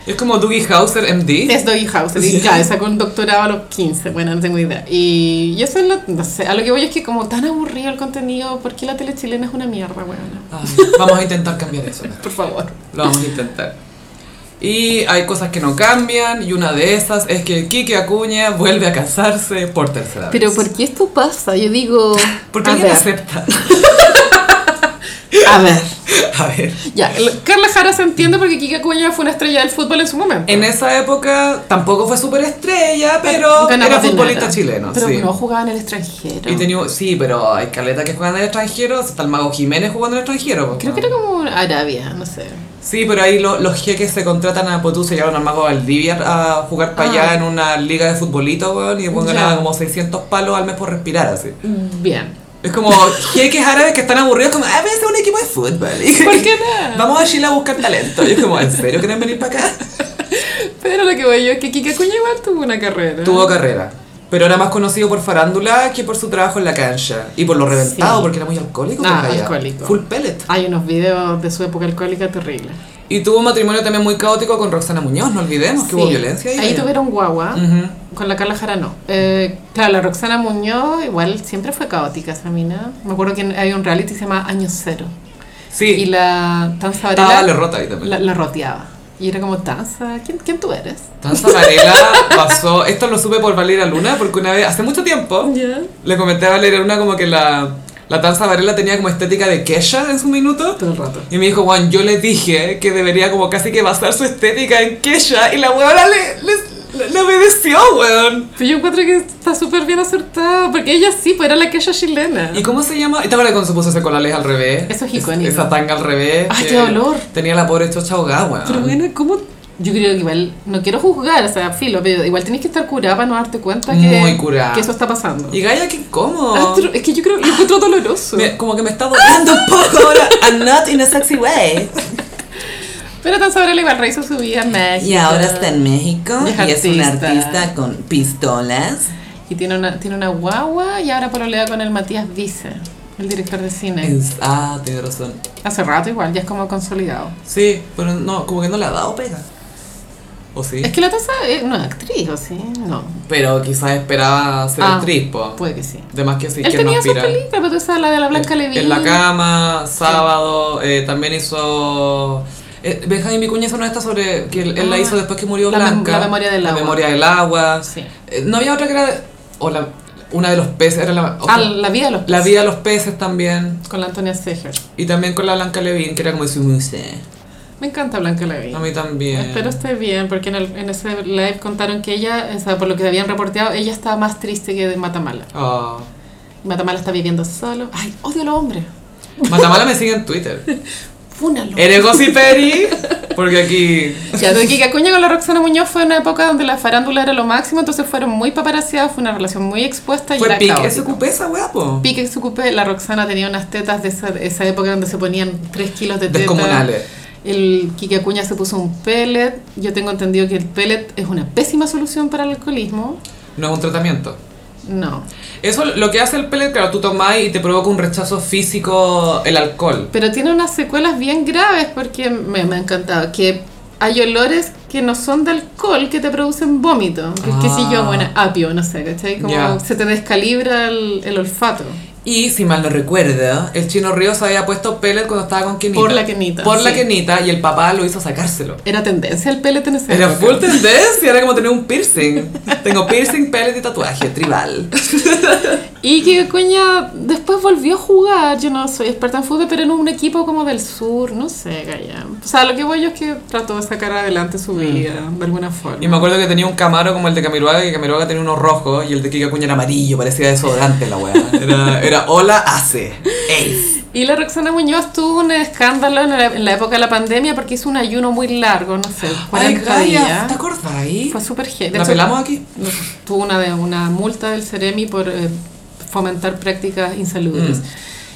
[SPEAKER 1] Es como Dougie Hauser, MD.
[SPEAKER 2] Es Doggy House, y ya, sacó un doctorado a los 15, bueno, no tengo idea. Y, y eso es lo, no sé, a lo que voy es que como tan aburrido el contenido, ¿por qué la tele chilena es una mierda, weón?
[SPEAKER 1] Ay, vamos a intentar cambiar eso. ¿no?
[SPEAKER 2] Por favor.
[SPEAKER 1] Lo vamos a intentar. Y hay cosas que no cambian, y una de esas es que Kike Acuña vuelve a casarse por tercera vez.
[SPEAKER 2] Pero ¿por qué esto pasa? Yo *laughs* digo...
[SPEAKER 1] Porque
[SPEAKER 2] a
[SPEAKER 1] alguien
[SPEAKER 2] ver,
[SPEAKER 1] acepta. *laughs*
[SPEAKER 2] a ver.
[SPEAKER 1] A ver.
[SPEAKER 2] Ya, el- Carla Jara se entiende porque Kika Acuña fue una estrella del fútbol en su momento.
[SPEAKER 1] En esa época tampoco fue superestrella, pero
[SPEAKER 2] Ah, Ganaba
[SPEAKER 1] era futbolista
[SPEAKER 2] dinero.
[SPEAKER 1] chileno.
[SPEAKER 2] Pero
[SPEAKER 1] sí.
[SPEAKER 2] no jugaba en el extranjero.
[SPEAKER 1] Y tenía, sí, pero hay caleta que juegan en el extranjero, hasta el Mago Jiménez jugando en el extranjero.
[SPEAKER 2] Creo que era como Arabia, no sé.
[SPEAKER 1] Sí, pero ahí lo- los jeques se contratan a Potú, se llevaron al Mago Valdivia a jugar para
[SPEAKER 2] Ah.
[SPEAKER 1] allá en una liga de futbolito, weón, y después
[SPEAKER 2] Ya.
[SPEAKER 1] ganaban como 600 palos al mes por respirar, así.
[SPEAKER 2] Bien.
[SPEAKER 1] Es como jeques árabes que están aburridos, como, a veces un equipo de fútbol. *laughs* Y-
[SPEAKER 2] ¿Por qué no?
[SPEAKER 1] Vamos a Chile a buscar talento. Y es como, ¿en serio quieren venir para acá?
[SPEAKER 2] *laughs* Pero lo que voy yo es que Kika Acuña igual tuvo una carrera.
[SPEAKER 1] Tuvo carrera. Pero era más conocido por farándula que por su trabajo en la cancha. Y por lo reventado,
[SPEAKER 2] Sí.
[SPEAKER 1] porque era muy alcohólico.
[SPEAKER 2] Ah,
[SPEAKER 1] por allá.
[SPEAKER 2] alcohólico.
[SPEAKER 1] Full pellet.
[SPEAKER 2] Hay unos videos de su época alcohólica terribles.
[SPEAKER 1] Y tuvo un matrimonio también muy caótico con Roxana Muñoz, no olvidemos que hubo
[SPEAKER 2] Sí.
[SPEAKER 1] violencia ahí.
[SPEAKER 2] Ahí tuvieron guagua,
[SPEAKER 1] Ujú.
[SPEAKER 2] con la Carla Jara no. Eh, claro, la Roxana Muñoz igual siempre fue caótica esa mina. Me acuerdo que hay un reality que se llama Año Cero.
[SPEAKER 1] Sí,
[SPEAKER 2] Y la Tanza
[SPEAKER 1] estaba
[SPEAKER 2] Varela
[SPEAKER 1] la rota ahí también.
[SPEAKER 2] la, la roteaba. Y era como, Tanza, ¿quién, quién tú eres?
[SPEAKER 1] Tanza Varela pasó, esto lo supe por Valeria Luna, porque una vez, hace mucho tiempo, le comenté a Valeria Luna como que la, la Tanza Varela tenía como estética de Kesha en su minuto.
[SPEAKER 2] Todo el rato.
[SPEAKER 1] Y me dijo, Juan, yo le dije que debería como casi que basar su estética en Kesha, y la huevona le, le, le- le obedeció, weón.
[SPEAKER 2] Pero yo encuentro que está súper bien acertada, porque ella sí, pues era la queja chilena.
[SPEAKER 1] ¿Y cómo se llama? ¿Y te acuerdas cuando se puso ese colales al revés?
[SPEAKER 2] Eso es icónico.
[SPEAKER 1] Esa tanga al revés.
[SPEAKER 2] Ay,
[SPEAKER 1] que
[SPEAKER 2] qué dolor.
[SPEAKER 1] Tenía la pobre chocha ahogada, weón.
[SPEAKER 2] Pero bueno, ¿cómo? Yo creo que igual, no quiero juzgar, o sea, filo, pero igual tienes que estar curada para no darte cuenta que,
[SPEAKER 1] Muy curada.
[SPEAKER 2] que eso está pasando.
[SPEAKER 1] Y Gaia, qué incómodo.
[SPEAKER 2] Astro- Ah. es que yo creo que lo encuentro doloroso.
[SPEAKER 1] Me- como que me está doliendo un poco ahora.
[SPEAKER 2] *laughs*
[SPEAKER 1] And not in a sexy way.
[SPEAKER 2] Pero tan sobre igual rehizo su vida en México.
[SPEAKER 3] Y ahora está en México
[SPEAKER 2] Y
[SPEAKER 3] y es,
[SPEAKER 2] es
[SPEAKER 3] un
[SPEAKER 2] artista.
[SPEAKER 3] artista con pistolas.
[SPEAKER 2] Y tiene una, tiene una guagua y ahora pololea con el Matías Vice, el director de cine.
[SPEAKER 1] Es- ah, tienes razón.
[SPEAKER 2] Hace rato igual, ya es como consolidado.
[SPEAKER 1] Sí, pero no, como que no le ha dado pega. ¿O sí?
[SPEAKER 2] Es que la taza eh, no es actriz, ¿o sí? No,
[SPEAKER 1] Pero quizás esperaba ser
[SPEAKER 2] Ah,
[SPEAKER 1] actriz, po.
[SPEAKER 2] puede que sí.
[SPEAKER 1] De más que sí,
[SPEAKER 2] Él
[SPEAKER 1] que no
[SPEAKER 2] tenía sus
[SPEAKER 1] aspira.
[SPEAKER 2] películas, pero tú sabes, la de la Blanca Levin.
[SPEAKER 1] En la cama, sábado, eh, también hizo. eh, Benjamín Vicuña hizo una de estas sobre. que él, él la
[SPEAKER 2] Ah,
[SPEAKER 1] hizo después que murió
[SPEAKER 2] la mem-
[SPEAKER 1] Blanca.
[SPEAKER 2] la memoria del
[SPEAKER 1] La
[SPEAKER 2] agua.
[SPEAKER 1] memoria del agua.
[SPEAKER 2] Sí.
[SPEAKER 1] Eh, no había otra que era. de- o la, una de los peces, era la. otra-
[SPEAKER 2] Ah, la vida de los
[SPEAKER 1] la vida de los peces también.
[SPEAKER 2] Con la Antonia Seger.
[SPEAKER 1] Y también con la Blanca Levin, que era como su muse.
[SPEAKER 2] Me encanta Blanca Levin.
[SPEAKER 1] A mí también.
[SPEAKER 2] Espero esté bien, porque en, el- en ese live contaron que ella, o sea, por lo que habían reporteado, ella estaba más triste que de Matamala.
[SPEAKER 1] Ah.
[SPEAKER 2] Matamala está viviendo solo. Ay, odio a los hombres.
[SPEAKER 1] Matamala me sigue en Twitter.
[SPEAKER 2] Fúnalo.
[SPEAKER 1] Eres gossiperi, porque aquí.
[SPEAKER 2] Ya, lo de Kika Acuña con la Roxana Muñoz fue una época donde la farándula era lo máximo, entonces fueron muy paparaciadas, fue una relación muy expuesta y
[SPEAKER 1] Fue
[SPEAKER 2] era
[SPEAKER 1] pique.
[SPEAKER 2] caótico.
[SPEAKER 1] ¿Ese ocupé esa weá, po?
[SPEAKER 2] Pique se ocupé, la Roxana tenía unas tetas de esa, esa época donde se ponían 3 kilos de tetas.
[SPEAKER 1] Descomunales.
[SPEAKER 2] El Kike Acuña se puso un pellet. Yo tengo entendido que el pellet es una pésima solución para el alcoholismo.
[SPEAKER 1] No es un tratamiento.
[SPEAKER 2] No.
[SPEAKER 1] Eso lo que hace el pellet, claro, tú tomás y te provoca un rechazo físico el alcohol.
[SPEAKER 2] Pero tiene unas secuelas bien graves porque me, me ha encantado. Que hay olores que no son de alcohol que te producen vómito. Que es que si yo,
[SPEAKER 1] Ah.
[SPEAKER 2] bueno, apio, no sé, ¿cachai? Como
[SPEAKER 1] Ya.
[SPEAKER 2] se te descalibra el, el olfato.
[SPEAKER 1] Y si mal no recuerdo, el chino Río se había puesto pellet cuando estaba con Kenita.
[SPEAKER 2] Por la Kenita,
[SPEAKER 1] Por la
[SPEAKER 2] sí.
[SPEAKER 1] Kenita y el papá lo hizo sacárselo.
[SPEAKER 2] Era tendencia el pellet en ese
[SPEAKER 1] Era full tendencia, era como tener un piercing. Tengo piercing, pellet y tatuaje tribal.
[SPEAKER 2] Y que Cuña después volvió a jugar, yo no soy experta en fútbol, pero en un equipo como del sur, no sé, Gaya. O sea, lo que voy yo es que trató de sacar adelante su vida, de alguna forma.
[SPEAKER 1] Mm. Y me acuerdo que tenía un camaro como el de Camiroaga, que Camiroaga tenía unos rojos y el de Kika Cuña era amarillo, parecía desodorante la weá. Era, era hola, hace. Ace.
[SPEAKER 2] Y la Roxana Muñoz tuvo un escándalo en la, en la época de la pandemia porque hizo un ayuno muy largo, no sé, 40
[SPEAKER 1] Ay, Gaia,
[SPEAKER 2] días.
[SPEAKER 1] ¿te acordás ahí?
[SPEAKER 2] Fue súper heavy. De
[SPEAKER 1] ¿La
[SPEAKER 2] hecho,
[SPEAKER 1] pelamos aquí?
[SPEAKER 2] no, tuvo una, de- una multa del Ceremi por eh, fomentar prácticas insalubres.
[SPEAKER 1] Mm.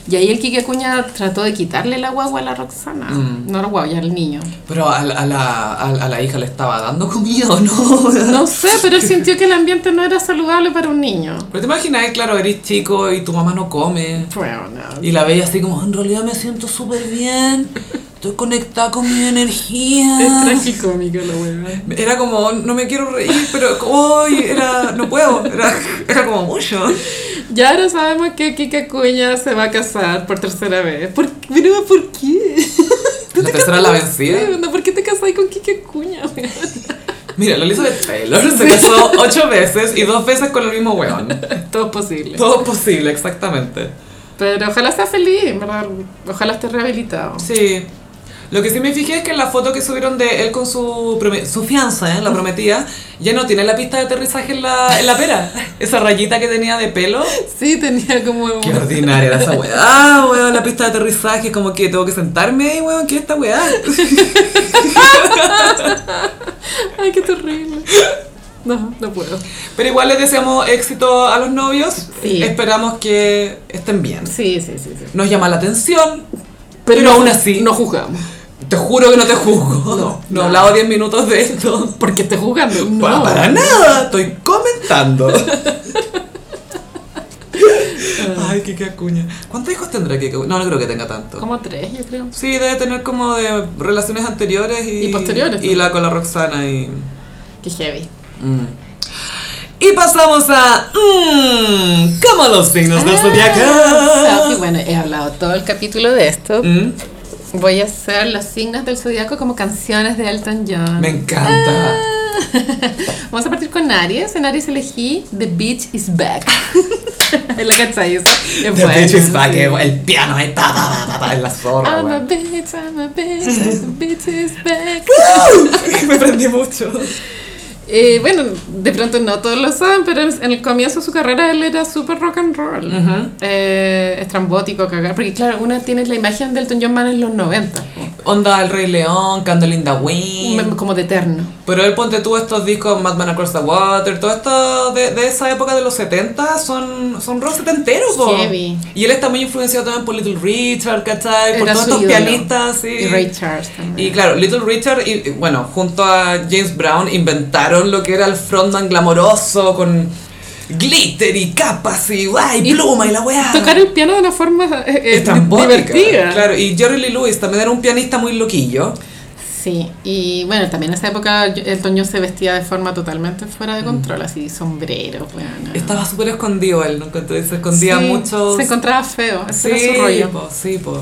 [SPEAKER 2] Y ahí el Quique Cuña trató de quitarle la guagua a la Roxana.
[SPEAKER 1] Mm.
[SPEAKER 2] No a la guagua, ya al niño.
[SPEAKER 1] Pero a la, a la- a la- a la hija le estaba dando comida, ¿o ¿no?
[SPEAKER 2] *laughs* No sé, pero él sintió que el ambiente no era saludable para un niño.
[SPEAKER 1] Pero te imaginas, claro, eres chico y tu mamá no come.
[SPEAKER 2] Bueno, no.
[SPEAKER 1] Y la veía así como, en realidad me siento súper bien. Estoy conectada con mi
[SPEAKER 2] Es
[SPEAKER 1] energía.
[SPEAKER 2] tragicómico la hueá.
[SPEAKER 1] Era como, no me quiero reír, pero hoy era, no puedo. Era, era como mucho.
[SPEAKER 2] Ya ahora sabemos que Kika Cuña se va a casar por tercera vez. ¿Por qué? Pero, ¿por qué? *laughs*
[SPEAKER 1] La tercera la vencida.
[SPEAKER 2] Sí, onda, ¿Por qué te casáis con Kika Cuña? weón?
[SPEAKER 1] Mira, lo hizo de Taylor. Se casó ocho veces y dos veces con el mismo weón.
[SPEAKER 2] *laughs*
[SPEAKER 1] *laughs*
[SPEAKER 2] Todo es posible.
[SPEAKER 1] Todo es posible, exactamente.
[SPEAKER 2] Pero ojalá sea feliz, en ¿verdad? Ojalá esté rehabilitado.
[SPEAKER 1] Sí. Lo que sí me fijé es que en la foto que subieron de él con su, prome- su fianza, ¿eh? la prometida, ya no tiene la pista de aterrizaje en la, en la pera. Esa rayita que tenía de pelo.
[SPEAKER 2] Sí, tenía como...
[SPEAKER 1] Qué ordinaria era esa weá. Ah, weón, la pista de aterrizaje, como que tengo que sentarme ahí, weón, ¿qué es esta weá?
[SPEAKER 2] *laughs* Ay, qué terrible. No, no puedo.
[SPEAKER 1] Pero igual les deseamos éxito a los novios.
[SPEAKER 2] Sí.
[SPEAKER 1] Esperamos que estén bien.
[SPEAKER 2] Sí, sí, sí. sí.
[SPEAKER 1] Nos llama la atención, pero,
[SPEAKER 2] no-
[SPEAKER 1] aún así,
[SPEAKER 2] No juzgamos.
[SPEAKER 1] te juro que no te juzgo. No, no he hablado 10 minutos de esto.
[SPEAKER 2] Porque esté juzgando. No.
[SPEAKER 1] Para, para nada, estoy comentando. *laughs* Ay, qué cacuña. ¿Cuántos hijos tendrá que No, no creo que tenga tanto.
[SPEAKER 2] Como tres, yo creo.
[SPEAKER 1] Sí, debe tener como de relaciones anteriores y, pues.
[SPEAKER 2] Y posteriores,
[SPEAKER 1] Y
[SPEAKER 2] ¿no?
[SPEAKER 1] la con la Roxana y. mm.
[SPEAKER 2] Qué heavy.
[SPEAKER 1] Y pasamos a. Mmm, ¿Cómo los signos del
[SPEAKER 2] Ah, sí,
[SPEAKER 1] zodiaco?
[SPEAKER 2] bueno, he hablado todo el capítulo de esto.
[SPEAKER 1] Mm,
[SPEAKER 2] Voy a hacer los signos del zodiaco como canciones de Elton John.
[SPEAKER 1] me encanta.
[SPEAKER 2] *laughs* Vamos a partir con Aries. En Aries elegí The Beach is Back. *laughs* ¿La cachai esa? Es
[SPEAKER 1] The
[SPEAKER 2] buena,
[SPEAKER 1] bitch is
[SPEAKER 2] sí.
[SPEAKER 1] back, eh, el piano ahí, pa, pa, pa, pa, pa, en la zorra.
[SPEAKER 2] I'm a
[SPEAKER 1] weón.
[SPEAKER 2] bitch, I'm a bitch, the bitch is back.
[SPEAKER 1] *laughs* me prendí mucho.
[SPEAKER 2] Eh, bueno, de pronto no todos lo saben, pero en el comienzo de su carrera él era súper rock and roll. Eh, estrambótico, cagar. Porque claro, una tiene la imagen del Elton John Man en los 90.
[SPEAKER 1] Onda El Rey León, Candle in the
[SPEAKER 2] Me-
[SPEAKER 1] Wind.
[SPEAKER 2] Como de eterno.
[SPEAKER 1] Pero él ponte tú estos discos Madman Across the Water, todo esto de, de esa época de los 70 son, son rock setenteros, po.
[SPEAKER 2] Heavy.
[SPEAKER 1] Y él está muy influenciado también por Little Richard, ¿cachai? Por
[SPEAKER 2] Era
[SPEAKER 1] todos
[SPEAKER 2] su
[SPEAKER 1] estos
[SPEAKER 2] ídolo.
[SPEAKER 1] pianistas, sí.
[SPEAKER 2] Y Ray Charles
[SPEAKER 1] Y
[SPEAKER 2] también.
[SPEAKER 1] claro, Little Richard y y bueno, junto a James Brown inventaron lo que era el frontman glamoroso con glitter y capas y, guay,
[SPEAKER 2] Y
[SPEAKER 1] pluma y la weá.
[SPEAKER 2] Ah, Tocar el piano de una forma eh, eh,
[SPEAKER 1] Estrambótica.
[SPEAKER 2] divertida.
[SPEAKER 1] Claro, y Jerry Lee Lewis también era un pianista muy loquillo.
[SPEAKER 2] Sí, y bueno, también en esa época yo- el Toño se vestía de forma totalmente fuera de control, así sombrero, pues, bueno.
[SPEAKER 1] Mm. Estaba súper escondido él, ¿no? Entonces se escondía
[SPEAKER 2] Sí,
[SPEAKER 1] mucho.
[SPEAKER 2] Se encontraba feo, ese
[SPEAKER 1] Sí,
[SPEAKER 2] era su rollo.
[SPEAKER 1] po, sí, po.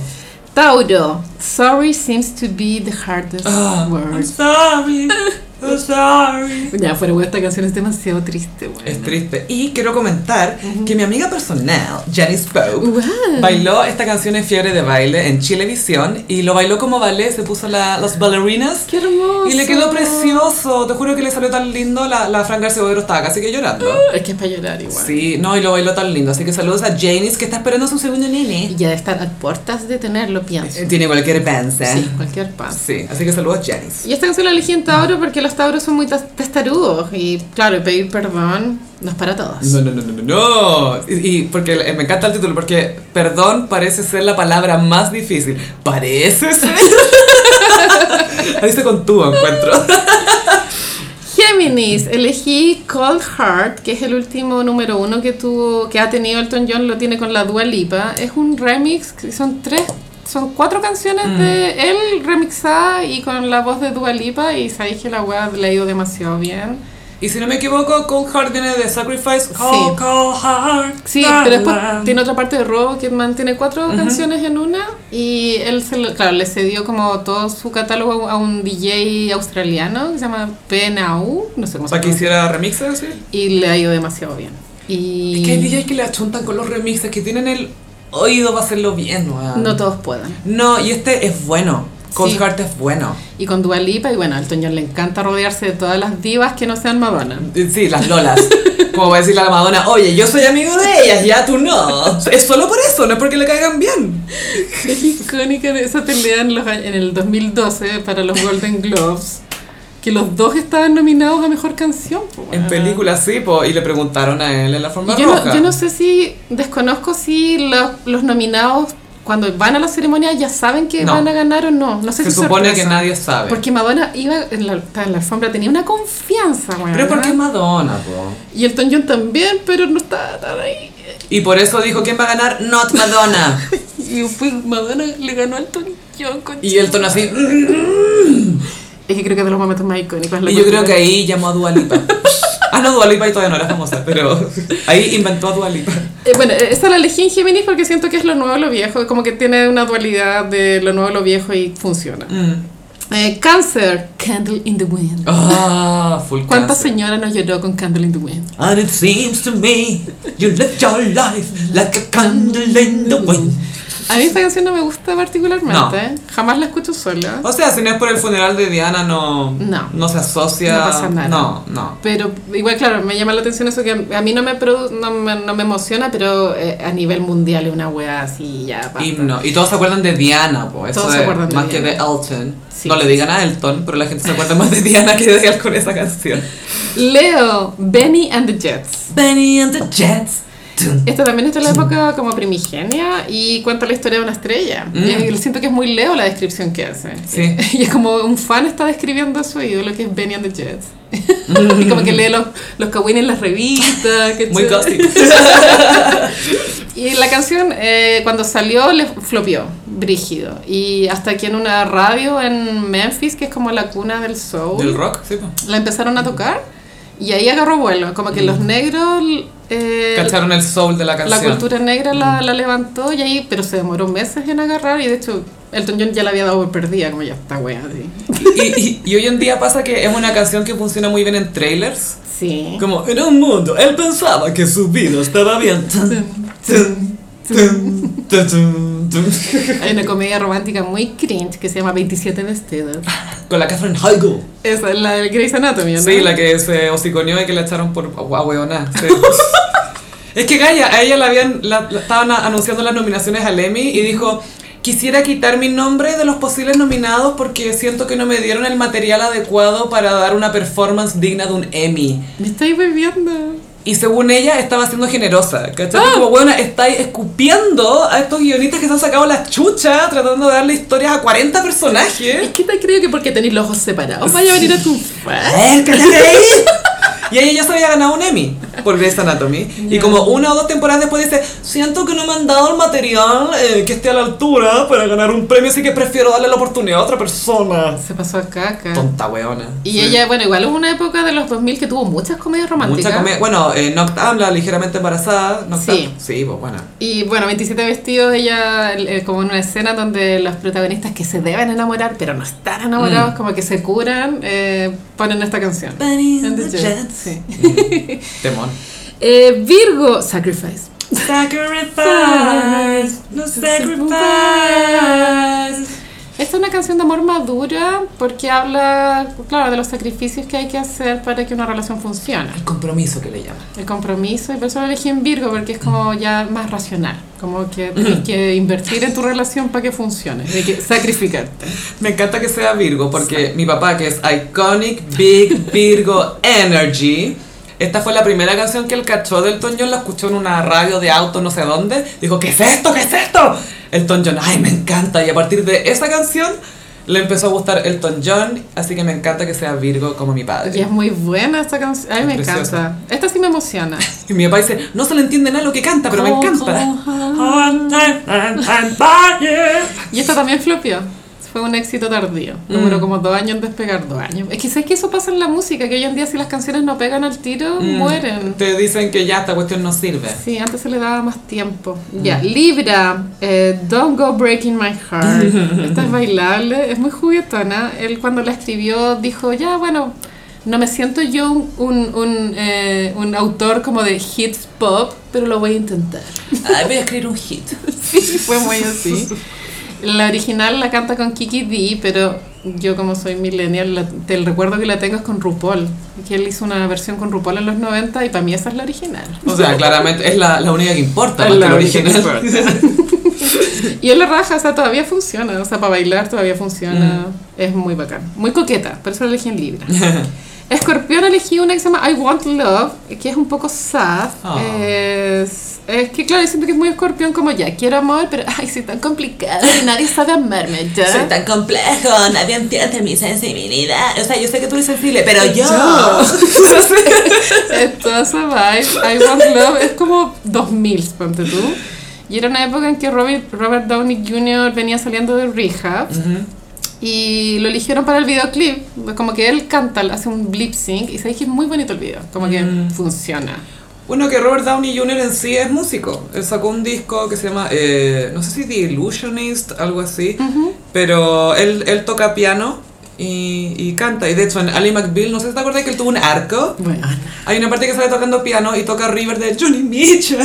[SPEAKER 2] Tauro, sorry seems to be the hardest
[SPEAKER 1] Ah, I'm
[SPEAKER 2] word.
[SPEAKER 1] sorry,
[SPEAKER 2] *laughs*
[SPEAKER 1] I'm sorry.
[SPEAKER 2] Ya, fuera de esta canción es demasiado triste, bueno.
[SPEAKER 1] Es triste. Y quiero comentar que mi amiga personal, Janice Pope,
[SPEAKER 2] Wow.
[SPEAKER 1] bailó esta canción en Fiebre de Baile en Chilevisión y lo bailó como ballet, se puso la- las bailarinas
[SPEAKER 2] ¡Qué hermoso!
[SPEAKER 1] y le quedó precioso. Te juro que le salió tan lindo, la, la Fran García Botero estaba casi que llorando.
[SPEAKER 2] Es que es para llorar igual.
[SPEAKER 1] Sí, no, y lo bailó tan lindo. Así que saludos a Janice que está esperando su segundo
[SPEAKER 2] Y
[SPEAKER 1] nene.
[SPEAKER 2] ya de estar a puertas de tenerlo, pienso.
[SPEAKER 1] Eh, Tiene cualquier panza.
[SPEAKER 2] Sí, cualquier paso.
[SPEAKER 1] Sí, así que saludos Janice.
[SPEAKER 2] Y esta canción la elegí en Tauro porque los Tauros son muy tas- testarudos y claro, pedir perdón no es para todos.
[SPEAKER 1] No, no, no, no, no, no. Y, y porque eh, me encanta el título, porque perdón parece ser la palabra más difícil. *laughs* Parece ser. Ahí se con tu encuentro.
[SPEAKER 2] Feminist, elegí Cold Heart, que es el último número uno que tuvo, que ha tenido Elton John, lo tiene con la Dua Lipa. Es un remix, que son tres, son cuatro canciones de él remixada y con la voz de Dua Lipa y sabéis que la web le ha ido demasiado bien.
[SPEAKER 1] Y si no me equivoco, Cold Heart viene de Sacrifice.
[SPEAKER 2] Sí.
[SPEAKER 1] Cold, cold heart.
[SPEAKER 2] Sí,
[SPEAKER 1] la,
[SPEAKER 2] pero después
[SPEAKER 1] la.
[SPEAKER 2] tiene otra parte de Robo que mantiene cuatro canciones en una y él, se lo- claro, le cedió como todo su catálogo a un DJ australiano que se llama PNAU, no sé cómo se
[SPEAKER 1] Para que
[SPEAKER 2] llama,
[SPEAKER 1] hiciera remixes, sí.
[SPEAKER 2] y le ha ido demasiado bien. Y
[SPEAKER 1] Es que hay DJs que le achuntan con los remixes, que tienen el oído para hacerlo bien, weón.
[SPEAKER 2] no todos pueden.
[SPEAKER 1] No, y este es bueno. Cold
[SPEAKER 2] Sí.
[SPEAKER 1] Heart es bueno.
[SPEAKER 2] Y con Dua Lipa, y bueno, a Elton John le encanta rodearse de todas las divas que no sean Madonna.
[SPEAKER 1] *laughs* Sí, las lolas. Como va a decir la Madonna, oye, yo soy amigo de ellas, ya tú no. Es solo por eso, no es porque le caigan bien.
[SPEAKER 2] Es icónica de esa pelea en, los, a- en el 2012 para los Golden Globes, que los dos estaban nominados a Mejor Canción. pues,
[SPEAKER 1] En
[SPEAKER 2] bueno.
[SPEAKER 1] películas sí, po, y le preguntaron a él en la forma
[SPEAKER 2] Y yo,
[SPEAKER 1] roja.
[SPEAKER 2] no, yo no sé si, desconozco si los, los nominados cuando van a la ceremonia ya saben que
[SPEAKER 1] No.
[SPEAKER 2] van a ganar o no. No sé
[SPEAKER 1] Se
[SPEAKER 2] si
[SPEAKER 1] supone
[SPEAKER 2] sorpresa.
[SPEAKER 1] que nadie sabe.
[SPEAKER 2] Porque Madonna iba en la, estaba en la alfombra, tenía una confianza, weón.
[SPEAKER 1] Pero porque es Madonna, po.
[SPEAKER 2] Y Elton John también, pero no estaba
[SPEAKER 1] *laughs*
[SPEAKER 2] tan ahí.
[SPEAKER 1] Y por eso dijo, ¿quién va a ganar? Not
[SPEAKER 2] *laughs*
[SPEAKER 1] Madonna.
[SPEAKER 2] Y fue Madonna le ganó al Tony John con
[SPEAKER 1] Y el tono así. "Mm,
[SPEAKER 2] Es que creo que es de los momentos más icónicos. es la
[SPEAKER 1] Y yo creo
[SPEAKER 2] cultura.
[SPEAKER 1] que ahí llamó a Dualipa. Ah, no, Dualipa y todavía no era famosa, pero ahí inventó a Dualipa.
[SPEAKER 2] Eh, bueno, eh, esta la elegí en Géminis porque siento que es lo nuevo, lo viejo. Como que tiene una dualidad de lo nuevo, lo viejo y funciona. Eh, cáncer, Candle in the Wind.
[SPEAKER 1] Ah, full
[SPEAKER 2] ¿Cuánta
[SPEAKER 1] cáncer.
[SPEAKER 2] señora no lloró con Candle in the Wind?
[SPEAKER 1] And it seems to me you lived your life like a candle in the wind.
[SPEAKER 2] A mí esta canción no me gusta particularmente.
[SPEAKER 1] No.
[SPEAKER 2] eh. Jamás la escucho sola.
[SPEAKER 1] O sea, si no es por el funeral de Diana, no,
[SPEAKER 2] No.
[SPEAKER 1] se asocia.
[SPEAKER 2] No pasa nada.
[SPEAKER 1] No, no.
[SPEAKER 2] Pero igual, claro, me llama la atención eso que a mí no me, produ- no me, no me emociona, pero eh, a nivel mundial es una wea así ya. basta.
[SPEAKER 1] Himno. Y todos se acuerdan de Diana, pues.
[SPEAKER 2] Todos se acuerdan de
[SPEAKER 1] Más que
[SPEAKER 2] Diana.
[SPEAKER 1] de Elton.
[SPEAKER 2] Sí.
[SPEAKER 1] No le digan a Elton, pero la gente se acuerda más de Diana que de él con esa canción.
[SPEAKER 2] Leo, Benny and the Jets.
[SPEAKER 1] Benny and the Jets. Mm.
[SPEAKER 2] Esta también está en la época como primigenia y cuenta la historia de una estrella.
[SPEAKER 1] Mm.
[SPEAKER 2] Eh, siento que es muy Leo la descripción que hace.
[SPEAKER 1] Sí.
[SPEAKER 2] *laughs* Y es como un fan está describiendo a su ídolo que es Benny and the Jets. *laughs* y como que lee los, los kawin en las revistas. ¿cachai?
[SPEAKER 1] Mm. Muy gossip.
[SPEAKER 2] *laughs* Y la canción eh, cuando salió le flopió, brígido. Y hasta aquí en una radio en Memphis, que es como la cuna del soul
[SPEAKER 1] Del rock, sí, po.
[SPEAKER 2] la empezaron a tocar y ahí agarró vuelo. Como que los negros. eh,
[SPEAKER 1] Mm. Cacharon el soul de la
[SPEAKER 2] la
[SPEAKER 1] canción. Mm.
[SPEAKER 2] cultura negra la, la levantó y ahí, pero se demoró meses en agarrar y de hecho Elton John ya la había dado por perdida, como ya está wea así.
[SPEAKER 1] Y, y- y hoy en día pasa que es una canción que funciona muy bien en trailers.
[SPEAKER 2] Sí.
[SPEAKER 1] Como, en un mundo, él pensaba que su vida estaba bien. Tun, tun, tun, tun, tun, tun.
[SPEAKER 2] Hay una comedia romántica muy cringe que se llama 27 vestidos.
[SPEAKER 1] Con la Catherine Heigl.
[SPEAKER 2] Esa es la de Grey's Anatomy, ¿no?
[SPEAKER 1] Ah. Sí, la que se hociconeó y que la echaron por ahueoná. *laughs* es que Gaia, a ella la habían, la- la- estaban a- anunciando las nominaciones al Emmy y dijo, quisiera quitar mi nombre de los posibles nominados porque siento que no me dieron el material adecuado para dar una performance digna de un Emmy.
[SPEAKER 2] Me estáis bebiendo.
[SPEAKER 1] Y según ella, estaba siendo generosa, ¿cachai? Como, bueno, estáis escupiendo a estos guionistas que se han sacado la chucha tratando de darle historias a 40 personajes.
[SPEAKER 2] Es que te creo que porque tenéis los ojos separados vaya a venir a tu fan.
[SPEAKER 1] ver, cállate ahí. Y ella ya se había ganado un Emmy por Grey's Anatomy. Y como una o dos temporadas después dice, siento que no me han dado el material eh, que esté a la altura para ganar un premio, así que prefiero darle la oportunidad a otra persona.
[SPEAKER 2] Se pasó a caca.
[SPEAKER 1] Tonta weona.
[SPEAKER 2] Y ella, bueno, igual hubo una época de los 2000 que tuvo muchas comedias románticas.
[SPEAKER 1] Mucha comedia. Bueno, eh, Knocked Up, la ligeramente embarazada. Knocked
[SPEAKER 2] Sí.
[SPEAKER 1] Up. Sí, pues bueno.
[SPEAKER 2] Y bueno, 27 vestidos, ella eh, como en una escena donde los protagonistas que se deben enamorar, pero no están enamorados, como que se curan, eh, Mm. ponen esta canción.
[SPEAKER 3] Bunny and the
[SPEAKER 2] Sí.
[SPEAKER 3] Jets.
[SPEAKER 1] Temón.
[SPEAKER 2] Eh, Virgo, Sacrifice.
[SPEAKER 1] Sacrifice, no sacrifice.
[SPEAKER 2] Esta es una canción de amor madura porque habla, claro, de los sacrificios que hay que hacer para que una relación funcione.
[SPEAKER 1] El compromiso que le llaman.
[SPEAKER 2] El compromiso, y por eso lo elegí en Virgo, porque es como ya más racional, como que
[SPEAKER 1] *clears throat*
[SPEAKER 2] tienes que invertir en tu relación para que funcione, hay que sacrificarte.
[SPEAKER 1] Me encanta que sea Virgo porque mi papá, que es Iconic Big Virgo Energy, esta fue la primera canción que él cachó del Elton John, la escuchó en una radio de auto no sé dónde, dijo, ¿qué es esto? ¿qué es esto? Elton John, ay, me encanta, y a partir de esa canción... Le empezó a gustar Elton John, así que me encanta que sea Virgo como mi padre.
[SPEAKER 2] Y es muy buena esta canción. A mí
[SPEAKER 1] Es
[SPEAKER 2] me
[SPEAKER 1] preciosa.
[SPEAKER 2] encanta. Esta sí me emociona.
[SPEAKER 1] Y mi papá dice, no se le entiende nada lo que canta, pero me encanta.
[SPEAKER 2] Y esta también flopió. Fue un éxito tardío. Número
[SPEAKER 1] Mm.
[SPEAKER 2] como dos años en despegar, dos años. Es que sabes que eso pasa en la música, que hoy en día si las canciones no pegan al tiro, mueren.
[SPEAKER 1] Mm. Te dicen que ya esta cuestión no sirve.
[SPEAKER 2] Sí, antes se le daba más tiempo. Ya, Libra, eh, Don't Go Breaking My Heart. Esta es bailable, es muy juguetona. Él cuando la escribió dijo, ya, bueno, no me siento yo un, un, un, eh, un autor como de hits pop, pero lo voy a intentar. *laughs*
[SPEAKER 3] Ay, voy a escribir un hit.
[SPEAKER 2] Sí, fue muy así. La original la canta con Kiki D, pero yo como soy millennial, la- te el recuerdo que la tengo es con RuPaul. Que él hizo una versión con RuPaul en los 90 y para mí esa es la original.
[SPEAKER 1] O sea, claramente es la, la única que importa, más que la original. *laughs*
[SPEAKER 2] Y él la raja, o sea, todavía funciona, o sea, para bailar todavía funciona. Es muy bacán. Muy coqueta, por eso la elegí en Libra. Escorpión elegí una que se llama I Want Love, que es un poco sad.
[SPEAKER 1] Ah.
[SPEAKER 2] Es, es que, claro, yo siento que es muy escorpión como ya, quiero amor, pero *laughs* ay, soy tan complicado y nadie sabe amarme ya.
[SPEAKER 3] Soy tan complejo, nadie entiende mi sensibilidad. O sea, yo sé que tú eres sensible, pero yo.
[SPEAKER 2] Es toda esa vibe. I Want Love es como 2000, ponte tú. Y era una época en que Robert, Robert Downey Jr. venía saliendo de rehab. Y lo eligieron para el videoclip. Como que él canta, hace un lip sync. Y sabéis que es muy bonito el video. Como que funciona.
[SPEAKER 1] Bueno, que Robert Downey Jr. en sí es músico. Él sacó un disco que se llama, eh, no sé si The Illusionist, algo así, pero él, él toca piano y, y canta. Y de hecho, en Ali McBeal, no sé si te acuerdas que él tuvo un arco.
[SPEAKER 2] Bueno,
[SPEAKER 1] Hay una parte que sale tocando piano y toca River de Johnny Mitchell.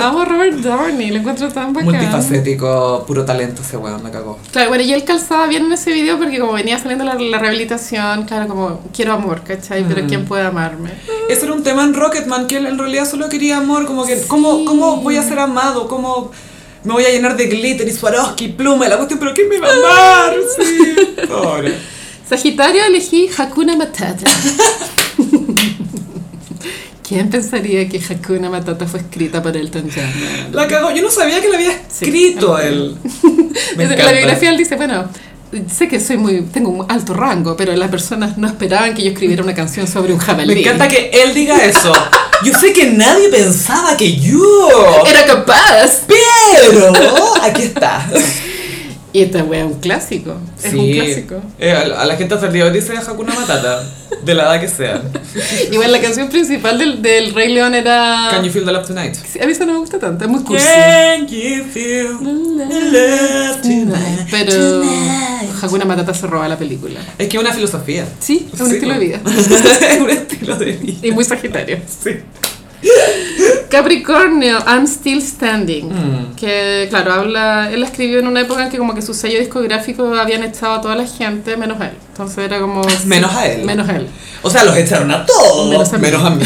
[SPEAKER 2] amo a Robert Downey. Lo encuentro tan bacán.
[SPEAKER 1] Multifacético, puro talento ese weón, me cagó.
[SPEAKER 2] Claro, bueno, y él calzaba bien en ese video porque como venía saliendo la, la rehabilitación, claro, como quiero amor, ¿cachai? Pero ¿quién puede amarme?
[SPEAKER 1] Eso era un tema en Rocketman, que él en realidad solo quería amor, como que, ¿cómo, ¿cómo voy a ser amado? ¿Cómo me voy a llenar de glitter y Swarovski, pluma y la cuestión? ¿Pero quién me va a amar? Sí, pobre.
[SPEAKER 2] Sagitario elegí Hakuna Matata. ¿Quién pensaría que Hakuna Matata fue escrita por Elton John?
[SPEAKER 1] La cagó, yo no sabía que la había
[SPEAKER 2] Sí,
[SPEAKER 1] escrito él. *laughs* Me
[SPEAKER 2] la
[SPEAKER 1] encanta.
[SPEAKER 2] biografía él dice, bueno, sé que soy muy, tengo un alto rango, pero las personas no esperaban que yo escribiera una canción sobre un jabalí.
[SPEAKER 1] Me encanta que él diga eso. Yo sé que nadie pensaba que yo,
[SPEAKER 2] *laughs* era capaz.
[SPEAKER 1] pero aquí está.
[SPEAKER 2] Y esta wea es un clásico. Es un clásico.
[SPEAKER 1] Eh, a, a la gente hasta el día de hoy dice Hakuna Matata, de la edad que sea.
[SPEAKER 2] Igual la canción principal del, del Rey León era.
[SPEAKER 1] Can you feel the love tonight?
[SPEAKER 2] Sí, A mí eso no me gusta tanto, es muy cursi.
[SPEAKER 1] Can you feel the love tonight?
[SPEAKER 2] Mm, Pero Hakuna Matata se roba la película.
[SPEAKER 1] Es que es una filosofía.
[SPEAKER 2] Sí, es un
[SPEAKER 1] Sí,
[SPEAKER 2] estilo de
[SPEAKER 1] po.
[SPEAKER 2] vida.
[SPEAKER 1] *laughs* es un estilo de vida.
[SPEAKER 2] Y muy Sagitario.
[SPEAKER 1] Sí.
[SPEAKER 2] Capricornio, I'm Still Standing.
[SPEAKER 1] Mm.
[SPEAKER 2] Que, claro, habla. Él la escribió en una época en que, como que su sello discográfico habían echado a toda la gente, menos a él. Entonces era como.
[SPEAKER 1] *laughs* Menos a él.
[SPEAKER 2] Menos a él.
[SPEAKER 1] O sea, los echaron a todos,
[SPEAKER 2] Menos a mí.
[SPEAKER 1] menos a mí.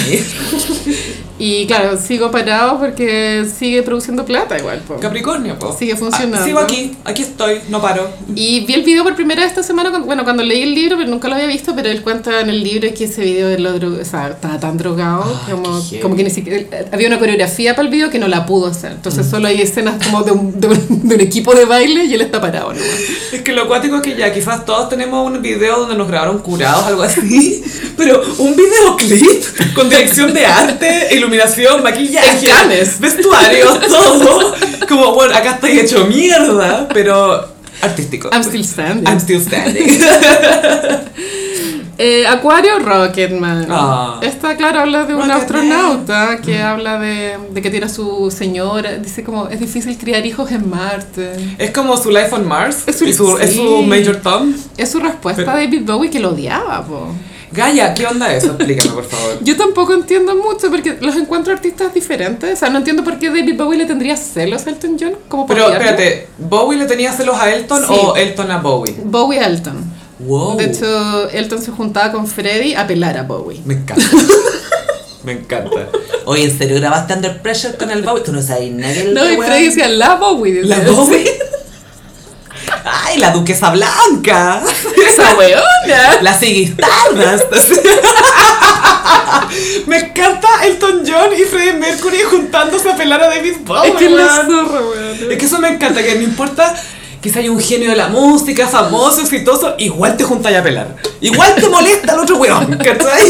[SPEAKER 2] Y claro, sigo parado porque sigue produciendo plata igual. po.
[SPEAKER 1] Capricornio, po.
[SPEAKER 2] Sigue funcionando.
[SPEAKER 1] Ah, sigo aquí, aquí estoy, no paro.
[SPEAKER 2] Y vi el video por primera vez esta semana, cuando- bueno, cuando leí el libro, pero nunca lo había visto, pero él cuenta en el libro que ese video él lo dro- o sea, estaba tan drogado,
[SPEAKER 1] Ah,
[SPEAKER 2] como,
[SPEAKER 1] qué heavy.
[SPEAKER 2] como que ni siquiera, había una coreografía para el video que no la pudo hacer.
[SPEAKER 1] Mm.
[SPEAKER 2] Entonces solo hay escenas como de un, de un- de un equipo de baile y él está parado. nomás.
[SPEAKER 1] Es que lo cuático es que ya quizás todos tenemos un video donde nos grabaron curados, algo así, *laughs* pero un videoclip con dirección de arte, iluminación, maquillaje,
[SPEAKER 2] Escanes.
[SPEAKER 1] vestuario,
[SPEAKER 2] *laughs*
[SPEAKER 1] todo. Como, bueno, acá estoy hecho mierda, pero artístico.
[SPEAKER 2] I'm still standing.
[SPEAKER 1] I'm still standing.
[SPEAKER 2] Eh, Acuario Rocketman.
[SPEAKER 1] Ah. Mm.
[SPEAKER 2] Esta, claro, habla de un
[SPEAKER 1] Rocketman.
[SPEAKER 2] astronauta que habla de, de que tiene a su señora. Dice como, es difícil criar hijos en Marte.
[SPEAKER 1] Es como su Life on Mars,
[SPEAKER 2] Es su-
[SPEAKER 1] y su, es su
[SPEAKER 2] sí.
[SPEAKER 1] Major Tom.
[SPEAKER 2] Es su respuesta
[SPEAKER 1] Pero-
[SPEAKER 2] a David Bowie que lo odiaba, po.
[SPEAKER 1] Gaia, ¿qué onda eso? Explícame, por
[SPEAKER 2] *laughs*
[SPEAKER 1] favor.
[SPEAKER 2] Yo tampoco entiendo mucho porque los encuentro artistas diferentes. O sea, no entiendo por qué David Bowie le tendría celos a Elton John. Como por
[SPEAKER 1] Pero
[SPEAKER 2] odiarlo.
[SPEAKER 1] espérate, ¿Bowie le tenía celos a Elton
[SPEAKER 2] Sí.
[SPEAKER 1] o Elton a Bowie?
[SPEAKER 2] Bowie a Elton.
[SPEAKER 1] Wow.
[SPEAKER 2] De hecho, Elton se juntaba con Freddie a pelar a Bowie.
[SPEAKER 3] *laughs*
[SPEAKER 1] Me encanta. Me encanta.
[SPEAKER 3] Oye, ¿en serio grabaste Under Pressure con el Bowie? Tú no sabes nada del
[SPEAKER 2] No, y
[SPEAKER 3] weón.
[SPEAKER 2] Freddie decía la Bowie.
[SPEAKER 1] La
[SPEAKER 2] decía.
[SPEAKER 1] Bowie. Ay, la duquesa blanca.
[SPEAKER 2] *laughs* Esa weona.
[SPEAKER 1] La Sigistardas. *laughs* Me encanta Elton John y Freddie Mercury juntándose a pelar a David Bowie.
[SPEAKER 2] Es que es la
[SPEAKER 1] weón.
[SPEAKER 2] zorra, weón.
[SPEAKER 1] Es que eso me encanta, que no importa quizá hay un genio de la música, famoso, exitoso, igual te juntas a pelar. Igual te molesta el otro weón, ¿cachai?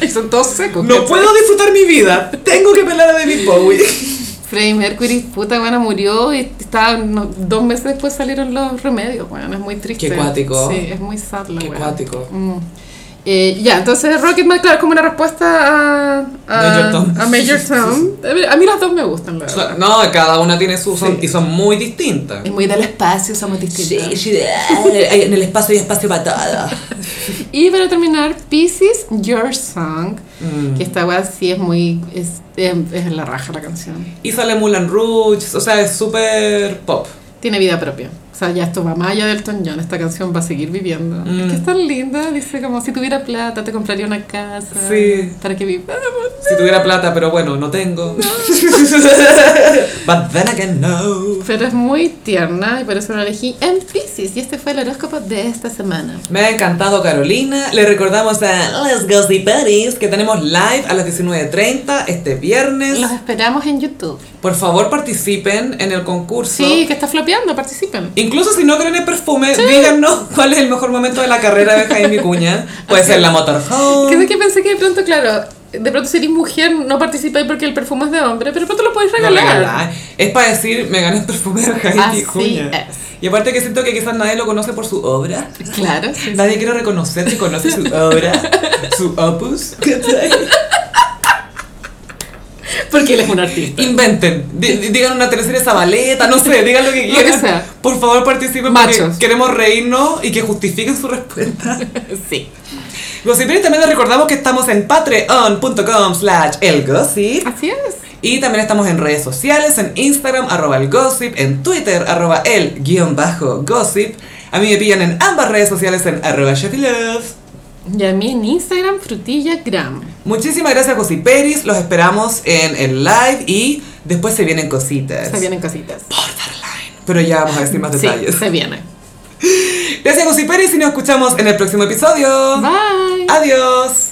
[SPEAKER 2] Y son todos secos.
[SPEAKER 1] No
[SPEAKER 2] ¿cachai?
[SPEAKER 1] puedo disfrutar mi vida, tengo que pelar a David Bowie.
[SPEAKER 2] Freddie Mercury, puta, bueno, murió y estaba, no, dos meses después salieron los remedios, bueno, es muy triste.
[SPEAKER 1] Qué cuático.
[SPEAKER 2] Sí, es muy sad la
[SPEAKER 1] Qué
[SPEAKER 2] weá.
[SPEAKER 1] cuático.
[SPEAKER 2] Mm. Eh, ya, entonces Rocketman, claro, es como una respuesta a, a
[SPEAKER 1] Major Tom.
[SPEAKER 2] A Major Tom. A mí- A mí las dos me gustan, la verdad.
[SPEAKER 1] Son- No, cada una tiene su... son-
[SPEAKER 2] Sí.
[SPEAKER 1] y son muy distintas.
[SPEAKER 2] Es muy del espacio, somos
[SPEAKER 3] Sí,
[SPEAKER 2] distintas.
[SPEAKER 3] sí, ah, en el espacio hay espacio para todo.
[SPEAKER 2] Y para terminar, Pieces, Your Song.
[SPEAKER 1] Mm.
[SPEAKER 2] Que esta weá sí es muy. Es, es, es la raja la canción.
[SPEAKER 1] Y sale Mulan Rouge, o sea, es súper pop.
[SPEAKER 2] Tiene vida propia. O sea, ya esto va más allá del John. Esta canción va a seguir viviendo.
[SPEAKER 1] Mm.
[SPEAKER 2] Es que es tan linda. Dice como si tuviera plata, te compraría una casa.
[SPEAKER 1] Sí.
[SPEAKER 2] Para que vivamos.
[SPEAKER 1] Si tuviera plata, pero bueno, no *laughs* tengo. But then again, no.
[SPEAKER 2] Pero es muy tierna y por eso la elegí en Pisces. Y este fue el horóscopo de esta semana.
[SPEAKER 1] Me ha encantado Carolina. Le recordamos a Let's Gossip Buddies que tenemos live a las 19.30 este viernes.
[SPEAKER 2] Los esperamos en YouTube.
[SPEAKER 1] Por favor, participen en el concurso.
[SPEAKER 2] Sí, que está flopeando, participen.
[SPEAKER 1] Incluso si no creen en perfume, díganos cuál es el mejor momento de la carrera de Jaime Cuña. Puede ser la
[SPEAKER 2] Que
[SPEAKER 1] motorhome.
[SPEAKER 2] sé que pensé que de pronto, claro, de pronto si eres mujer no participáis porque el perfume es de hombre, pero de pronto lo podéis
[SPEAKER 1] No,
[SPEAKER 2] regalar.
[SPEAKER 1] regalar. Es para decir, me gané el perfume de Jaime
[SPEAKER 2] Así
[SPEAKER 1] Cuña.
[SPEAKER 2] es.
[SPEAKER 1] Y aparte que siento que quizás nadie lo conoce por su obra.
[SPEAKER 2] Claro, sí.
[SPEAKER 1] Nadie quiere reconocer si conoce
[SPEAKER 2] *laughs*
[SPEAKER 1] su obra, su opus.
[SPEAKER 2] Porque él es un artista.
[SPEAKER 1] Inventen, di- di- digan una tercera Zabaleta, no sé, digan lo que
[SPEAKER 2] Lo que
[SPEAKER 1] quieran.
[SPEAKER 2] sea.
[SPEAKER 1] Por favor, participen
[SPEAKER 2] Machos.
[SPEAKER 1] porque queremos reírnos y que justifiquen su respuesta.
[SPEAKER 2] *laughs* Sí.
[SPEAKER 1] Gossiperi también les recordamos que estamos en patreon.com slash elgossip
[SPEAKER 2] Así es.
[SPEAKER 1] y también estamos en redes sociales, en Instagram, arroba elgossip, en Twitter, arroba el guión bajo gossip. A mí me pillan en ambas redes sociales en arroba sheffylove.
[SPEAKER 2] Y a mí en Instagram, frutillagram.
[SPEAKER 1] Muchísimas gracias Gossiperis, los esperamos en el live y después se vienen cositas.
[SPEAKER 2] Se vienen cositas.
[SPEAKER 1] Pero ya vamos a decir más
[SPEAKER 2] Sí,
[SPEAKER 1] detalles.
[SPEAKER 2] se viene.
[SPEAKER 1] Gracias, Gossiperis, y nos escuchamos en el próximo episodio.
[SPEAKER 2] Bye.
[SPEAKER 1] Adiós.